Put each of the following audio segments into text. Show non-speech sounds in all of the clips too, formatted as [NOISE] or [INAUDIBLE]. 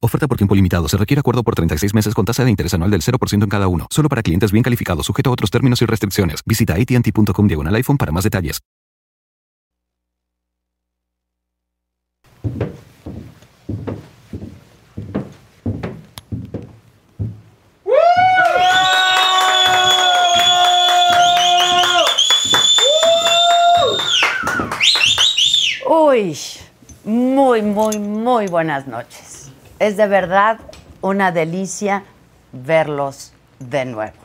Oferta por tiempo limitado. Se requiere acuerdo por 36 meses con tasa de interés anual del 0% en cada uno. Solo para clientes bien calificados, sujeto a otros términos y restricciones. Visita AT&T.com diagonal iPhone para más detalles. Uy, muy, muy, muy buenas noches es de verdad una delicia verlos de nuevo.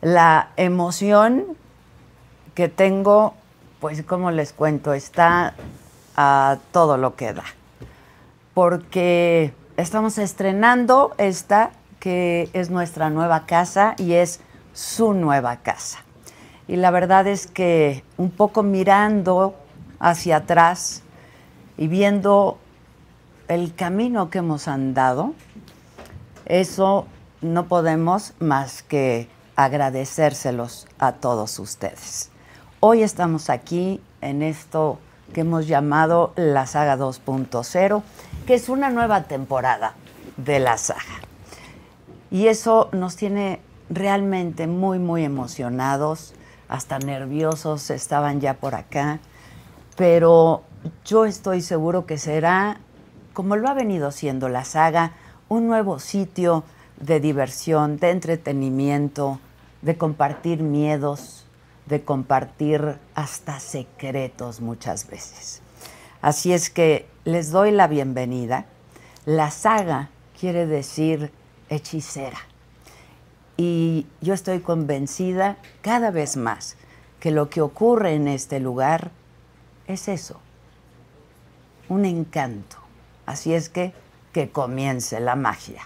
La emoción que tengo, pues como les cuento, está a todo lo que da. Porque estamos estrenando esta que es nuestra nueva casa y es su nueva casa. Y la verdad es que un poco mirando hacia atrás y viendo el camino que hemos andado, eso no podemos más que agradecérselos a todos ustedes. Hoy estamos aquí en esto que hemos llamado la saga 2.0, que es una nueva temporada de la saga. Y eso nos tiene realmente muy, muy emocionados, hasta nerviosos estaban ya por acá, pero yo estoy seguro que será como lo ha venido siendo la saga, un nuevo sitio de diversión, de entretenimiento, de compartir miedos, de compartir hasta secretos muchas veces. Así es que les doy la bienvenida. La saga quiere decir hechicera. Y yo estoy convencida cada vez más que lo que ocurre en este lugar es eso, un encanto. Así es que que comience la magia.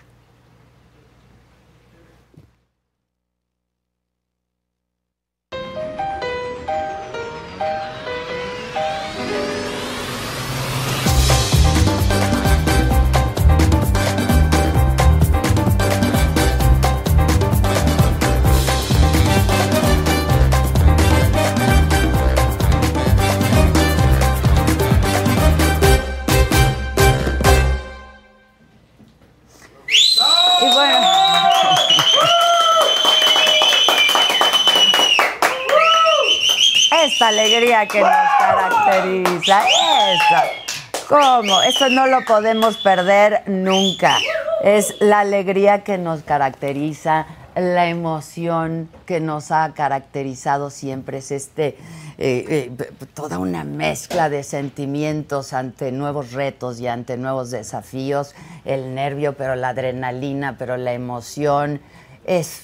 esta alegría que nos caracteriza. Eso. ¿Cómo? Eso no lo podemos perder nunca. Es la alegría que nos caracteriza, la emoción que nos ha caracterizado siempre. Es este, eh, eh, toda una mezcla de sentimientos ante nuevos retos y ante nuevos desafíos. El nervio, pero la adrenalina, pero la emoción. Es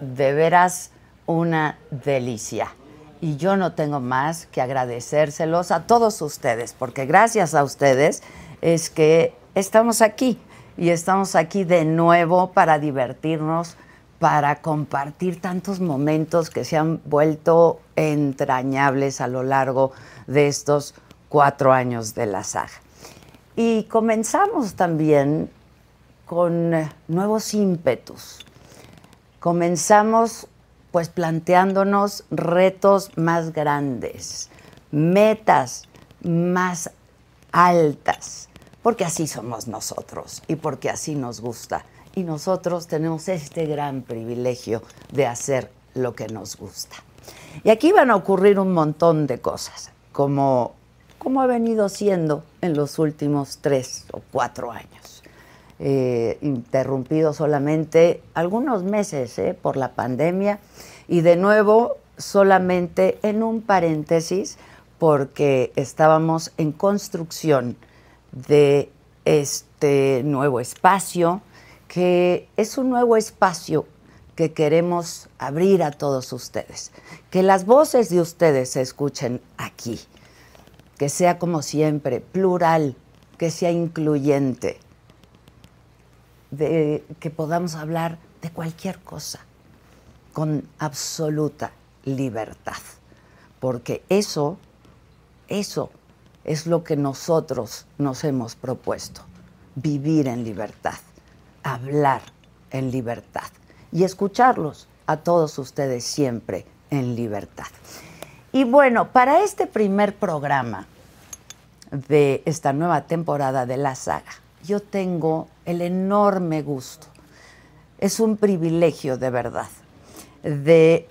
de veras una delicia y yo no tengo más que agradecérselos a todos ustedes, porque gracias a ustedes es que estamos aquí y estamos aquí de nuevo para divertirnos, para compartir tantos momentos que se han vuelto entrañables a lo largo de estos cuatro años de la saga. Y comenzamos también con nuevos ímpetus. Comenzamos pues planteándonos retos más grandes, metas más altas, porque así somos nosotros y porque así nos gusta. Y nosotros tenemos este gran privilegio de hacer lo que nos gusta. Y aquí van a ocurrir un montón de cosas, como, como ha venido siendo en los últimos tres o cuatro años. Eh, interrumpido solamente algunos meses eh, por la pandemia Y de nuevo, solamente en un paréntesis, porque estábamos en construcción de este nuevo espacio, que es un nuevo espacio que queremos abrir a todos ustedes, que las voces de ustedes se escuchen aquí, que sea como siempre, plural, que sea incluyente, de, que podamos hablar de cualquier cosa con absoluta libertad, porque eso, eso es lo que nosotros nos hemos propuesto, vivir en libertad, hablar en libertad y escucharlos a todos ustedes siempre en libertad. Y bueno, para este primer programa de esta nueva temporada de la saga, yo tengo el enorme gusto, es un privilegio de verdad, de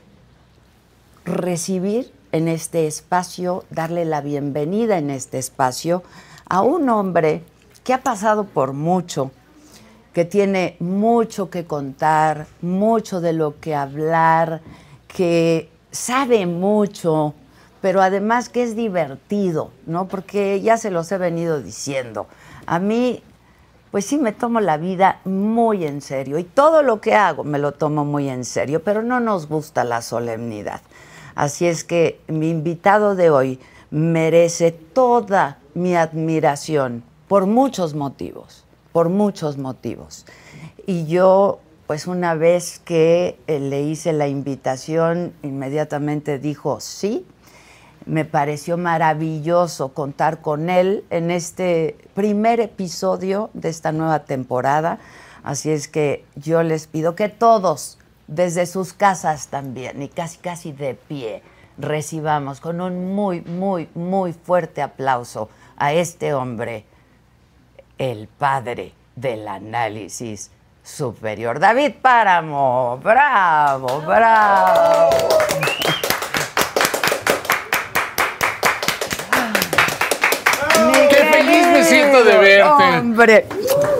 recibir en este espacio, darle la bienvenida en este espacio a un hombre que ha pasado por mucho, que tiene mucho que contar, mucho de lo que hablar, que sabe mucho, pero además que es divertido, ¿no? Porque ya se los he venido diciendo. A mí, pues sí me tomo la vida muy en serio y todo lo que hago me lo tomo muy en serio, pero no nos gusta la solemnidad. Así es que mi invitado de hoy merece toda mi admiración por muchos motivos por muchos motivos. Y yo, pues una vez que eh, le hice la invitación, inmediatamente dijo sí. Me pareció maravilloso contar con él en este primer episodio de esta nueva temporada. Así es que yo les pido que todos, desde sus casas también, y casi casi de pie, recibamos con un muy, muy, muy fuerte aplauso a este hombre el padre del análisis superior. David Páramo, bravo, bravo. Qué feliz me siento de verte. Hombre.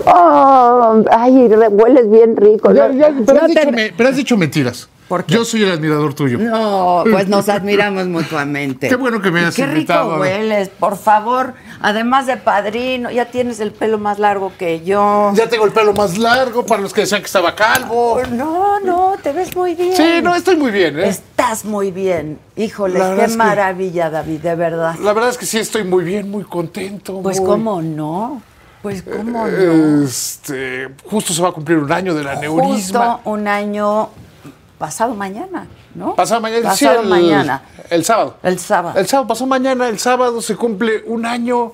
Oh, ay, re- hueles bien rico. Ya, No, ya, pero, no has te- dicho, me- pero has dicho mentiras. ¿Por qué? Yo soy el admirador tuyo. No, pues nos admiramos mutuamente. Qué bueno que me Y hayas Qué invitado. rico hueles, por favor. Además de padrino, ya tienes el pelo más largo que yo. Ya tengo el pelo más largo para los que decían que estaba calvo. No, no, te ves muy bien. Sí, no, estoy muy bien. ¿eh? Estás muy bien. Híjole, La verdad qué es que- maravilla, David, de verdad. La verdad es que sí estoy muy bien, muy contento. Pues muy- cómo no. Pues Eh, cómo no. Este, justo se va a cumplir un año del Justo aneurisma. un año pasado mañana, ¿no? Pasado mañana. sí, Pasado el- mañana. El sábado. El sábado. El sábado, pasó mañana, el sábado se cumple un año.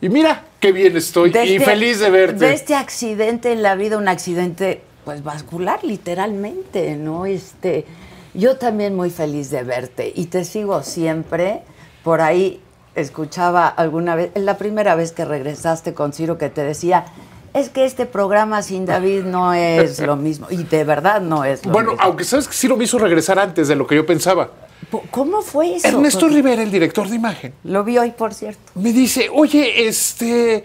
Y mira qué bien estoy De y este- feliz de verte. De este accidente en la vida, un accidente pues vascular, literalmente, ¿no? Este, yo también muy feliz de verte y te sigo siempre. Por ahí escuchaba alguna vez, la primera vez que regresaste con Ciro que te decía, es que este programa sin David no es lo mismo. Y de verdad no es lo Bueno, mismo. aunque sabes que sí lo me hizo regresar antes de lo que yo pensaba. Po- ¿Cómo fue eso? pues. Ernesto Rivera, el director de imagen, Lo vi hoy, por cierto. me dice, oye, este,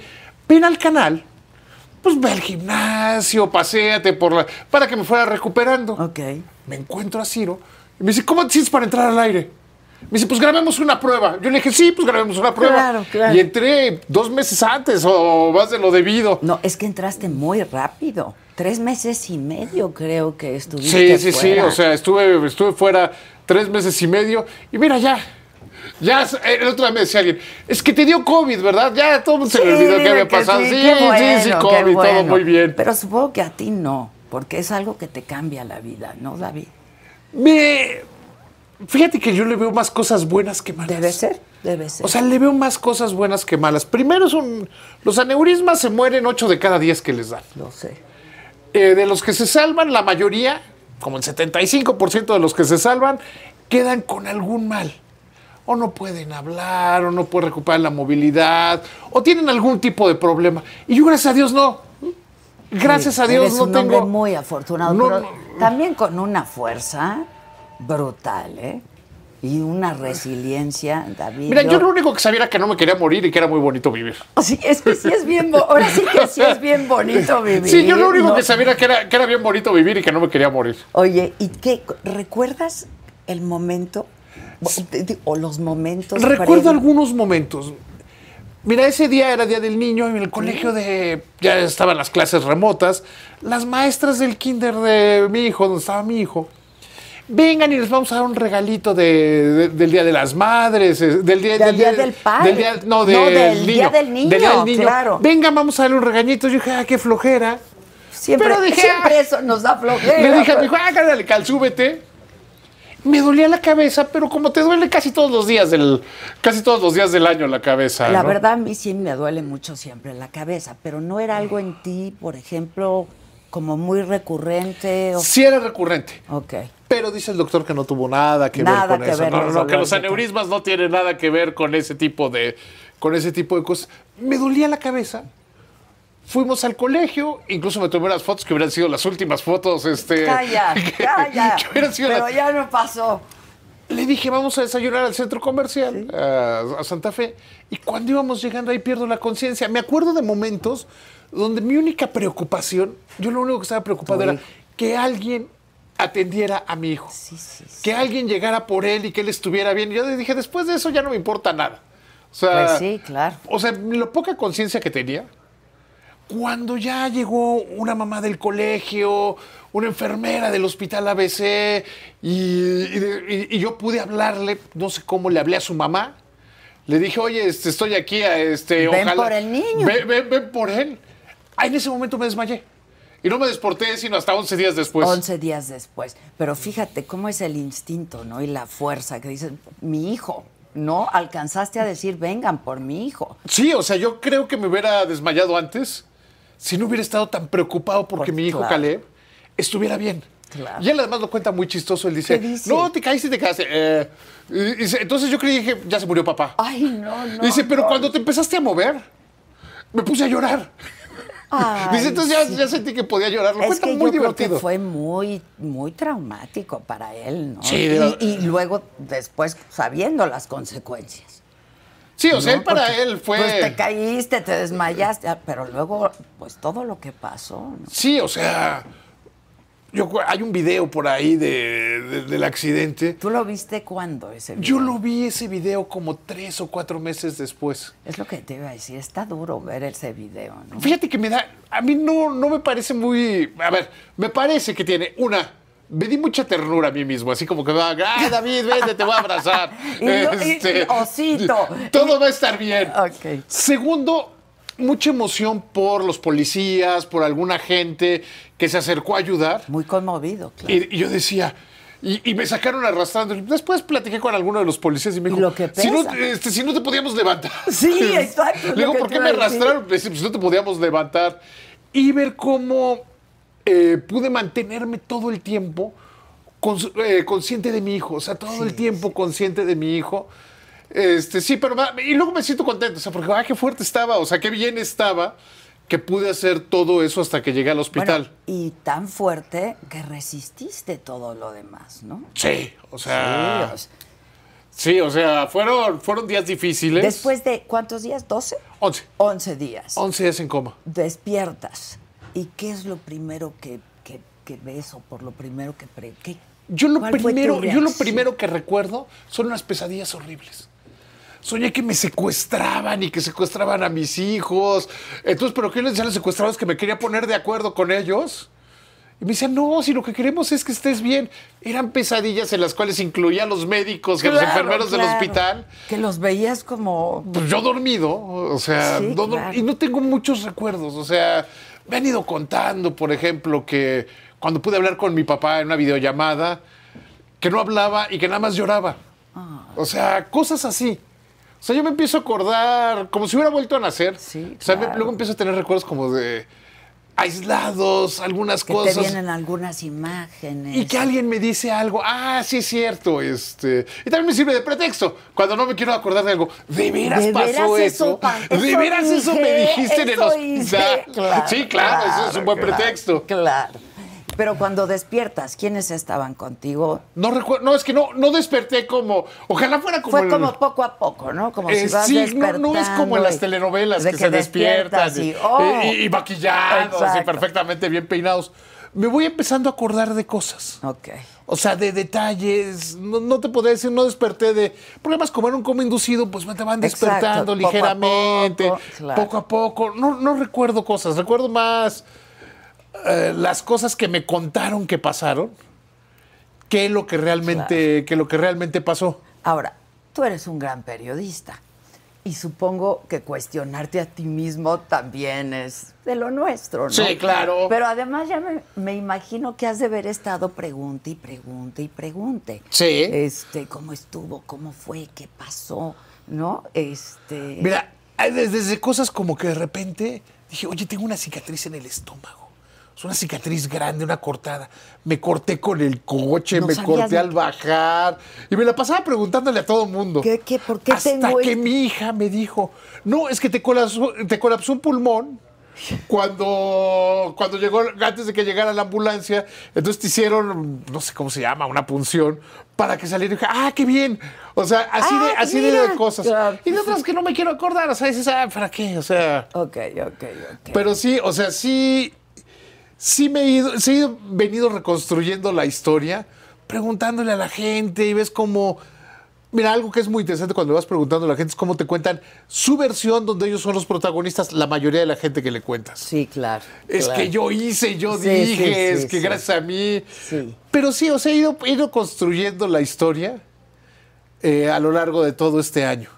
ven al canal, pues ve al gimnasio, paséate por la... para que me fuera recuperando. Ok. Me encuentro a Ciro y me dice, ¿cómo te sientes para entrar al aire? Me dice, pues grabemos una prueba. Yo le dije, sí, pues grabemos una prueba. Claro, claro. Y entré dos meses antes o más de lo debido. No, es que entraste muy rápido. Tres meses y medio creo que estuviste Sí, sí, sí, fuera. o sea, estuve, estuve fuera tres meses y medio y mira ya. Ya, eh, el otro día me decía alguien, es que te dio COVID, ¿verdad? Ya todo el mundo se le olvidó que dime había pasado. sí, Sí, sí, qué bueno, sí, qué COVID, todo bueno. muy bien. Pero supongo que a ti no, porque es algo que te cambia la vida, ¿no, David? Me... Fíjate que yo le veo más cosas buenas que malas. Debe ser, debe ser. O sea, le veo más cosas buenas que malas. Primero son... Los aneurismas se mueren 8 de cada 10 que les dan. lo sé. Eh, de los que se salvan, la mayoría, como el 75% de los que se salvan, quedan con algún mal. O no pueden hablar, o no pueden recuperar la movilidad, o tienen algún tipo de problema. Y yo, gracias a Dios, no. Gracias a Dios Eres no un hombre tengo. muy afortunado, No, pero no. también con una fuerza brutal, ¿eh? Y una resiliencia, David. Mira, yo lo único que sabía era que no me quería morir y que era muy bonito vivir. [LAUGHS] Sí, es que sí es bien... bo- Ahora sí que sí es bien bonito vivir. Sí, yo lo único ¿no? que sabía era que era, que era bien bonito vivir y que no me quería morir. Oye, ¿y qué? ¿Recuerdas el momento o los momentos. Recuerdo previo. algunos momentos. Mira, ese día era día del niño en el colegio de. Ya estaban las clases remotas. Las maestras del kinder de mi hijo, donde estaba mi hijo, vengan y les vamos a dar un regalito de- de- del día de las madres, eh, del día Del Día del Padre. del día- no, No, del, del niño, Día del Niño, claro. Vengan, vamos a darle un regañito. Yo dije, ah, qué flojera. Siempre, Pero dije, siempre ah. eso nos da flojera. Le dije a mi hijo, ah, cállale, calzúbete. Me dolía la cabeza, pero como te duele casi todos los días del, casi todos los días del año la cabeza. La Ah, ¿no? verdad, a mí sí me duele mucho siempre la cabeza, pero no era algo en ti, por ejemplo, como muy recurrente. O... Sí era recurrente. Ok. Pero dice el doctor que no tuvo nada que Nada ver con que eso. ver no, los no, no, dolores de que los cabeza. aneurismas no tienen nada que ver con ese tipo de, con ese tipo de cosas. Me dolía la cabeza. Fuimos al colegio, incluso me tomé unas fotos que hubieran sido las últimas fotos, este. [LAUGHS] Calla, que- calla. que hubieran sido Pero las- ya no pasó. Le dije, vamos a desayunar al centro comercial, a, a Santa Fe. Y cuando íbamos llegando ahí pierdo la conciencia. Me acuerdo de momentos donde mi única preocupación, yo lo único que estaba preocupado era que alguien atendiera a mi hijo. Que alguien llegara por él y que él estuviera bien. Y yo dije, después de eso ya no me importa nada. O sea, Pues sí, claro. o sea, la poca conciencia que tenía, cuando ya llegó una mamá del colegio, una enfermera del hospital ABC, y, y de- y- y yo pude hablarle, no sé cómo le hablé a su mamá, le dije, oye, este, estoy aquí, a este, Ven ojalá- por el niño. Ven, ven- ven por él. Ah, en ese momento me desmayé. Y no me desporté, sino hasta 11 días después. 11 días después. Pero fíjate cómo es el instinto, ¿no? Y la fuerza que dices, mi hijo, no alcanzaste a decir, vengan por mi hijo. Sí, o sea, yo creo que me hubiera desmayado antes si no hubiera estado tan preocupado porque Pues, mi hijo claro. Caleb estuviera bien. Claro. Y él además lo cuenta muy chistoso. Él dice, ¿Qué dice? no, te caíste, te caíste. eh, y dice, entonces yo creí que ya se murió papá. Ay, no, no. dice, pero cuando te empezaste a mover, me puse a llorar. dice, entonces ya, ya sentí que podía llorar. Lo Es cuenta que muy yo creo divertido. que fue muy, muy traumático para él, ¿no? Sí, y, de- y luego, después, sabiendo las consecuencias. Sí, o sea, ¿no? él para Porque, él fue... Pues te caíste, te desmayaste, ah, pero luego, pues todo lo que pasó, ¿no? Sí, o sea, yo, cu- hay un video por ahí de- de- del accidente. ¿Tú lo viste cuándo ese video? Yo lo vi ese video como tres o cuatro meses después. Es lo que te iba a decir, está duro ver ese video, ¿no? Fíjate que me da, a mí no, no me parece muy, a ver, me parece que tiene una, me di mucha ternura a mí mismo, así como que va, ay David, vente, te voy a abrazar. [LAUGHS] Este, Y yo- y- y osito. Todo va a estar bien. Ok. Segundo, mucha emoción por los policías, por alguna gente que se acercó a ayudar. Muy conmovido, claro. Y, y yo decía, y, y me sacaron arrastrando. Después platiqué con alguno de los policías y me Y dijo, lo que si, no, pesa". este, si no te podíamos levantar. [LAUGHS] Sí, exacto, es lo Le digo, que ¿por te qué iba me a decir". arrastraron? Me dice, Pues no te podíamos levantar. Y ver cómo eh, pude mantenerme todo el tiempo cons- eh, consciente de mi hijo. O sea, todo el tiempo consciente de mi hijo. Este, sí, pero va- y luego me siento contento, o sea, porque ah, qué fuerte estaba, o sea, qué bien estaba que pude hacer todo eso hasta que llegué al hospital. Bueno, y tan fuerte que resististe todo lo demás, ¿no? Sí, o Sí, sea. o sea, Sí, o sea, fueron, fueron días difíciles. Después de, ¿cuántos días? ¿12? 11. 11 días. 11 días en coma. Despiertas. ¿Y qué es lo primero que, que- que ves o por lo primero que... pre- qué- Yo lo, cuál fue tu primero, yo lo reacción? primero que recuerdo son unas pesadillas horribles. Soñé que me secuestraban y que secuestraban a mis hijos. Entonces, ¿pero qué les decía a los secuestrados que me quería poner de acuerdo con ellos? Y me decían, no, si lo que queremos es que estés bien. Eran pesadillas en las cuales incluía a los médicos, y a los Claro, enfermeros del claro. hospital. Que los veías como. pues yo dormido, o sea, Sí, no dor- claro. y no tengo muchos recuerdos, o sea, me han ido contando, por ejemplo, que cuando pude hablar con mi papá en una videollamada, que no hablaba y que nada más lloraba. Ah. O sea, cosas así. O sea, yo me empiezo a acordar como si hubiera vuelto a nacer. Sí, O sea, me- claro. luego empiezo a tener recuerdos como de aislados, algunas Que cosas. te vienen algunas imágenes. Y que alguien me dice algo, ah, sí es cierto, este. Y también me sirve de pretexto. Cuando no me quiero acordar de algo, de veras ¿De veras pasó eso eso. pa- de eso veras eso me dije, dijiste en el eso hospital. hice? Claro, sí, claro, eso es un buen claro, pretexto. Claro. Pero cuando despiertas, ¿quiénes estaban contigo? No recuerdo, no, es que no, no desperté como. Ojalá fuera como. Fue el- como poco a poco, ¿no? Como Eh, si vas sí, no, no es como despertando en las y- telenovelas de que, se despiertan despiertas y, y, oh, y- y maquillados y Exacto. perfectamente bien peinados. me voy empezando a acordar de cosas. Ok. O sea, de detalles. No, no te podría decir, no desperté de. Problemas como era un coma inducido, pues me te van Exacto, poco despertando a ligeramente, poco, claro. poco a poco. No, no recuerdo cosas, recuerdo más eh, las cosas que me contaron que pasaron que lo que realmente, que lo que realmente pasó. Ahora, tú eres un gran periodista y supongo que cuestionarte a ti mismo también es de lo nuestro, ¿no? Sí, claro. Pero además ya me, me imagino que has de haber estado pregunte y pregunte y pregunte. Sí. Este, ¿cómo estuvo? ¿Cómo fue? ¿Qué pasó? ¿No? Este. Mira, hay des- desde, cosas como que de repente dije, oye, tengo una cicatriz en el estómago. Es una cicatriz grande, una cortada. Me corté con el coche, No me sabías corté ni al bajar. Y me la pasaba preguntándole a todo mundo. ¿Qué, qué, por qué Hasta tengo que esto? mi hija me dijo, no, es que te colapsó, te colapsó un pulmón cuando, cuando llegó, antes de que llegara la ambulancia. Entonces te hicieron, no sé cómo se llama, una punción para que saliera. Y dije, ah, qué bien. O sea, así, Ah, de, así mira. de cosas. Claro. Y de otras que no me quiero acordar, o sea, dices, ah, ¿para qué? O sea, Ok, ok, ok. pero sí, o sea, sí, sí me he ido, sí he ido- venido reconstruyendo la historia, preguntándole a la gente y ves como, mira, algo que es muy interesante cuando le vas preguntando a la gente es cómo te cuentan su versión donde ellos son los protagonistas, la mayoría de la gente que le cuentas. sí, claro. Es claro. que yo hice, yo Sí, dije, sí, sí, es que sí. gracias a mí. Sí. Pero sí, o sea, he ido, he ido construyendo la historia eh, a lo largo de todo este año.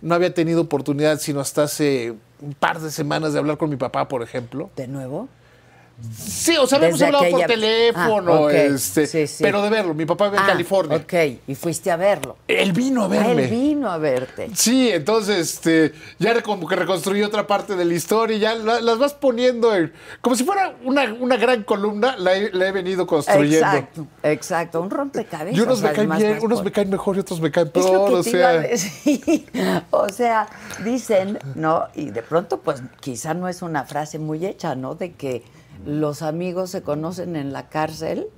No había tenido oportunidad sino hasta hace un par de semanas de hablar con mi papá, por ejemplo. ¿De nuevo? Sí, o sea, habíamos Desde hablado por aquella- teléfono, Ah, ok. este, Sí, sí. pero de verlo. Mi papá vive en Ah, California. Ok, y fuiste a verlo. Él vino a Ah, verme. él vino a verte. Sí, entonces este, ya re- como que reconstruí otra parte de la historia y ya la- las vas poniendo en- como si fuera una, una gran columna, la he, la he venido construyendo. Exacto, exacto, un rompecabezas. Y unos me caen además, bien, más unos por- me caen mejor y otros me caen Es peor. lo que o te iba sea, a decir. [LAUGHS] O sea, dicen, ¿no? Y de pronto, pues quizá no es una frase muy hecha, ¿no? De que los amigos se conocen en la cárcel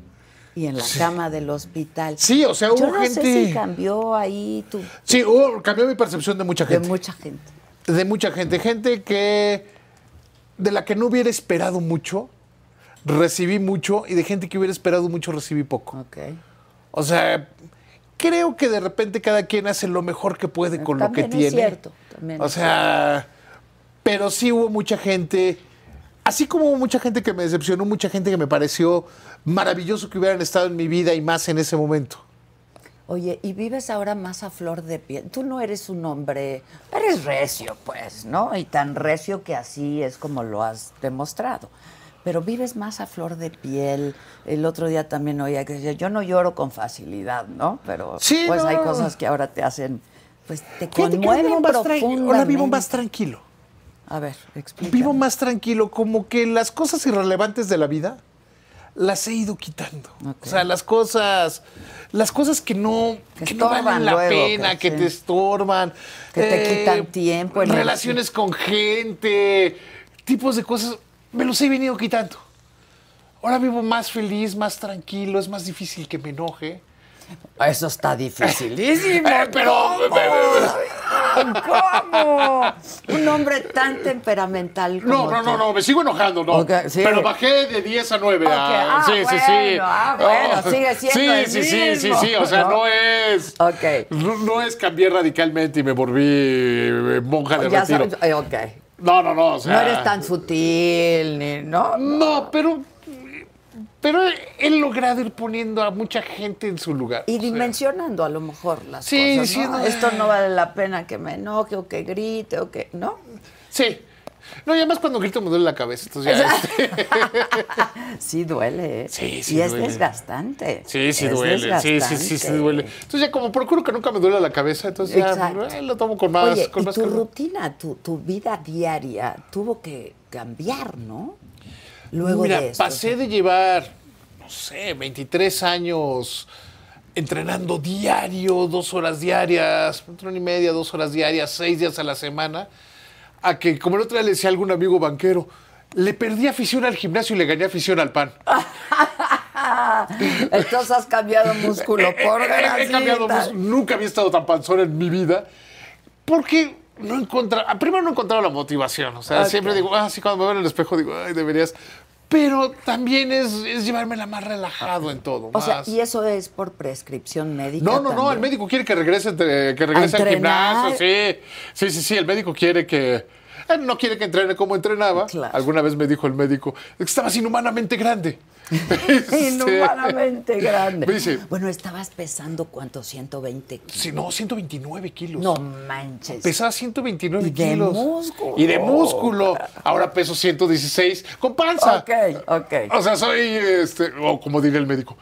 y en la cama del hospital. Sí, o sea, Yo hubo no sé gente- si cambió ahí tu, sí, hubo- cambió mi percepción de mucha de gente. mucha gente. de mucha gente, gente que de la que no hubiera esperado mucho, recibí mucho y de gente que hubiera esperado mucho recibí poco. Ok. O sea, creo que de repente cada quien hace lo mejor que puede con También lo que tiene. es cierto, también o es sea, pero sí hubo mucha gente, así como hubo mucha gente que me decepcionó, mucha gente que me pareció maravilloso que hubieran estado en mi vida y más en ese momento. Oye, y vives ahora más a flor de piel. Tú no eres un hombre, eres recio, pues, ¿no? Y tan recio que así es como lo has demostrado. Pero vives más a flor de piel. El otro día también oía que decía, yo no lloro con facilidad, ¿no? Pero Sí, pues hay no. cosas que ahora te hacen, pues te Fíjate que ahora vivo conmueven más tra- profundamente. ahora vivo más tranquilo. A ver, explícame. Vivo más tranquilo, como que las cosas irrelevantes de la vida las he ido quitando. Ok. O sea, las cosas, las cosas que no, Que que, no estorban valen la luego, pena, que que, sí. te estorban, eh, Que te quitan tiempo, energía. relaciones con gente, tipos de cosas, me los he venido quitando. Ahora vivo más feliz, más tranquilo, es más difícil que me enoje. Eso está [LAUGHS] dificilísimo. Eh, pero- ¿Cómo? Un hombre tan temperamental como No, no, tú. no, no, me sigo enojando, no. Ok, sí. Pero bajé de 10 a 9. Ok, ah, ah, sí, sí, sí. bueno, ah, bueno, Oh, [LAUGHS] sigue siendo el sí, sí, sí, mismo, sí, o sea, ¿no? [LAUGHS] no, es. Ok. No, no es cambié radicalmente y me volví eh, monja de Ya retiro. sabes, eh, ok. No, no, no, o sea. No eres tan sutil, ni, ¿no? No, pero. Pero he logrado ir poniendo a mucha gente en su lugar. Y o sea. dimensionando a lo mejor las Sí, cosas. ¿no? sí, no. eh. Esto no vale la pena que me enoje o que grite o que. ¿No? Sí. No, y además cuando grito me duele la cabeza. Entonces [LAUGHS] ya, este, Sí duele, ¿eh? Sí, sí Y es duele. desgastante. Sí, sí Es duele. Sí, sí, sí, sí desgastante. duele. Entonces ya como procuro que nunca me duele la cabeza, entonces Exacto. ya eh, lo tomo con más, Oye, con y más tu calma. rutina, tu, tu vida diaria tuvo que cambiar, ¿no? Luego Mira, de esto. pasé de llevar, no sé, 23 años entrenando diario, dos horas diarias, una hora y media, dos horas diarias, seis días a la semana, a que, como el otro día le decía a algún amigo banquero, le perdí afición al gimnasio y le gané afición al pan. [LAUGHS] Entonces has cambiado músculo por [LAUGHS] He- he- he cambiado grasita. mus- Nunca había estado tan panzón en mi vida. Porque no encontraba. Primero no encontraba la motivación. O sea, Ok. siempre digo, ah, sí, cuando me veo en el espejo digo, ay, deberías. pero también es, es llevármela más relajado en todo. O sea, más- ¿y eso es por prescripción médica? no, no, no, el también? [LAUGHS] médico quiere que regrese, te- que regrese ¿A al entrenar? gimnasio, sí. Sí, sí, sí, el médico quiere que... él no quiere que entrene como entrenaba. Claro. Alguna vez me dijo el médico, estabas [LAUGHS] inhumanamente grande. [LAUGHS] Inhumanamente grande. este Me dice, Bueno, estabas pesando cuánto, 120 kilos. sí, no, 129 kilos. No manches. Pesaba 129 Y de kilos. músculo. Y de músculo. Ahora peso 116 con panza. Ok, ok. O sea, soy, este, o como diría el médico,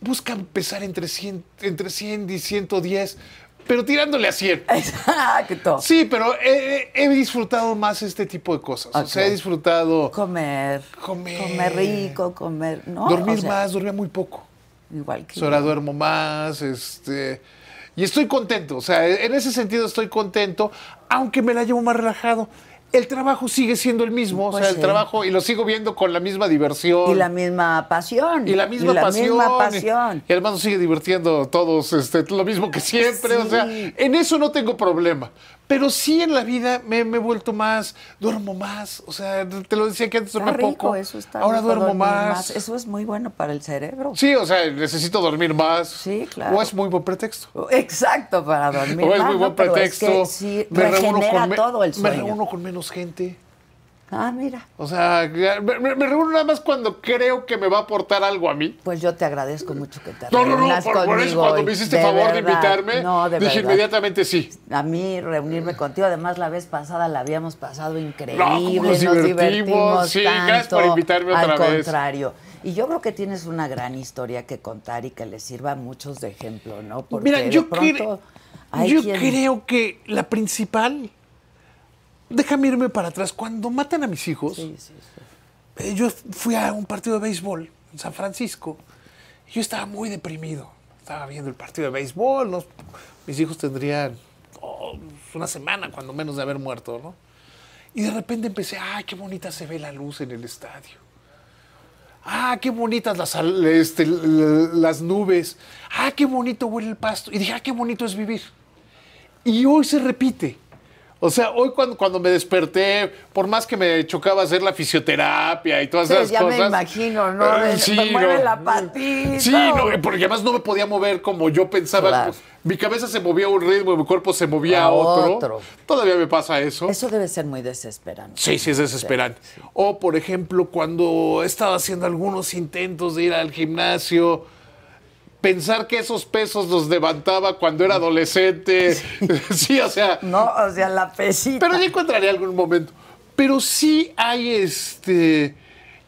busca pesar entre 100, entre 100 y 110, pero tirándole a 100. Eh. Exacto. Sí, pero he, he disfrutado más este tipo de cosas. O sea, Ok. he disfrutado Comer. Comer. rico, comer. No, dormir O sea, más, dormía muy poco. Igual que. So, Ahora duermo más, este. Y estoy contento, o sea, en ese sentido estoy contento, aunque me la llevo más relajado. El trabajo sigue siendo el mismo, o Pues sea, sí. el trabajo y lo sigo viendo con la misma diversión. Y la misma pasión. y la misma pasión. misma pasión. Y, además nos sigue divirtiendo todos este, lo mismo que siempre. O sea, Sí. en eso no tengo problema. Pero sí en la vida me, me he vuelto más, duermo más. O sea, te lo decía que antes Está dormía rico, poco. eso está Ahora rico, duermo dormir más. Eso es muy bueno para el cerebro. Sí, o sea, necesito dormir más. Sí, claro. O es muy buen pretexto. Exacto, para dormir. o es más, muy ¿no? buen Pero pretexto. Es que sí, reúno regenera me- todo el Me sueño. reúno con menos gente. Ah, mira. O sea, me, me- me reúno nada más cuando creo que me va a aportar algo a mí. Pues yo te agradezco mucho que te No, no, no, reúnas por, por eso conmigo cuando hoy. me hiciste De favor de verdad. invitarme, No, de dije verdad. inmediatamente sí. A mí reunirme contigo, además la vez pasada la habíamos pasado increíble, No, cómo nos divertimos, sí, tanto, gracias por invitarme otra al vez. contrario. Y yo creo que tienes una gran historia que contar y que le sirva a muchos de ejemplo, ¿no? Porque Mira, de yo, pronto cre- hay yo quien- creo que la principal, déjame irme para atrás, cuando matan a mis hijos, Sí, sí, sí. eh, yo fui a un partido de béisbol en San Francisco y yo estaba muy deprimido. Estaba viendo el partido de béisbol, ¿no? mis hijos tendrían oh, una semana cuando menos de haber muerto, ¿no? Y de repente empecé, ¡ay, qué bonita se ve la luz en el estadio! ¡Ah, qué bonitas las, al- este, l- l- las nubes! ¡Ah, qué bonito huele el pasto! Y dije, ¡ah, qué bonito es vivir! Y hoy se repite. O sea, hoy cuando, cuando me desperté, por más que me chocaba hacer la fisioterapia y todas Sí, esas ya me cosas. eh, imagino, ¿no? Me- me mueve la patita. Sí, no, eh, porque además no me podía mover como yo pensaba. Claro. Mi cabeza se movía a un ritmo y mi cuerpo se movía A a otro. otro. Todavía me pasa eso. Eso debe ser muy desesperante. pues, Sí, sí, es desesperante. O, por ejemplo, cuando he estado haciendo algunos intentos de ir al gimnasio, pensar que esos pesos los levantaba cuando era adolescente. [LAUGHS] sí, o sea, No, o sea, la pesita. pero ya encontraré algún momento. Pero sí hay este.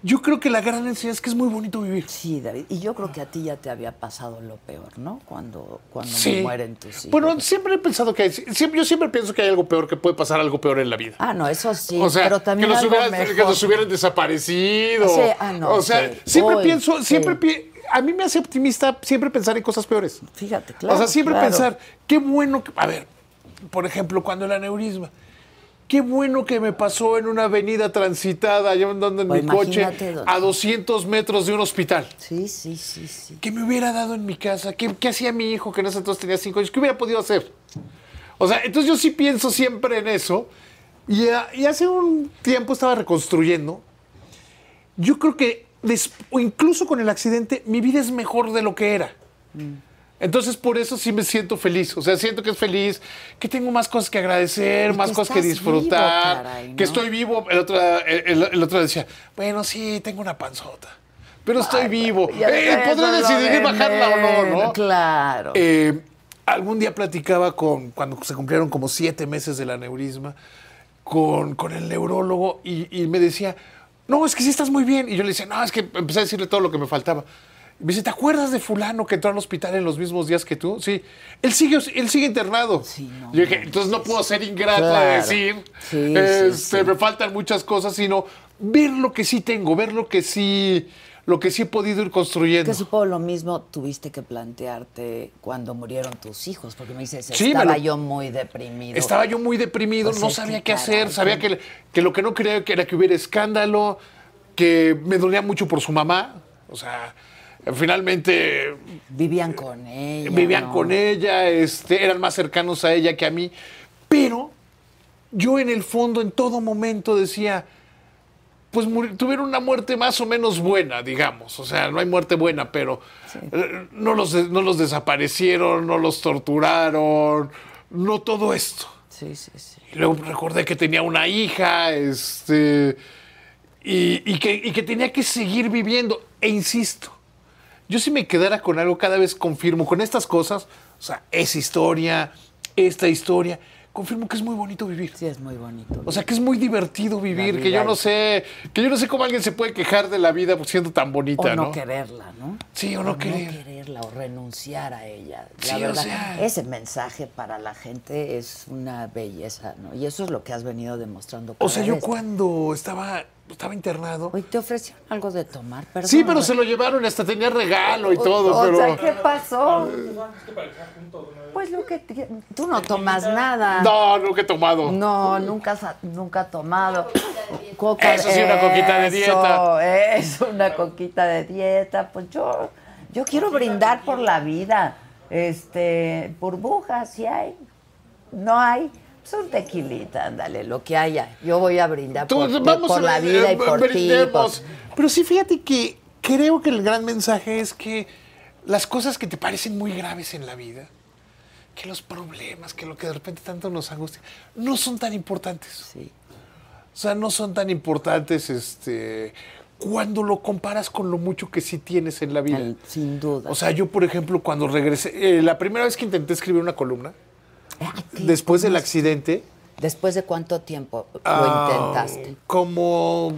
Yo creo que la gran enseñanza es que es muy bonito vivir. Sí, David, y yo creo que a ti ya te había pasado lo peor, ¿no? Cuando, cuando mueren tus hijos. Bueno, siempre he pensado que hay, siempre, yo siempre pienso que hay algo peor, que puede pasar algo peor en la vida. Ah, no, eso sí, o sea, pero también que, nos algo hubieran, mejor. que nos hubieran desaparecido. Sí, ah, no, o sea, sí. siempre Uy, pienso, siempre sí. pi- a mí me hace optimista siempre pensar en cosas peores. Fíjate, claro, O sea, siempre claro. pensar, qué bueno que, a ver, por ejemplo, cuando el aneurisma, qué bueno que me pasó en una avenida transitada, allá andando en O mi coche, imagínate, don- a 200 metros de un hospital. Sí, sí, sí, sí. ¿Qué me hubiera dado en mi casa? ¿Qué, qué hacía mi hijo que en ese entonces tenía cinco años? ¿Qué hubiera podido hacer? O sea, entonces yo sí pienso siempre en eso. Y, ah, y hace un tiempo estaba reconstruyendo. Yo creo que des- o incluso con el accidente, mi vida es mejor de lo que era. Mm. Entonces por eso sí me siento feliz. O sea, siento que es feliz, que tengo más cosas que agradecer, Y más que cosas que estás disfrutar, vivo, caray, ¿no? que estoy vivo. El otro, el, el- el otro decía, bueno, sí, tengo una panzota, pero estoy vivo. Ya Eh, sé, podré eso es lo decidir de bajarla o no, menos, ¿no? Claro. Eh, algún día platicaba con, cuando se cumplieron como siete meses del aneurisma, con, con el neurólogo y, y me decía, no, es que sí estás muy bien. Y yo le decía, no, es que empecé a decirle todo lo que me faltaba. Y me dice, ¿te acuerdas de fulano que entró al hospital en los mismos días que tú? Sí. Él sigue, él sigue internado. Sí, no yo dije, entonces no puedo ser ingrata Claro. de decir, Sí, sí, este, sí. me faltan muchas cosas, sino ver lo que sí tengo, ver lo que sí, lo que sí he podido ir construyendo. que supongo lo mismo tuviste que plantearte cuando murieron tus hijos, porque me dices, Sí, me estaba lo- yo muy deprimido. Estaba yo muy deprimido, Pues no es sabía que, qué hacer, caray, sabía que, que lo que no quería que era que hubiera escándalo, que me dolía mucho por su mamá, o sea, finalmente Vivían con ella. vivían ¿no? con ella, este, eran más cercanos a ella que a mí, pero yo en el fondo, en todo momento decía, pues muri- tuvieron una muerte más o menos buena, digamos. O sea, no hay muerte buena, pero eh, no, los, de- no los desaparecieron, no los torturaron, no todo esto. Sí, sí, sí. Y luego recordé que tenía una hija, este, y, y que, y que tenía que seguir viviendo. E insisto, yo si me quedara con algo, cada vez confirmo con estas cosas, o sea, esa historia, esta historia, confirmo que es muy bonito vivir. Sí, es muy bonito. O sea, que es muy divertido vivir, que yo vida no es- sé, que yo no sé cómo alguien se puede quejar de la vida siendo tan O bonita, no, ¿no? quererla, ¿no? Sí, o O no no querer. quererla o renunciar a ella. La Sí, o verdad, sea- ese mensaje para la gente es una belleza, ¿no? Y eso es lo que has venido demostrando. O cada sea, yo vez. cuando estaba, estaba internado. Hoy te ofrecieron algo de tomar, perdón. Sí, pero se lo llevaron, hasta tenía regalo y todo, O pero. sea, ¿qué pasó? Pues lo que ti- Tú no tomas nada. No, nunca he tomado. no, nunca sa- nunca ha tomado coca Eso sí, una coquita de eso, dieta. Eso, una coquita de dieta. Pues yo yo quiero brindar por la vida. Este, burbujas si hay. No hay. Pues un tequilita, ándale, lo que haya. Yo voy a brindar Tú- pues, por, vamos por a- la vida y eh, por ti. brindemos. por- Pero sí, fíjate que creo que el gran mensaje es que las cosas que te parecen muy graves en la vida, que los problemas, que lo que de repente tanto nos angustia, no son tan importantes. Sí. O sea, no son tan importantes este, cuando lo comparas con lo mucho que sí tienes en la vida. Al- sin duda. O sea, yo, por ejemplo, cuando regresé, eh, la primera vez que intenté escribir una columna, Ah, ¿qué? después del accidente, ¿Después de cuánto tiempo lo Ah, intentaste? Como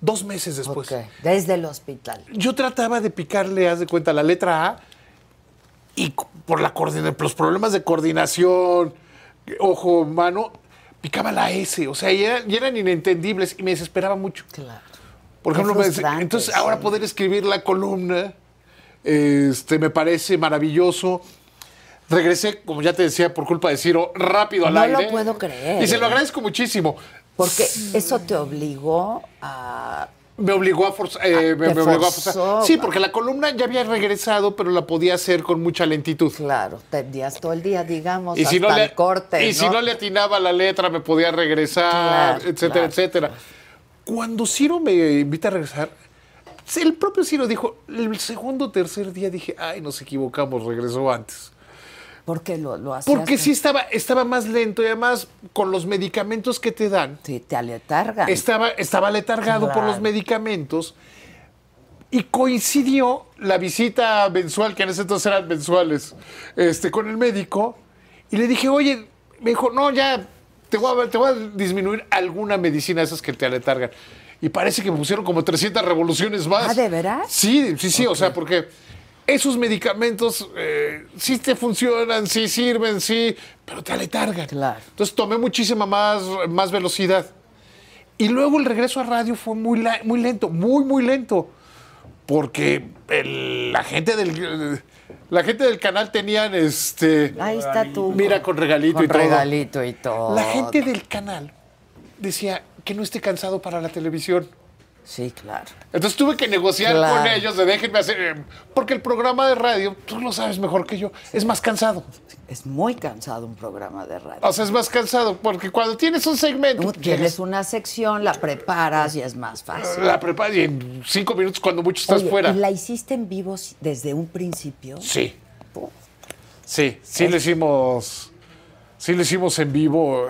dos meses después. Ok, Desde el hospital. Yo trataba de picarle, haz de cuenta, la letra A y c- por la coordina- por los problemas de coordinación, ojo, mano, picaba la S. O sea, y, era- y eran inentendibles y me desesperaba mucho. Claro. Por Qué ejemplo, me dice, frustrante, entonces sí. ahora poder escribir la columna este, me parece maravilloso. Regresé, como ya te decía, por culpa de Ciro, rápido al No lo aire. puedo creer. Y se lo agradezco muchísimo. Porque eso te obligó a. Me obligó a forzar. eh, me, Ah, te me obligó a forzó. forzar. Sí, porque la columna ya había regresado, pero la podía hacer con mucha lentitud. Claro, tendías todo el día, digamos, Y hasta si, no le, el corte. y si no le atinaba la letra, me podía regresar, Claro, etcétera, claro. etcétera. Cuando Ciro me invita a regresar, el propio Ciro dijo, el segundo o tercer día dije, ay, nos equivocamos, regresó antes. Porque lo, lo hacías. Porque sí estaba, estaba más lento y además con los medicamentos que te dan, Sí, te aletargan. estaba, estaba letargado por los Claro. medicamentos y coincidió la visita mensual, que en ese entonces eran mensuales, este, con el médico. Y le dije, oye, me dijo, no, ya te voy a, te voy a disminuir alguna medicina de esas que te aletargan. Y parece que me pusieron como 300 revoluciones más. Ah, ¿de veras? Sí, sí, sí, o sea, porque esos medicamentos eh, sí te funcionan, sí sirven, sí, pero te aletargan. Claro. Entonces tomé muchísima más, más velocidad. Y luego el regreso a radio fue muy, la- muy lento, muy, muy lento. Porque el- la, gente del, la gente del canal tenían este. Ahí está tu. Mira, con regalito Con y todo. regalito y todo. La gente del canal decía que no esté cansado para la televisión. Sí, claro. Entonces tuve que negociar Claro. con ellos de déjenme hacer. eh, Porque el programa de radio, tú lo sabes mejor que yo, es más cansado. Es muy cansado un programa de radio. O sea, es más cansado porque cuando tienes un segmento. Tú llegas- tienes una sección, la preparas y es más fácil. La preparas y en cinco minutos, cuando mucho estás Oye, fuera. ¿Y la hiciste en vivo si- desde un principio? Sí. Sí, sí lo hicimos. Sí lo hicimos en vivo.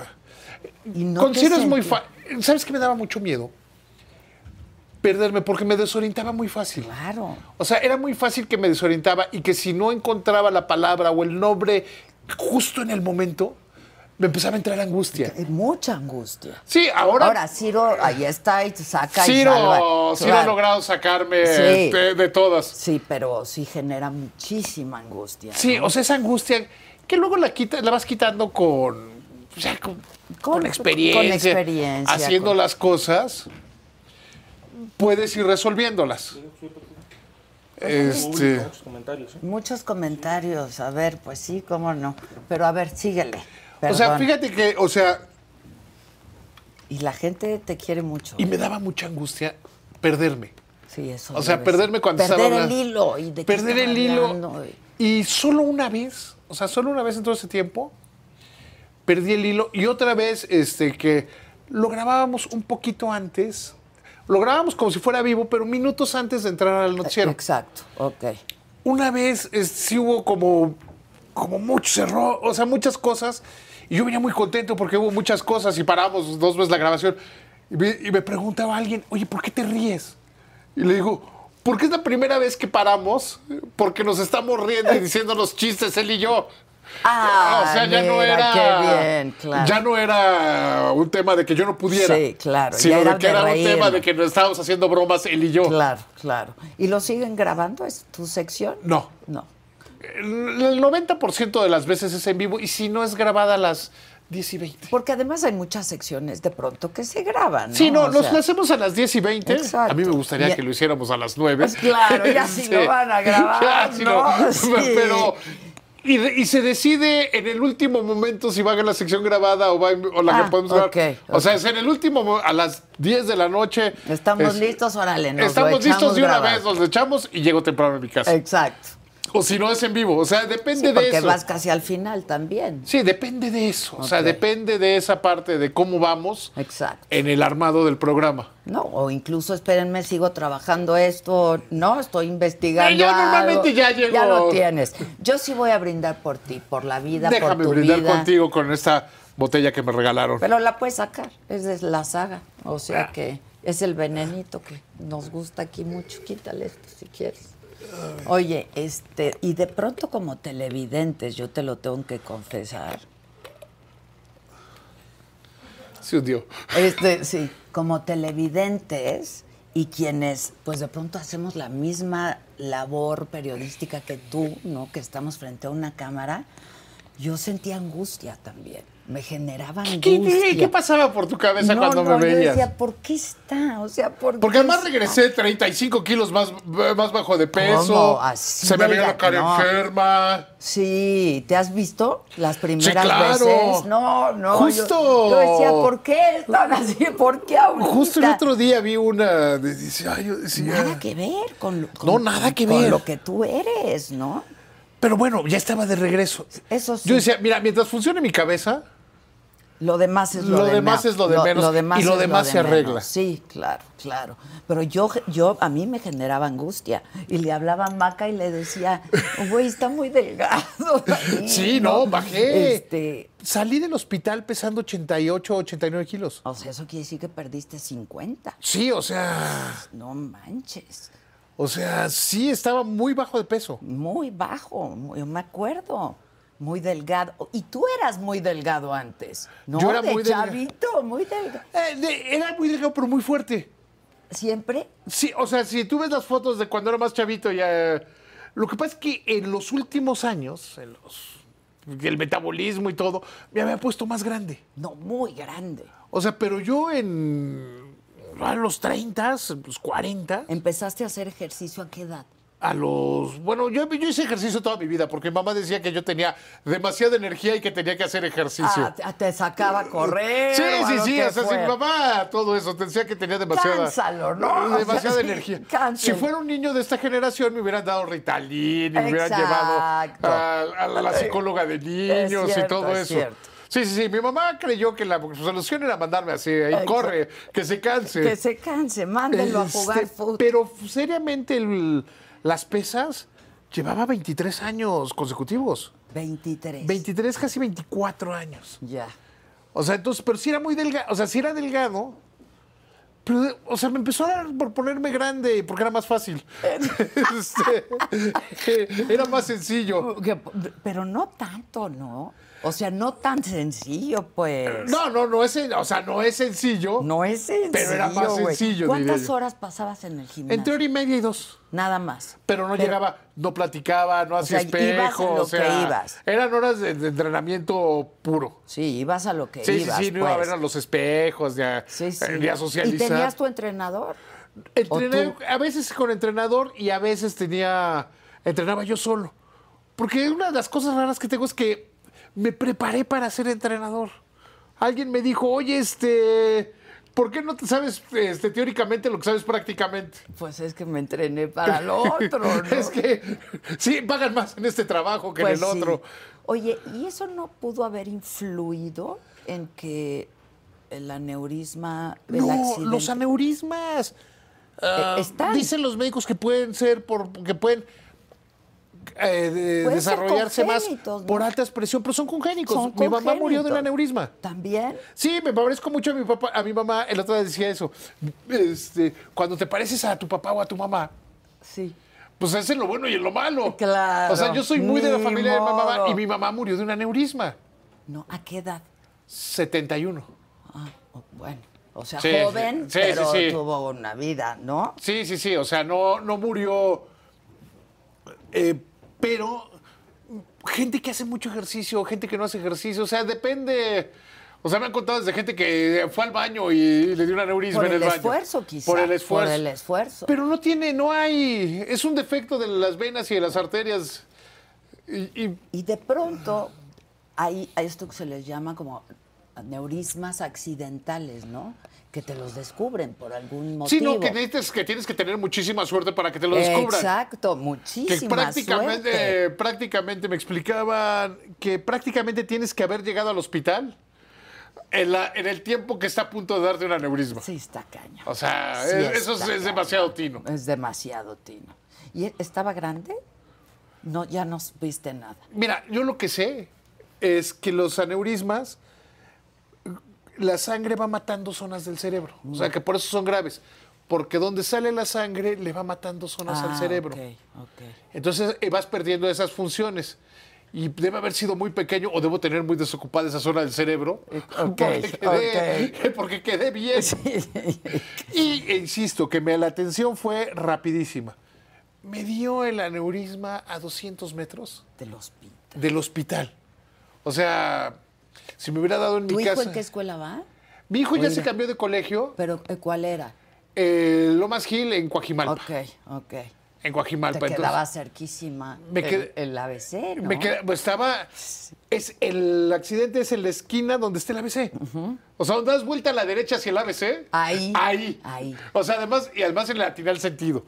Y no Con te Ciro es muy sentí- fácil. ¿Sabes qué me daba mucho miedo? Perderme, porque me desorientaba muy fácil. Claro. O sea, era muy fácil que me desorientaba y que si no encontraba la palabra o el nombre justo en el momento, me empezaba a entrar angustia. Eh, Mucha angustia. Sí, ahora. Ahora, Ciro, ahí está y te saca y Ciro, salva. Ciro ha Claro. logrado sacarme Sí. de- de todas. Sí, pero sí genera muchísima angustia. Sí, o sea, esa angustia que luego la quita, la vas quitando con, o sea, con, Con- con experiencia, con experiencia, haciendo con- las cosas, puedes ir resolviéndolas. Este, Muchos comentarios, a ver, pues sí, cómo no. Pero a ver, síguele. o sea, Perdón. fíjate que, o sea, Y la gente te quiere mucho. ¿eh? y me daba mucha angustia perderme. Sí, eso. O sea, debe ser. perderme cuando perder estaba el hablando. hilo y de qué perder estaba el hilo hablando y- y solo una vez, o sea, solo una vez en todo ese tiempo perdí el hilo y otra vez este que lo grabábamos un poquito antes. Lo grabábamos como si fuera vivo, pero minutos antes de entrar Eh, al noticiero. Exacto, ok. Una vez es- sí hubo como, como muchos errores, o sea, muchas cosas. Y yo venía muy contento porque hubo muchas cosas y paramos dos veces la grabación. Y me, y me preguntaba alguien, oye, ¿por qué te ríes? Y le digo, porque es la primera vez que paramos, porque nos estamos [LAUGHS] riendo y diciendo los chistes él y yo. Ah, mira, qué bien, claro. Ya no era un tema de que yo no pudiera. Sí, claro, ya Sino era de que de era un tema reírnos. de que nos estábamos haciendo bromas él y yo. Claro, claro. ¿Y lo siguen grabando? ¿Es tu sección? No. No. El el 90% de las veces es en vivo y si no es grabada a las 10 y 20. Porque además hay muchas secciones de pronto que se graban. ¿no? Sí, no, O nos sea, la hacemos a las 10 y 20. Exacto. A mí me gustaría Ya- que lo hiciéramos a las 9. Pues claro, [LAUGHS] ya si lo van a grabar, ¿no? Sí. Pero. Y, de- y se decide en el último momento si va a la sección grabada o, va en- o la Ah, que podemos grabar. ok, O sea, es en el último, mo- a las 10 de la noche. Estamos es- listos, órale, nos lo Estamos listos echamos de una grabado. vez, nos lo echamos y llego temprano a mi casa. Exacto. O si no es en vivo. O sea, Sí, depende de porque eso. vas casi al final también. Sí, depende de eso. O sea, Ok. depende de esa parte de cómo vamos Exacto. en el armado del programa. No, o incluso espérenme, sigo trabajando esto, no, estoy investigando. Eh, yo algo. normalmente ya llego- Ya lo tienes. Yo sí voy a brindar por ti, por la vida, por Déjame tu brindar vida. contigo con esta botella que me regalaron. Pero la puedes sacar, es de la saga. O Ah. sea que es el venenito que nos gusta aquí mucho. Quítale esto si quieres. Oye, este, y de pronto como televidentes, yo te lo tengo que confesar. Se hundió. Este, sí, como televidentes y quienes, pues de pronto hacemos la misma labor periodística que tú, ¿no? Que estamos frente a una cámara, yo sentía angustia también. Me generaba ¿Qué, angustia. qué pasaba por tu cabeza no, cuando no, me Yo veías? decía, ¿por qué está? O sea, ¿por Porque qué además está? regresé 35 kilos más, más bajo de peso. ¿Cómo? Así Se me veía la delgado, cara no. enferma. Sí, ¿te has visto las primeras claro. veces? No, no. yo- Justo. Yo, decía, ¿por qué están así? [LAUGHS] ¿Por qué ahorita? Justo el otro día vi una. de- Dice, ay, yo decía. Nada que ver con, lo- con- No, nada que con ver. lo que tú eres, ¿no? Pero bueno, ya estaba de regreso. Eso sí. Yo decía, mira, mientras funcione mi cabeza, Lo demás es lo, Lo de demás me- es lo de menos, y lo es demás se menos. arregla. Sí, claro, claro. Pero yo, yo, a mí me generaba angustia. Y le hablaba a Maca y le decía, güey, está muy delgado. [LAUGHS] ahí, Sí, no, bajé. Este, Salí del hospital pesando 88, 89 kilos. o sea, eso quiere decir que perdiste 50. Sí, o sea, No manches. o sea, sí estaba muy bajo de peso. Muy bajo, muy- yo me acuerdo. Muy delgado. Y tú eras muy delgado antes. No, Yo era de muy delga- chavito, muy delgado. Eh, de- era muy delgado, pero muy fuerte. Siempre Sí, o sea, si tú ves las fotos de cuando era más chavito, ya. Lo que pasa es que en los últimos años, en los, el metabolismo y todo, me había puesto más grande. No, muy grande. O sea, pero yo en. A los pues 30, los 40. ¿Empezaste a hacer ejercicio a qué edad? A los. Bueno, yo, yo hice ejercicio toda mi vida porque mi mamá decía que yo tenía demasiada energía y que tenía que hacer ejercicio. Ah, te- te sacaba a correr. Sí, o a sí, lo sí, que o sea, fuera. sin mamá, todo eso, te decía que tenía demasiada... Cánsalo, ¿no? Demasiada O sea, sí, energía. cánsalo. Si fuera un niño de esta generación, me hubieran dado Ritalin, y me hubieran Exacto. llevado a, a la, la psicóloga de niños y cierto, todo es eso. cierto. Sí, sí, sí, mi mamá creyó que la solución era mandarme así, ahí Exacto. corre, que se canse. Que se canse, mándenlo a jugar Este, fútbol. Pero seriamente, el- las pesas llevaba 23 años consecutivos. 23. 23, casi 24 años. Ya. O sea, entonces, pero sí era muy delgado, o sea, sí era delgado. Pero, o sea, me empezó a dar por ponerme grande porque era más fácil. [LAUGHS] Este, [LAUGHS] era más sencillo. Que- Pero no tanto, ¿no? O sea, no tan sencillo, pues. No, no, no es, sen- o sea, no es sencillo. No es sencillo. Pero era más güey. sencillo, ¿Cuántas diría yo. horas pasabas en el gimnasio? Entre hora y media y dos. Nada más. Pero no llegaba, no platicaba, no hacía sea, ibas a espejo. lo o sea, que ibas. Eran horas de, de entrenamiento puro. Sí, ibas a lo que Sí, ibas. sí, sí, no iba a pues. ver a los espejos, ni a, Sí, sí. ni a ¿Y socializar. tenías tu entrenador? Entrené- ¿O tú? a veces con entrenador y a veces tenía entrenaba yo solo. Porque una de las cosas raras que tengo es que me preparé para ser entrenador. Alguien me dijo, oye, este, ¿por qué no te sabes este, teóricamente lo que sabes prácticamente? Pues es que me entrené para [LAUGHS] lo otro, ¿no? Es que sí, pagan más en este trabajo que Pues en el sí. otro. Oye, ¿y eso no pudo haber influido en que el aneurisma, el No, accidente. los aneurismas. Ah, Eh, están. Dicen los médicos que pueden ser por que pueden eh, de- Pueden ser desarrollarse más congénitos, ¿no? por alta expresión, pero son congénicos. Son Mi mamá murió de un congénitos. aneurisma. ¿También? Sí, me parezco mucho a mi papá, a mi mamá. El otro día decía eso. Este, cuando te pareces a tu papá o a tu mamá, Sí. pues es en lo bueno y en lo malo. Claro, O sea, yo soy muy de la ni familia de mi mamá modo. y mi mamá murió de un aneurisma. No, ¿a qué edad? 71. Ah, o- bueno. O sea, Sí, sí, joven, sí, sí, pero sí. tuvo una vida, ¿no? Sí, sí, sí. O sea, no, no murió. eh, pero gente que hace mucho ejercicio, gente que no hace ejercicio. O sea, depende. O sea, me han contado desde gente que fue al baño y le dio un aneurisma Por en el, el, baño. esfuerzo, quizás. Por el esfuerzo. Por el esfuerzo. Pero no tiene, no hay. Es un defecto de las venas y de las arterias. Y, y- Y de pronto hay a esto que se les llama como neurismas accidentales, ¿no? Que te los descubren por algún motivo. sí, no, que necesitas que tienes que tener muchísima suerte para que te lo descubran. Eh, Exacto, Que muchísima prácticamente, suerte. prácticamente me explicaban que prácticamente tienes que haber llegado al hospital en, la- en el tiempo que está a punto de darte un aneurisma. Sí, está caña. O sea, Sí es- eso es, está es caña. demasiado tino. Es demasiado tino. ¿Y e, estaba grande? No, ya no viste nada. Mira, yo lo que sé es que los aneurismas, la sangre va matando zonas del cerebro. O Mm. sea, que por eso son graves. Porque donde sale la sangre le va matando zonas al Ah, cerebro. ok, ok. [LAUGHS] Entonces eh, vas perdiendo esas funciones. Y debe haber sido muy pequeño o debo tener muy desocupada esa zona del cerebro. Eh, [LAUGHS] porque, quedé, [LAUGHS] porque quedé bien. Y e insisto, que me, la atención fue rapidísima. Me dio el aneurisma a 200 metros Te los pinta. del hospital. O sea, si me hubiera dado en ¿Tu mi hijo casa. en qué escuela va? Mi hijo ya se cambió de colegio, ¿Pero eh, cuál era? eh, Lomas Gil, en Coajimalpa. Ok, ok. En Coajimalpa. Te quedaba entonces. cerquísima Me qued- el, el ABC, ¿no? [LAUGHS] Me queda- pues, estaba. Es el accidente es en la esquina donde está el ABC. O sea, donde das vuelta a la derecha hacia el ABC. Ahí. Ahí. Ahí. O sea, además, y además en latinal sentido.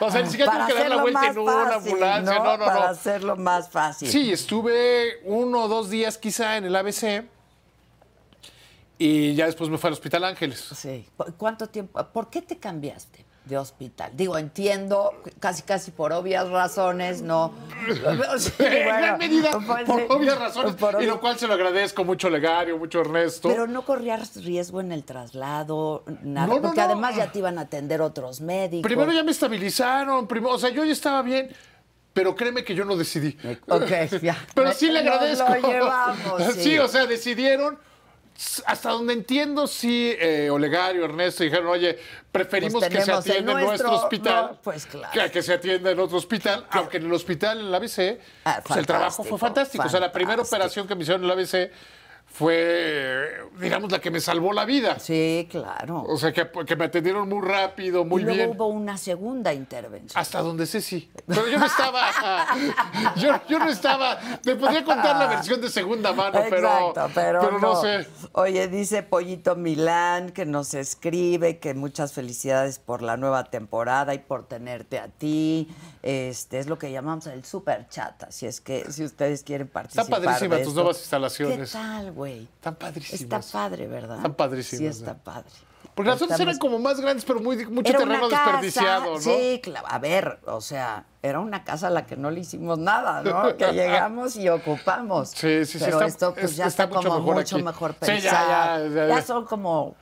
O sea, ni siquiera tengo que dar hacerlo la vuelta en más una fácil, ambulancia. No, no, no. Para hacerlo más fácil. Sí, estuve uno o dos días quizá en el ABC. Y ya después me fue al Hospital Ángeles. Sí. ¿Cu- ¿Cuánto tiempo? ¿Por qué te cambiaste de hospital? Digo, entiendo, casi casi por obvias razones, [LAUGHS] ¿no? Sí, en [LAUGHS] bueno, gran medida, pues, por sí, obvias razones. por Y obvias- lo cual se lo agradezco mucho a Legario, mucho a Ernesto. Pero no corrías riesgo en el traslado, nada, No, no, porque no. además ya te iban a atender otros médicos. Primero ya me estabilizaron, primero, o sea, yo ya estaba bien, pero créeme que yo no decidí. Ok, ya. [LAUGHS] Pero sí le Nos agradezco. lo [LAUGHS] llevamos, sí. o sea, decidieron. s- Hasta donde entiendo, sí, eh, Olegario, Ernesto dijeron, oye, preferimos Pues que se tenemos el atienda en nuestro, nuestro, hospital no, pues claro. que a que se atienda en otro hospital, aunque en el hospital, en la ABC, Ah, pues, el trabajo fantástico, fue fantástico. O sea, la primera fantástico. operación que me hicieron en la ABC fue, eh, digamos, la que me salvó la vida. Sí, claro. O sea, que, que me atendieron muy rápido, muy y luego bien. hubo una segunda intervención. Hasta donde sé, sí. Pero yo no estaba. [LAUGHS] yo, yo no estaba. Me podría contar la versión de segunda mano, pero. Ah. Exacto, pero, no. sé. Oye, dice Pollito Milán que nos escribe que muchas felicidades por la nueva temporada y por tenerte a ti. Este es lo que llamamos el super chat, así es que si ustedes quieren participar. Están padrísimas de tus esto- nuevas instalaciones. ¿Qué tal, güey? Están padrísimas. Está padre, ¿verdad? Están padrísimas, ¿eh? Sí, está ¿no? padre. Porque las otras eran Estamos- como más grandes, pero muy, mucho Era una terreno casa, desperdiciado, ¿no? Sí, claro. A ver, o sea, era una casa a la que no le hicimos nada, ¿no? [LAUGHS] Que llegamos y ocupamos. Sí, sí, sí, Pero está- esto pues es- ya está está, mucho como mejor mucho aquí. mejor Sí, ya, pensado. ya, ya, ya. son como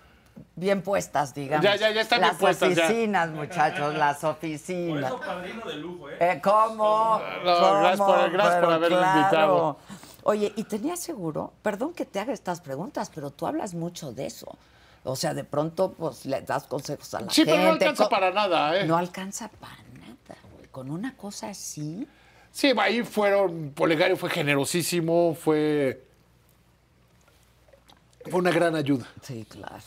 bien puestas, digamos. Ya, ya, ya están bien las puestas, ya. oficinas, muchachos, las oficinas. padrino de lujo, ¿eh? Eh, ¿Cómo? No, gracias por- ¿Cómo? gracias por Pero haberme invitado. Oye, ¿y tenías seguro? Perdón que te haga estas preguntas, pero tú hablas mucho de eso. O sea, de pronto, pues, le das consejos a la Sí, gente. pero no alcanza co- para nada, ¿eh? No alcanza para nada, güey. Con una cosa así, Sí, ahí fueron. Olegario fue generosísimo, fue. Fue una gran ayuda. sí, claro.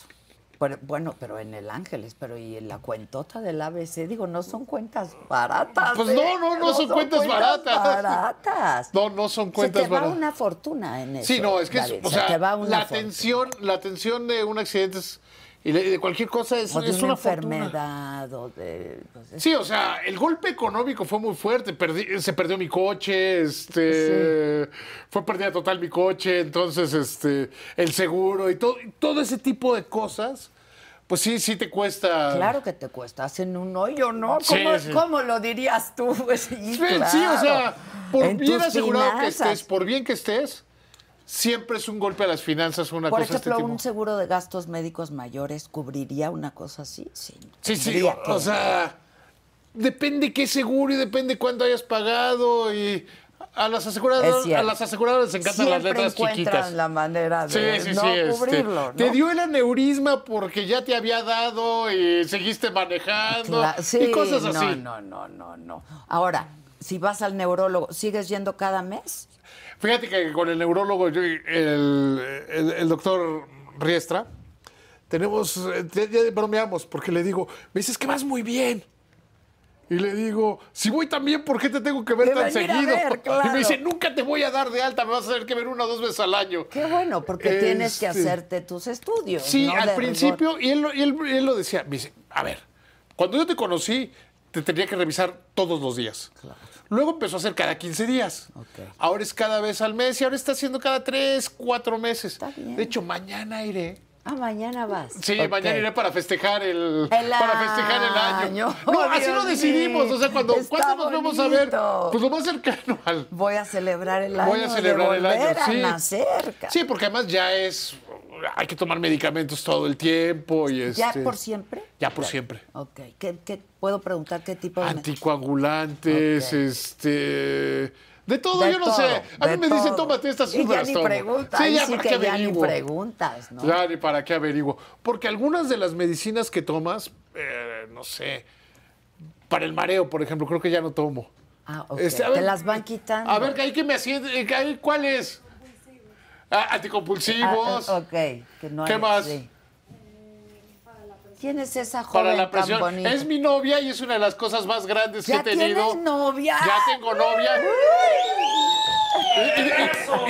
Pero, bueno, pero en el Ángeles, pero y en la cuentota del ABC, digo, no son cuentas baratas. Pues ¿eh? no, no, no son cuentas baratas. baratas. No, no son cuentas Se te va baratas. una fortuna en eso. Sí, no, es que es- David, o se sea, te va una la fortuna. atención, la atención de un accidente es Y le- de cualquier cosa es, O de es una, una fortuna. enfermedad, o de. pues, es- Sí, o sea, el golpe económico fue muy fuerte. Perdí- se perdió mi coche, este, fue perdida total mi coche, entonces, este, el seguro y todo, y todo ese tipo de cosas, pues sí, sí te cuesta. Claro que te cuesta, hacen un hoyo, ¿no? Sí, ¿Cómo, sí. cómo lo dirías tú? [LAUGHS] Pues Sí, sí, sí, o sea, claro. por En bien tus asegurado que finanzas. estés, por bien que estés, siempre es un golpe a las finanzas una Por cosa de ejemplo, este tipo. un seguro de gastos médicos mayores cubriría una cosa así. Sí, Sí, sí, tendría o, que- o sea, depende qué seguro y depende cuánto hayas pagado y a las Es aseguradoras, cierto. a las aseguradoras les encantan Siempre las letras encuentran chiquitas. la manera Sí, de sí, no sí. este, cubrirlo. ¿no? Te dio el aneurisma porque ya te había dado y seguiste manejando Cla- sí, y cosas así. No, no, no, no, no. Ahora, si vas al neurólogo, ¿sigues yendo cada mes? Fíjate que con el neurólogo, yo y el, el- el doctor Riestra, tenemos, eh, ya, ya bromeamos, porque le digo, me dices que vas muy bien. Y le digo, si voy tan bien, ¿por qué te tengo que ver De tan venir a seguido? ver, Y claro. me dice, nunca te voy a dar de alta, me vas a tener que ver una o dos veces al año. Qué bueno, porque tienes que Este, hacerte tus estudios. Sí, ¿no? al De rigor. principio, y él, lo- y él- y él lo decía, me dice, a ver, cuando yo te conocí, te tenía que revisar todos los días. Luego empezó a hacer cada 15 días. Ok. Ahora es cada vez al mes y ahora está haciendo cada 3, 4 meses. Está bien. De hecho, mañana iré. Ah, mañana vas. Sí, Ok. mañana iré para festejar el, El para festejar el año. año. [LAUGHS] Oh, No, así Dios lo decidimos. mío. O sea, cuando Está ¿cuándo nos vamos a ver, bonito. pues lo más cercano al. Voy a celebrar el año. Voy a celebrar de el año. volver a sí. nacer, ca- sí, porque además ya es. Hay que tomar medicamentos todo el tiempo y ¿Ya este- por siempre? Ya por siempre. Ok. ¿Qué, qué- puedo preguntar qué tipo de.? Anticoagulantes, Ok. este. De todo, De yo no todo, sé. A mí de me dicen, todo. tómate estas Y ya uvas, ni tomo". preguntas. Sí, ahí ya sí para que qué ya ni averiguo. preguntas, ¿no? Ya ni para qué averiguo. Porque algunas de las medicinas que tomas, eh, no sé. Para el mareo, por ejemplo, creo que ya no tomo. Ah, ok. Este, a Te ver, las van quitando. A ver, ¿qué- ¿qué me hacía? ¿Cuál es? Ah, anticompulsivos. Ah, ah, ok. Que no ¿Qué hay- más? sí. ¿Quién es esa joven para la presión. tan bonita? Es mi novia y es una de las cosas más grandes que ¿Ya he tenido. tienes novia? Ya tengo novia. Y-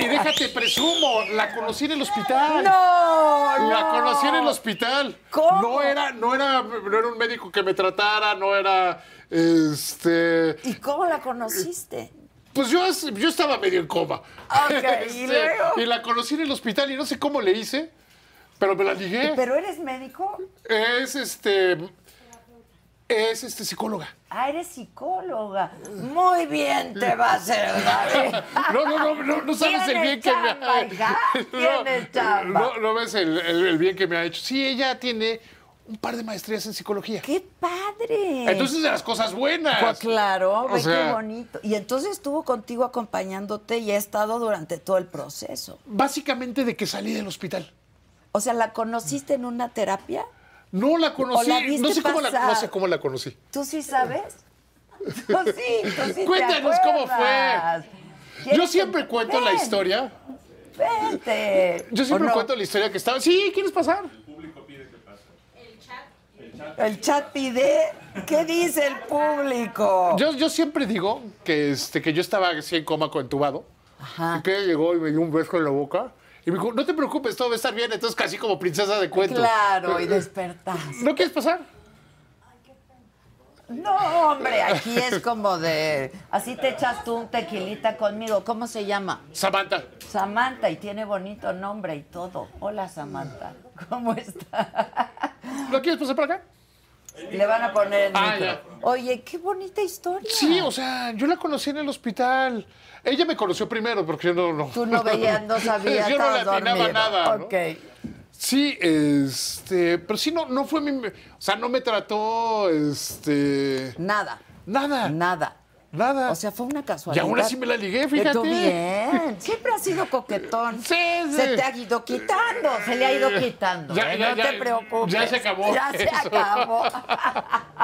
Y, y déjate, presumo, la conocí en el hospital. ¡No! no. La conocí en el hospital. ¿Cómo? No era, no era, no era un médico que me tratara, no era, este, ¿Y cómo la conociste? pues yo, yo estaba medio en coma. Este, Ok, [LAUGHS] ¿y luego? y la conocí en el hospital y no sé cómo le hice, pero me la ligué. ¿Pero eres médico? Es, este, es, este, psicóloga. Ah, eres psicóloga. Muy bien te va a hacer, [LAUGHS] David. No, no, no, no, no sabes el Tiene bien chamba, que me hija, ha tiene chamba. [LAUGHS] No, no ves el, el- el bien que me ha hecho. Sí, ella tiene un par de maestrías en psicología. ¡Qué padre! Entonces, de las cosas buenas. Pues claro, O ve qué sea, bonito. Y entonces estuvo contigo acompañándote y ha estado durante todo el proceso. Básicamente de que salí del hospital. O sea, ¿la conociste en una terapia? No la conocí. la viste no, sé cómo la, pasar. no sé cómo la conocí. ¿Tú sí [LAUGHS] sabes? Tú sí, tú sí te Cuéntanos cómo fue. acuerdas. Yo ¿Quieres siempre que- cuento la Ven, historia. Vente. Yo siempre ¿O no? cuento la historia que estaba. Sí, ¿quieres pasar? El chat pide. ¿Qué dice el público? Yo, yo siempre digo que, este, que yo estaba así en coma coentubado. Ajá. Y que ella llegó y me dio un beso en la boca. Y me dijo, no te preocupes, todo va a estar bien. Entonces, casi como princesa de cuento. Claro, y despertas. ¿No quieres pasar? No, hombre, aquí es como de. Así te echas tú un tequilita conmigo. ¿Cómo se llama? Samantha. Samantha, y tiene bonito nombre y todo. Hola, Samantha. [LAUGHS] ¿Cómo [LAUGHS] está? ¿No quieres pasar para acá? Le van a poner el Ah, micro. Oye, qué bonita historia. Sí, o sea, yo la conocí en el hospital. Ella me conoció primero porque yo no... no. Tú no veías, [LAUGHS] no sabías, yo no le estabas atinaba dormido. nada. ¿no? Ok. Sí, este... Pero sí, no, no fue mi... O sea, no me trató, este... Nada, Nada. nada. Nada. O sea, fue una y casualidad. aún así me la ligué, Pero fíjate. tú bien. Siempre has sido coquetón. Sí, sí. Se te ha ido quitando, se le ha ido quitando. Ya, ¿eh? ya, no ya, te preocupes. ya se acabó Ya se eso. acabó.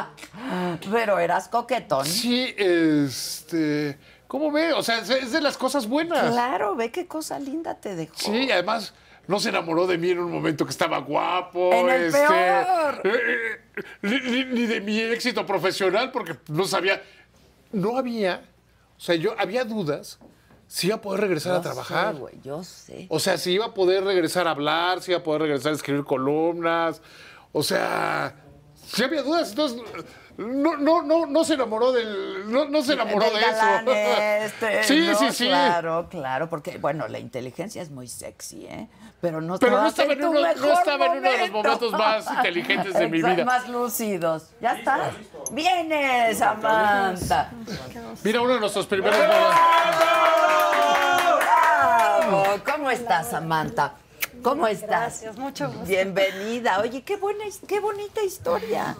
[LAUGHS] Pero eras coquetón. Sí, este... ¿Cómo ve? O sea, es- es de las cosas buenas. Claro, ve qué cosa linda te dejó. Sí, y además no se enamoró de mí en un momento que estaba guapo. En el este, peor. eh, eh, ni, ni- ni de mi éxito profesional, porque no sabía. No había. O sea, yo había dudas si iba a poder regresar a Yo trabajar. sé, güey, yo sé. o sea, si iba a poder regresar a hablar, si iba a poder regresar a escribir columnas. O sea, si había dudas, entonces no, no, no, no se enamoró del. No, no se enamoró Del de galán eso. [LAUGHS] este, sí, ¿no? sí, sí. Claro, claro, porque, bueno, la inteligencia es muy sexy, ¿eh? Pero no te Pero va no a estaba, hacer en tu uno, no mejor estaba en uno de los momento. momentos más [LAUGHS] inteligentes de mi Exacto, vida. Más lúcidos. ¿Ya estás? ¡Vienes, Samantha! Mira uno de nuestros [LAUGHS] primeros Ah, momentos. ¡Bravo! ¿Cómo estás, Samantha? ¿Cómo estás? Gracias, mucho gusto. Bienvenida. Oye, qué buena, his- qué bonita historia.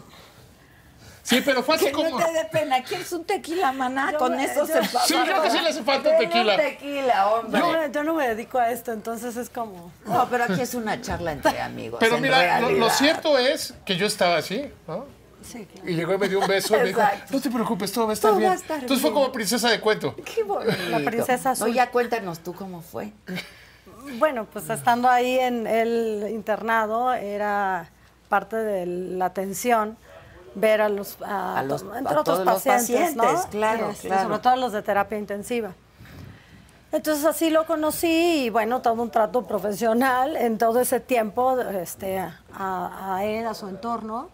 Sí, pero fue así Que como. no te dé pena. ¿Quieres un tequila maná? Yo Con me- eso yo- se pasa. Sí, creo que sí le hace falta Ven un tequila. tequila, hombre. Yo, me- yo no me dedico a esto, entonces es como. No, pero aquí es una charla entre amigos. Pero en mira, lo, lo realidad. cierto es que yo estaba así, ¿no? Sí, claro. Y llegó y me dio un beso y me dijo, Exacto. no te preocupes, todo va a estar Todo va bien. a estar Entonces fue bien. como princesa de cuento. Qué bonito. La princesa azul. No, ya cuéntanos tú cómo fue. Bueno, pues estando ahí en el internado era parte de la atención ver a los, a A los- to- a entre otros todos los pacientes, ¿no? pacientes, claro, Este, claro. Sobre todo los de terapia intensiva. Entonces así lo conocí y bueno, todo un trato profesional en todo ese tiempo este, a, a él, a su entorno.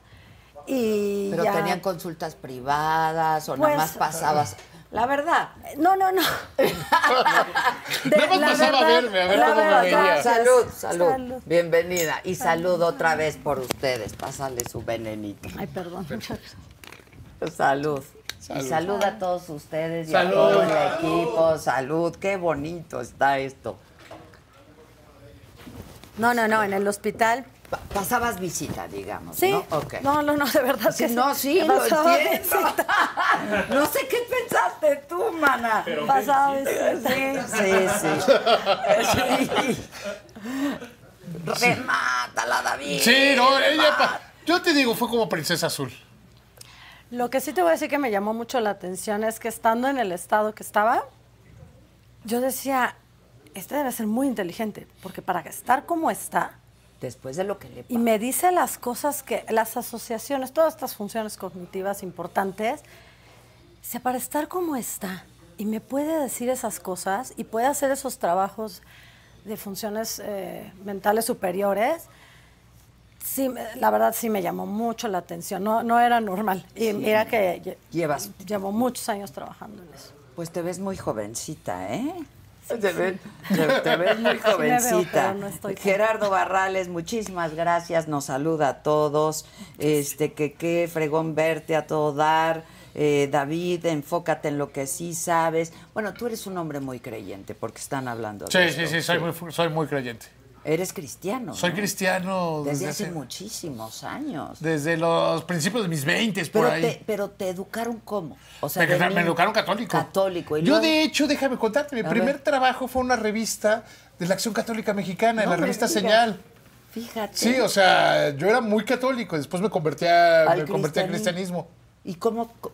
Y Pero ya- tenían consultas privadas o nada Pues- más pasabas. La verdad. No, no, no. Nada más la pasaba a verme, a ver la cómo me verdad, veía. Salud, gracias. salud, Bienvenida. Y salud otra vez por ustedes. Pásale su venenito. Ay, perdón. Salud. Y Salud. salud a todos ustedes y Salud. a todo el equipo. Salud. Qué bonito está esto. No, no, no, en el hospital. Pa- pasabas visita, digamos. Sí. ¿no? Ok. No, no, no, de verdad Sí, que sí. no, sí, lo Pasaba entiendo. visita. [LAUGHS] No sé qué pensaste tú, mana. Pasaba Sí, visita. sí, sí. Remátala, David. Sí, no, ella. remátala. pa- Yo te digo, fue como princesa azul. Lo que sí te voy a decir que me llamó mucho la atención es que estando en el estado que estaba, yo decía, este debe ser muy inteligente, porque para estar como está, Después de lo que le Y pasó. me dice las cosas que, las asociaciones, todas estas funciones cognitivas importantes, se para estar como está y me puede decir esas cosas y puede hacer esos trabajos de funciones eh, mentales superiores. Sí, me- la verdad sí me llamó mucho la atención, no, no era normal. Y mira que lle- Llevas- llevo muchos años trabajando en eso. Pues te ves muy jovencita, ¿eh? te, ven- te- te ves muy Sí me veo, jovencita. pero no estoy tan- Gerardo Barrales, muchísimas gracias. Nos saluda a todos. Este, que qué fregón verte a todo dar. Eh, David, enfócate en lo que sí sabes. Bueno, tú eres un hombre muy creyente porque están hablando de Sí, esto. sí, sí, soy muy, fu- soy muy creyente. Eres cristiano. Soy ¿no? cristiano Desde, desde, hace, hace- muchísimos años. desde los principios de mis 20 por Pero ahí. te, pero te educaron cómo? O sea, me, de educa- me niño. educaron católico. Católico. y Yo, luego- de hecho, déjame contarte, mi A primer ver. trabajo fue una revista de la Acción Católica Mexicana, en No la me revista digas. Señal. Fíjate. Sí, o sea, yo era muy católico, después me convertí, a, ¿Eh? al me convertí al cristianismo. ¿Y cómo co-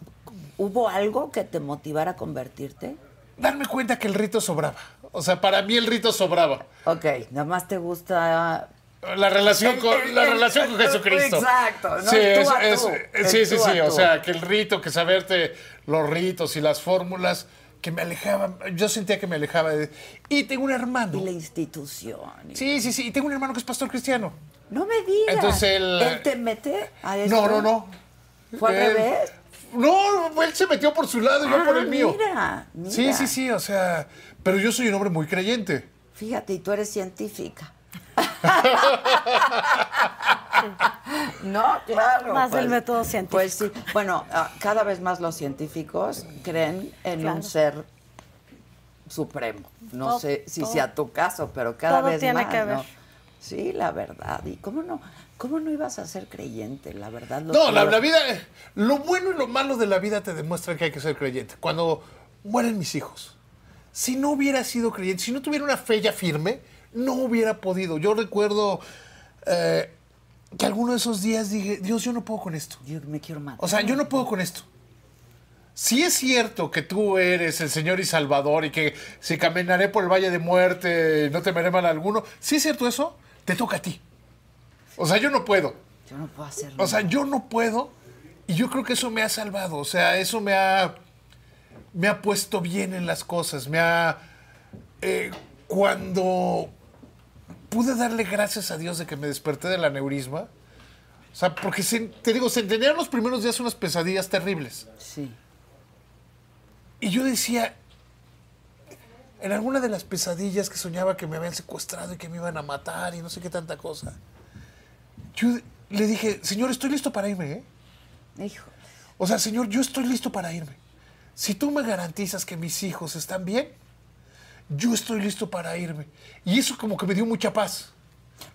hubo algo que te motivara a convertirte? Darme cuenta que el rito sobraba. O sea, para mí el rito sobraba. Ok, nada más te gusta La relación con, El- el- la el- relación con Jesucristo. Exacto, ¿no? Sí, El tú es- a es- eh, tú, el sí, sí, tú a sí. O tú. sea, que el rito, que saberte los ritos y las fórmulas, que me alejaban. Yo sentía que me alejaba. de- Y tengo un hermano. y la institución. y- Sí, sí, sí. Y tengo un hermano que es pastor cristiano. No me digas. Entonces, el- ¿Él te mete a ¿Ah, esto? No, no, no. ¿Fue al Él- revés? No, él se metió por su lado y yo Ah, por el mío. Mira, mira. Sí, sí, sí. O sea, pero yo soy un hombre muy creyente. Fíjate, y tú eres [LAUGHS] científica. no, claro. Más del método científico. Pues sí. Bueno, ah, cada vez más los científicos creen en un Claro. ser supremo. No Todo- sé si todo- sea tu caso, pero cada todo vez tiene más. que ver. ¿no? Sí, la verdad. ¿Y cómo no? ¿Cómo no ibas a ser creyente? La verdad. lo- No, la, lo- la vida, lo bueno y lo malo de la vida te demuestran que hay que ser creyente. Cuando mueren mis hijos, si no hubiera sido creyente, si no tuviera una fe ya firme, no hubiera podido. Yo recuerdo eh, que alguno de esos días dije, Dios, yo no puedo con esto. Yo me quiero matar. O sea, yo no puedo con esto. Si es cierto que tú eres el Señor y Salvador y que si caminaré por el valle de muerte no temeré mal alguno, si es cierto eso, te toca a ti. O sea, yo no puedo. Yo no puedo hacer O sea, nada. yo no puedo y yo creo que eso me ha salvado. O sea, eso me ha, me ha puesto bien en las cosas. Me ha... eh, cuando pude darle gracias a Dios de que me desperté del aneurisma, O sea, porque se- te digo, se tenían los primeros días unas pesadillas terribles. Sí. Y yo decía, en alguna de las pesadillas que soñaba que me habían secuestrado y que me iban a matar y no sé qué tanta cosa, yo le dije, señor, estoy listo para irme, ¿eh? Hijo. O sea, señor, yo estoy listo para irme. Si tú me garantizas que mis hijos están bien, yo estoy listo para irme. Y eso como que me dio mucha paz.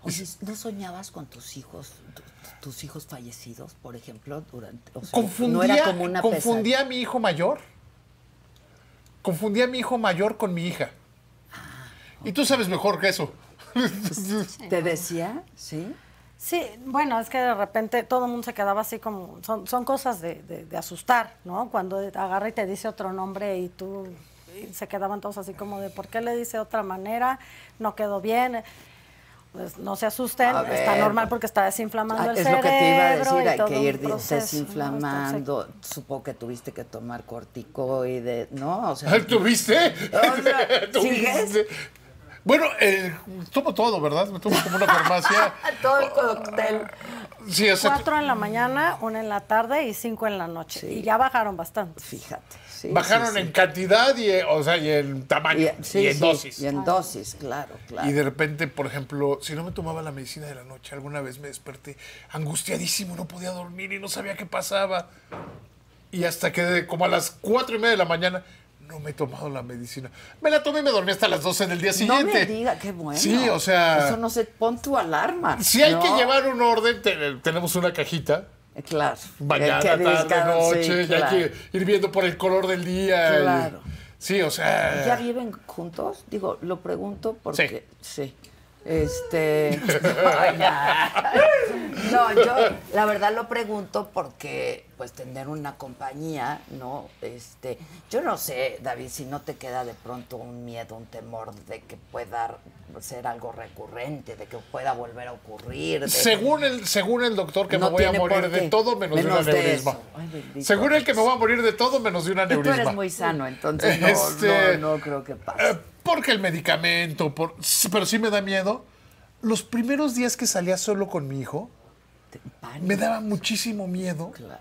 Oye, ¿no soñabas con tus hijos, tu- tus hijos fallecidos, por ejemplo, durante. o sea, no Confundía, era como una [LAUGHS] confundía a mi hijo mayor. Confundía a mi hijo mayor con mi hija. Ah, Y tú sabes mejor que eso. [LAUGHS] pesadilla? ¿Te decía? Sí. Sí, bueno, es que de repente todo el mundo se quedaba así como, son, son cosas de, de- de asustar, ¿no? Cuando agarra y te dice otro nombre y tú y se quedaban todos así como de, ¿por qué le dice de otra manera? No quedó bien. Pues no se asusten, A está ver. normal porque está desinflamando Ah, el es lo cerebro. que te iba a y decir, hay todo que un ir proceso, ¿no? Está desinflamando. Supongo que tuviste que tomar corticoide, ¿no? O sea, [LAUGHS] ¿Tuviste? O sea, ¿sigues? Bueno, eh, tomo todo, ¿verdad? Me tomo como [LAUGHS] una farmacia. todo el cóctel. Sí, o sea, Cuatro en la mañana, una en la tarde y cinco en la noche. Y ya bajaron bastante. Fíjate. sí, bajaron sí, sí. en cantidad y, eh, o sea, y en tamaño y, Y- sí, en sí, dosis. Y en dosis, claro, claro. Y de repente, por ejemplo, si no me tomaba la medicina de la noche, alguna vez me desperté angustiadísimo, no podía dormir y no sabía qué pasaba. Y hasta que de- como a las cuatro y media de la mañana no me he tomado la medicina. Me la tomé y me dormí hasta las 12 del día no siguiente. me diga, qué bueno. Sí, o sea, Eso no se. Pon tu alarma. si hay ¿no? que llevar un orden, te- eh, tenemos una cajita. Eh, Claro. Mañana, Que tarde, diga, sí, noche, ya hay claro. que ir viendo por el color del día. y- Claro. sí, o sea. ¿Ya viven juntos? Digo, lo pregunto porque sí. Este. [LAUGHS] no, yo la verdad lo pregunto porque, pues, tener una compañía, ¿no? Este. Yo no sé, David, si no te queda de pronto un miedo, un temor de que pueda ser algo recurrente, de que pueda volver a ocurrir. de- Según el, según el doctor que No me voy a tiene morir por de qué. todo menos, Menos de de un aneurisma. eso. Ay, bendito según el que Dios. me voy a morir de todo menos de un Y tú aneurisma. eres muy sano, entonces no, Este, no, no creo que pase. eh, porque el medicamento, por, sí, pero sí me da miedo. Los primeros días que salía solo con mi hijo, Pánico, me daba muchísimo miedo claro.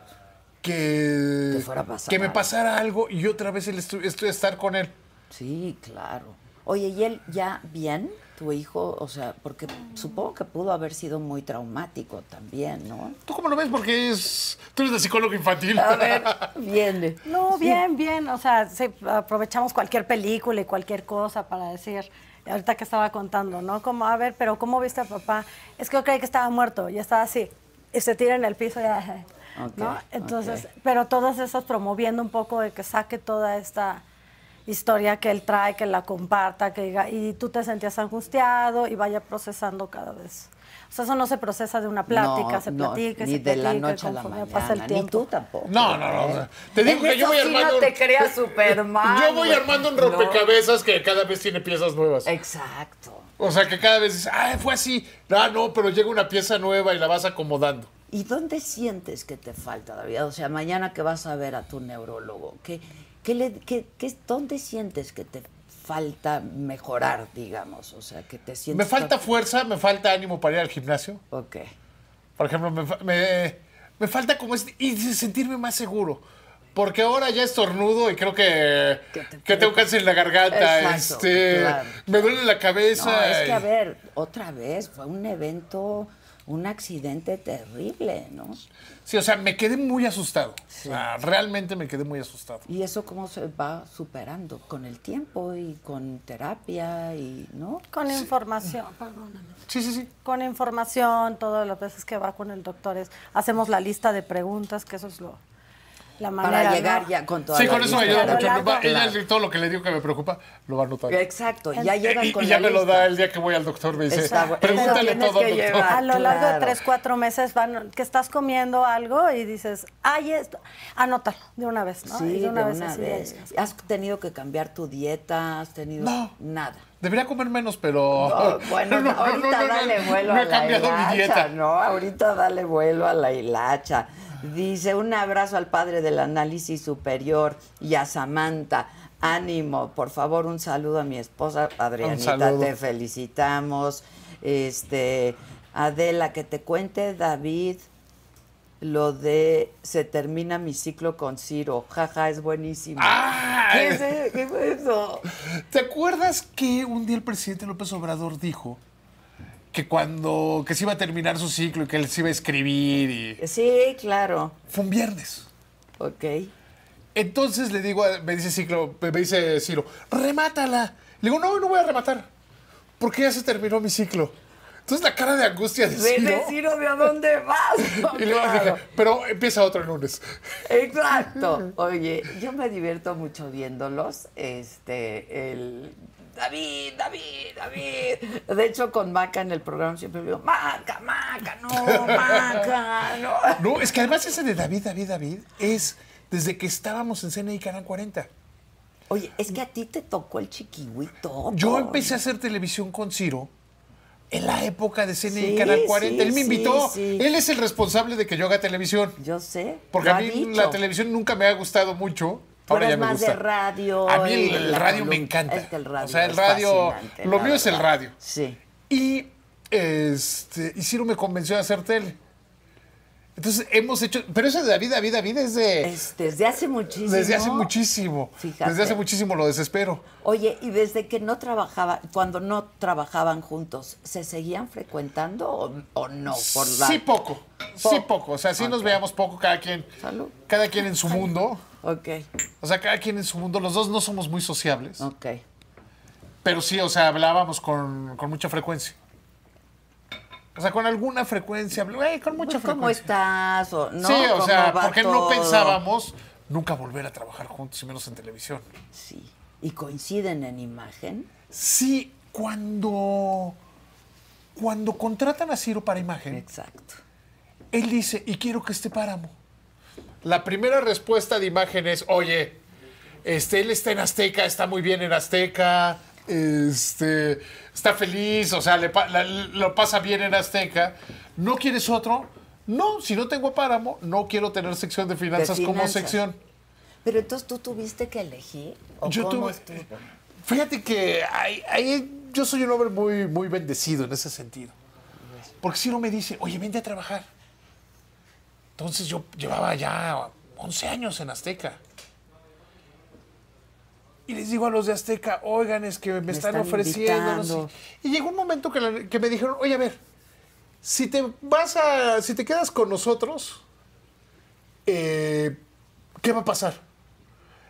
que, Que fuera a pasar que me algo. pasara algo y otra vez el estu- estu- estar con él. Sí, claro. Oye, ¿y él ya bien, tu hijo? O sea, porque supongo que pudo haber sido muy traumático también, ¿no? ¿Tú cómo lo ves? Porque es, tú eres de psicólogo infantil. A [LAUGHS] ver, viene. No, bien, bien. O sea, sí, aprovechamos cualquier película y cualquier cosa para decir, ahorita que estaba contando, ¿no? Como, a ver, pero ¿cómo viste a papá? Es que yo creí que estaba muerto, ya estaba así. Y se tira en el piso, ya. [LAUGHS] ¿no? Ok, Entonces, ok. pero todas esas promoviendo un poco de que saque toda esta historia que él trae, que la comparta, que diga, y tú te sentías angustiado y vaya procesando cada vez. O sea, eso no se procesa de una plática, No, se no, platica, y ni se de la platica noche a la conforme mañana, pasa el ni tiempo. tú tampoco. [LAUGHS] ¿eh? No, no, no. o sea, Te digo En que yo eso voy sí no armando. un- te creas [LAUGHS] Superman, Yo voy güey. armando un No. rompecabezas que cada vez tiene piezas nuevas. Exacto. O sea, que cada vez dices, ah, fue así. Ah, no, pero llega una pieza nueva y la vas acomodando. ¿Y dónde sientes que te falta, David? O sea, mañana que vas a ver a tu neurólogo, ¿qué, qué le, qué, qué- ¿dónde sientes que te falta mejorar, digamos? O sea, que te Me sientes... falta fuerza, me falta ánimo para ir al gimnasio. Ok. Por ejemplo, me, fa- me- me falta como este, y sentirme más seguro. Porque ahora ya estornudo y creo que, Que te- que tengo cáncer en la garganta. Exacto, este, claro. Me duele la cabeza. No, es que a y- ver, otra vez, fue un evento, un accidente terrible, ¿no? Sí, o sea, me quedé muy asustado. O sea, realmente me quedé muy asustado. Y eso cómo se va superando con el tiempo y con terapia y, ¿no? Con información, perdóname. Sí, sí, sí. Con información, todas las veces que va con el doctor, es, hacemos la lista de preguntas, que eso es lo, la manera. Para llegar ¿no? ya con toda Sí, la con eso me lista. ayuda Claro, mucho. claro. No va- Ella, Claro. todo lo que le digo que me preocupa, lo va a notar. Exacto, ya llegan Y- con y ya la me lo da lista. el día que voy al doctor, me dice, Está bueno. pregúntale Eso tienes todo al que doctor. llevar. A lo largo de Claro. tres, cuatro meses van, que estás comiendo algo y dices, ay, esto, anótalo de una vez, ¿no? Sí, y de una vez. así ya llegas. ¿Has tenido que cambiar tu dieta? ¿Has tenido No. nada? Debería comer menos, pero... No, bueno, [LAUGHS] No, no, ahorita no, no, dale no, vuelo No a he la cambiado hilacha, mi dieta. no, ahorita dale vuelo a la hilacha. Dice, un abrazo al padre del análisis superior y a Samantha. Ánimo, por favor, un saludo a mi esposa Adrianita, saludo. te felicitamos. Este, Adela, que te cuente David lo de se termina mi ciclo con Ciro. Jaja, es buenísimo. ¡Ah! ¿Qué, es, e- qué fue eso? ¿Te acuerdas que un día el presidente López Obrador dijo que cuando que se iba a terminar su ciclo y que él se iba a escribir y Sí, claro. fue un viernes. Ok. Entonces le digo, a- me dice Ciclo, me dice Ciro, remátala. Le digo, no, no voy a rematar. Porque ya se terminó mi ciclo. Entonces la cara de angustia de Ven, Ciro. Ciro, ¿de a dónde vas? [LAUGHS] Y luego dije, "Mm". Claro. pero empieza otro lunes. Exacto. Oye, yo me divierto mucho viéndolos. Este, el David, David, David. De hecho, con Maca en el programa siempre digo, Maca, Maca, no, Maca, [LAUGHS] no. No, es que además ese de David, David, David es desde que estábamos en CNI Canal 40. Oye, es que a ti te tocó el chiquihuito. Yo empecé a hacer televisión con Ciro en la época de CNI Sí, Canal 40. sí, Él me sí, invitó. sí. Él es el responsable de que yo haga televisión. Yo sé. Porque lo a ha mí dicho. la televisión nunca me ha gustado mucho. Tú Ahora eres ya me más gusta. de radio. A mí el, y el la radio me columna. encanta. Es que el radio. o sea, el es radio. fascinante, Lo la mío es el verdad. radio. Sí. Y este, y Ciro me convenció de hacer tele. Entonces hemos hecho. Pero eso de David, David, David es de. Es desde hace muchísimo. desde hace muchísimo. Fíjate. Desde hace muchísimo lo desespero. Oye, y desde que no trabajaba, cuando no trabajaban juntos, ¿se seguían frecuentando o, o no? Por la... Sí, poco. Sí, poco. O sea, sí nos Ok. veíamos poco, cada quien. Salud. Cada quien en su mundo. Ok, O sea, cada quien en su mundo. Los dos no somos muy sociables. ok. Pero sí, o sea, hablábamos con, con mucha frecuencia. O sea, con alguna frecuencia. habl- eh, con mucha Pues, ¿Cómo frecuencia. estás? O, ¿no? Sí, o ¿Cómo sea, va porque no todo? pensábamos nunca volver a trabajar juntos, y menos en televisión. Sí. ¿Y coinciden en imagen? Sí, cuando. Cuando contratan a Ciro para imagen, Exacto. Él dice, y quiero que esté páramo. La primera respuesta de imagen es, oye, este, él está en Azteca, está muy bien en Azteca, este, está feliz, o sea, le pa- la- lo pasa bien en Azteca. ¿No quieres otro? No, si no tengo a páramo, no quiero tener sección de finanzas, como finanzas. sección. Pero entonces tú tuviste que elegir. ¿O Yo cómo tuve- estuvo? Fíjate que ahí- ahí yo soy un hombre muy, muy bendecido en ese sentido. Porque Ciro me dice, oye, vente a trabajar. Entonces yo llevaba ya 11 años en Azteca. Y les digo a los de Azteca, oigan, es que me, están, están ofreciendo. no sé". invitando. Y llegó un momento que, la- que me dijeron, oye, a ver, si te vas a. si te quedas con nosotros, eh, ¿qué va a pasar?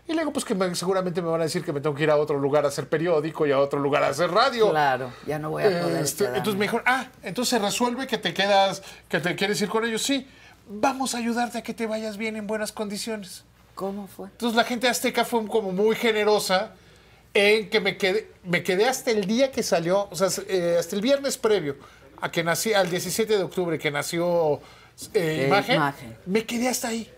Y luego, pues que me- seguramente me van a decir que me tengo que ir a otro lugar a hacer periódico y a otro lugar a hacer radio. Claro, ya no voy a poder. Este, quedarme. entonces me dijeron, ah, entonces se resuelve que te quedas, que te quieres ir con ellos. Sí, vamos a ayudarte a que te vayas bien en buenas condiciones. ¿Cómo fue? Entonces la gente azteca fue como muy generosa en que me quedé, me quedé hasta el día que salió, o sea, eh, hasta el viernes previo a que nací, al 17 de octubre que nació eh, Eh, imagen, Imagen. me quedé hasta ahí.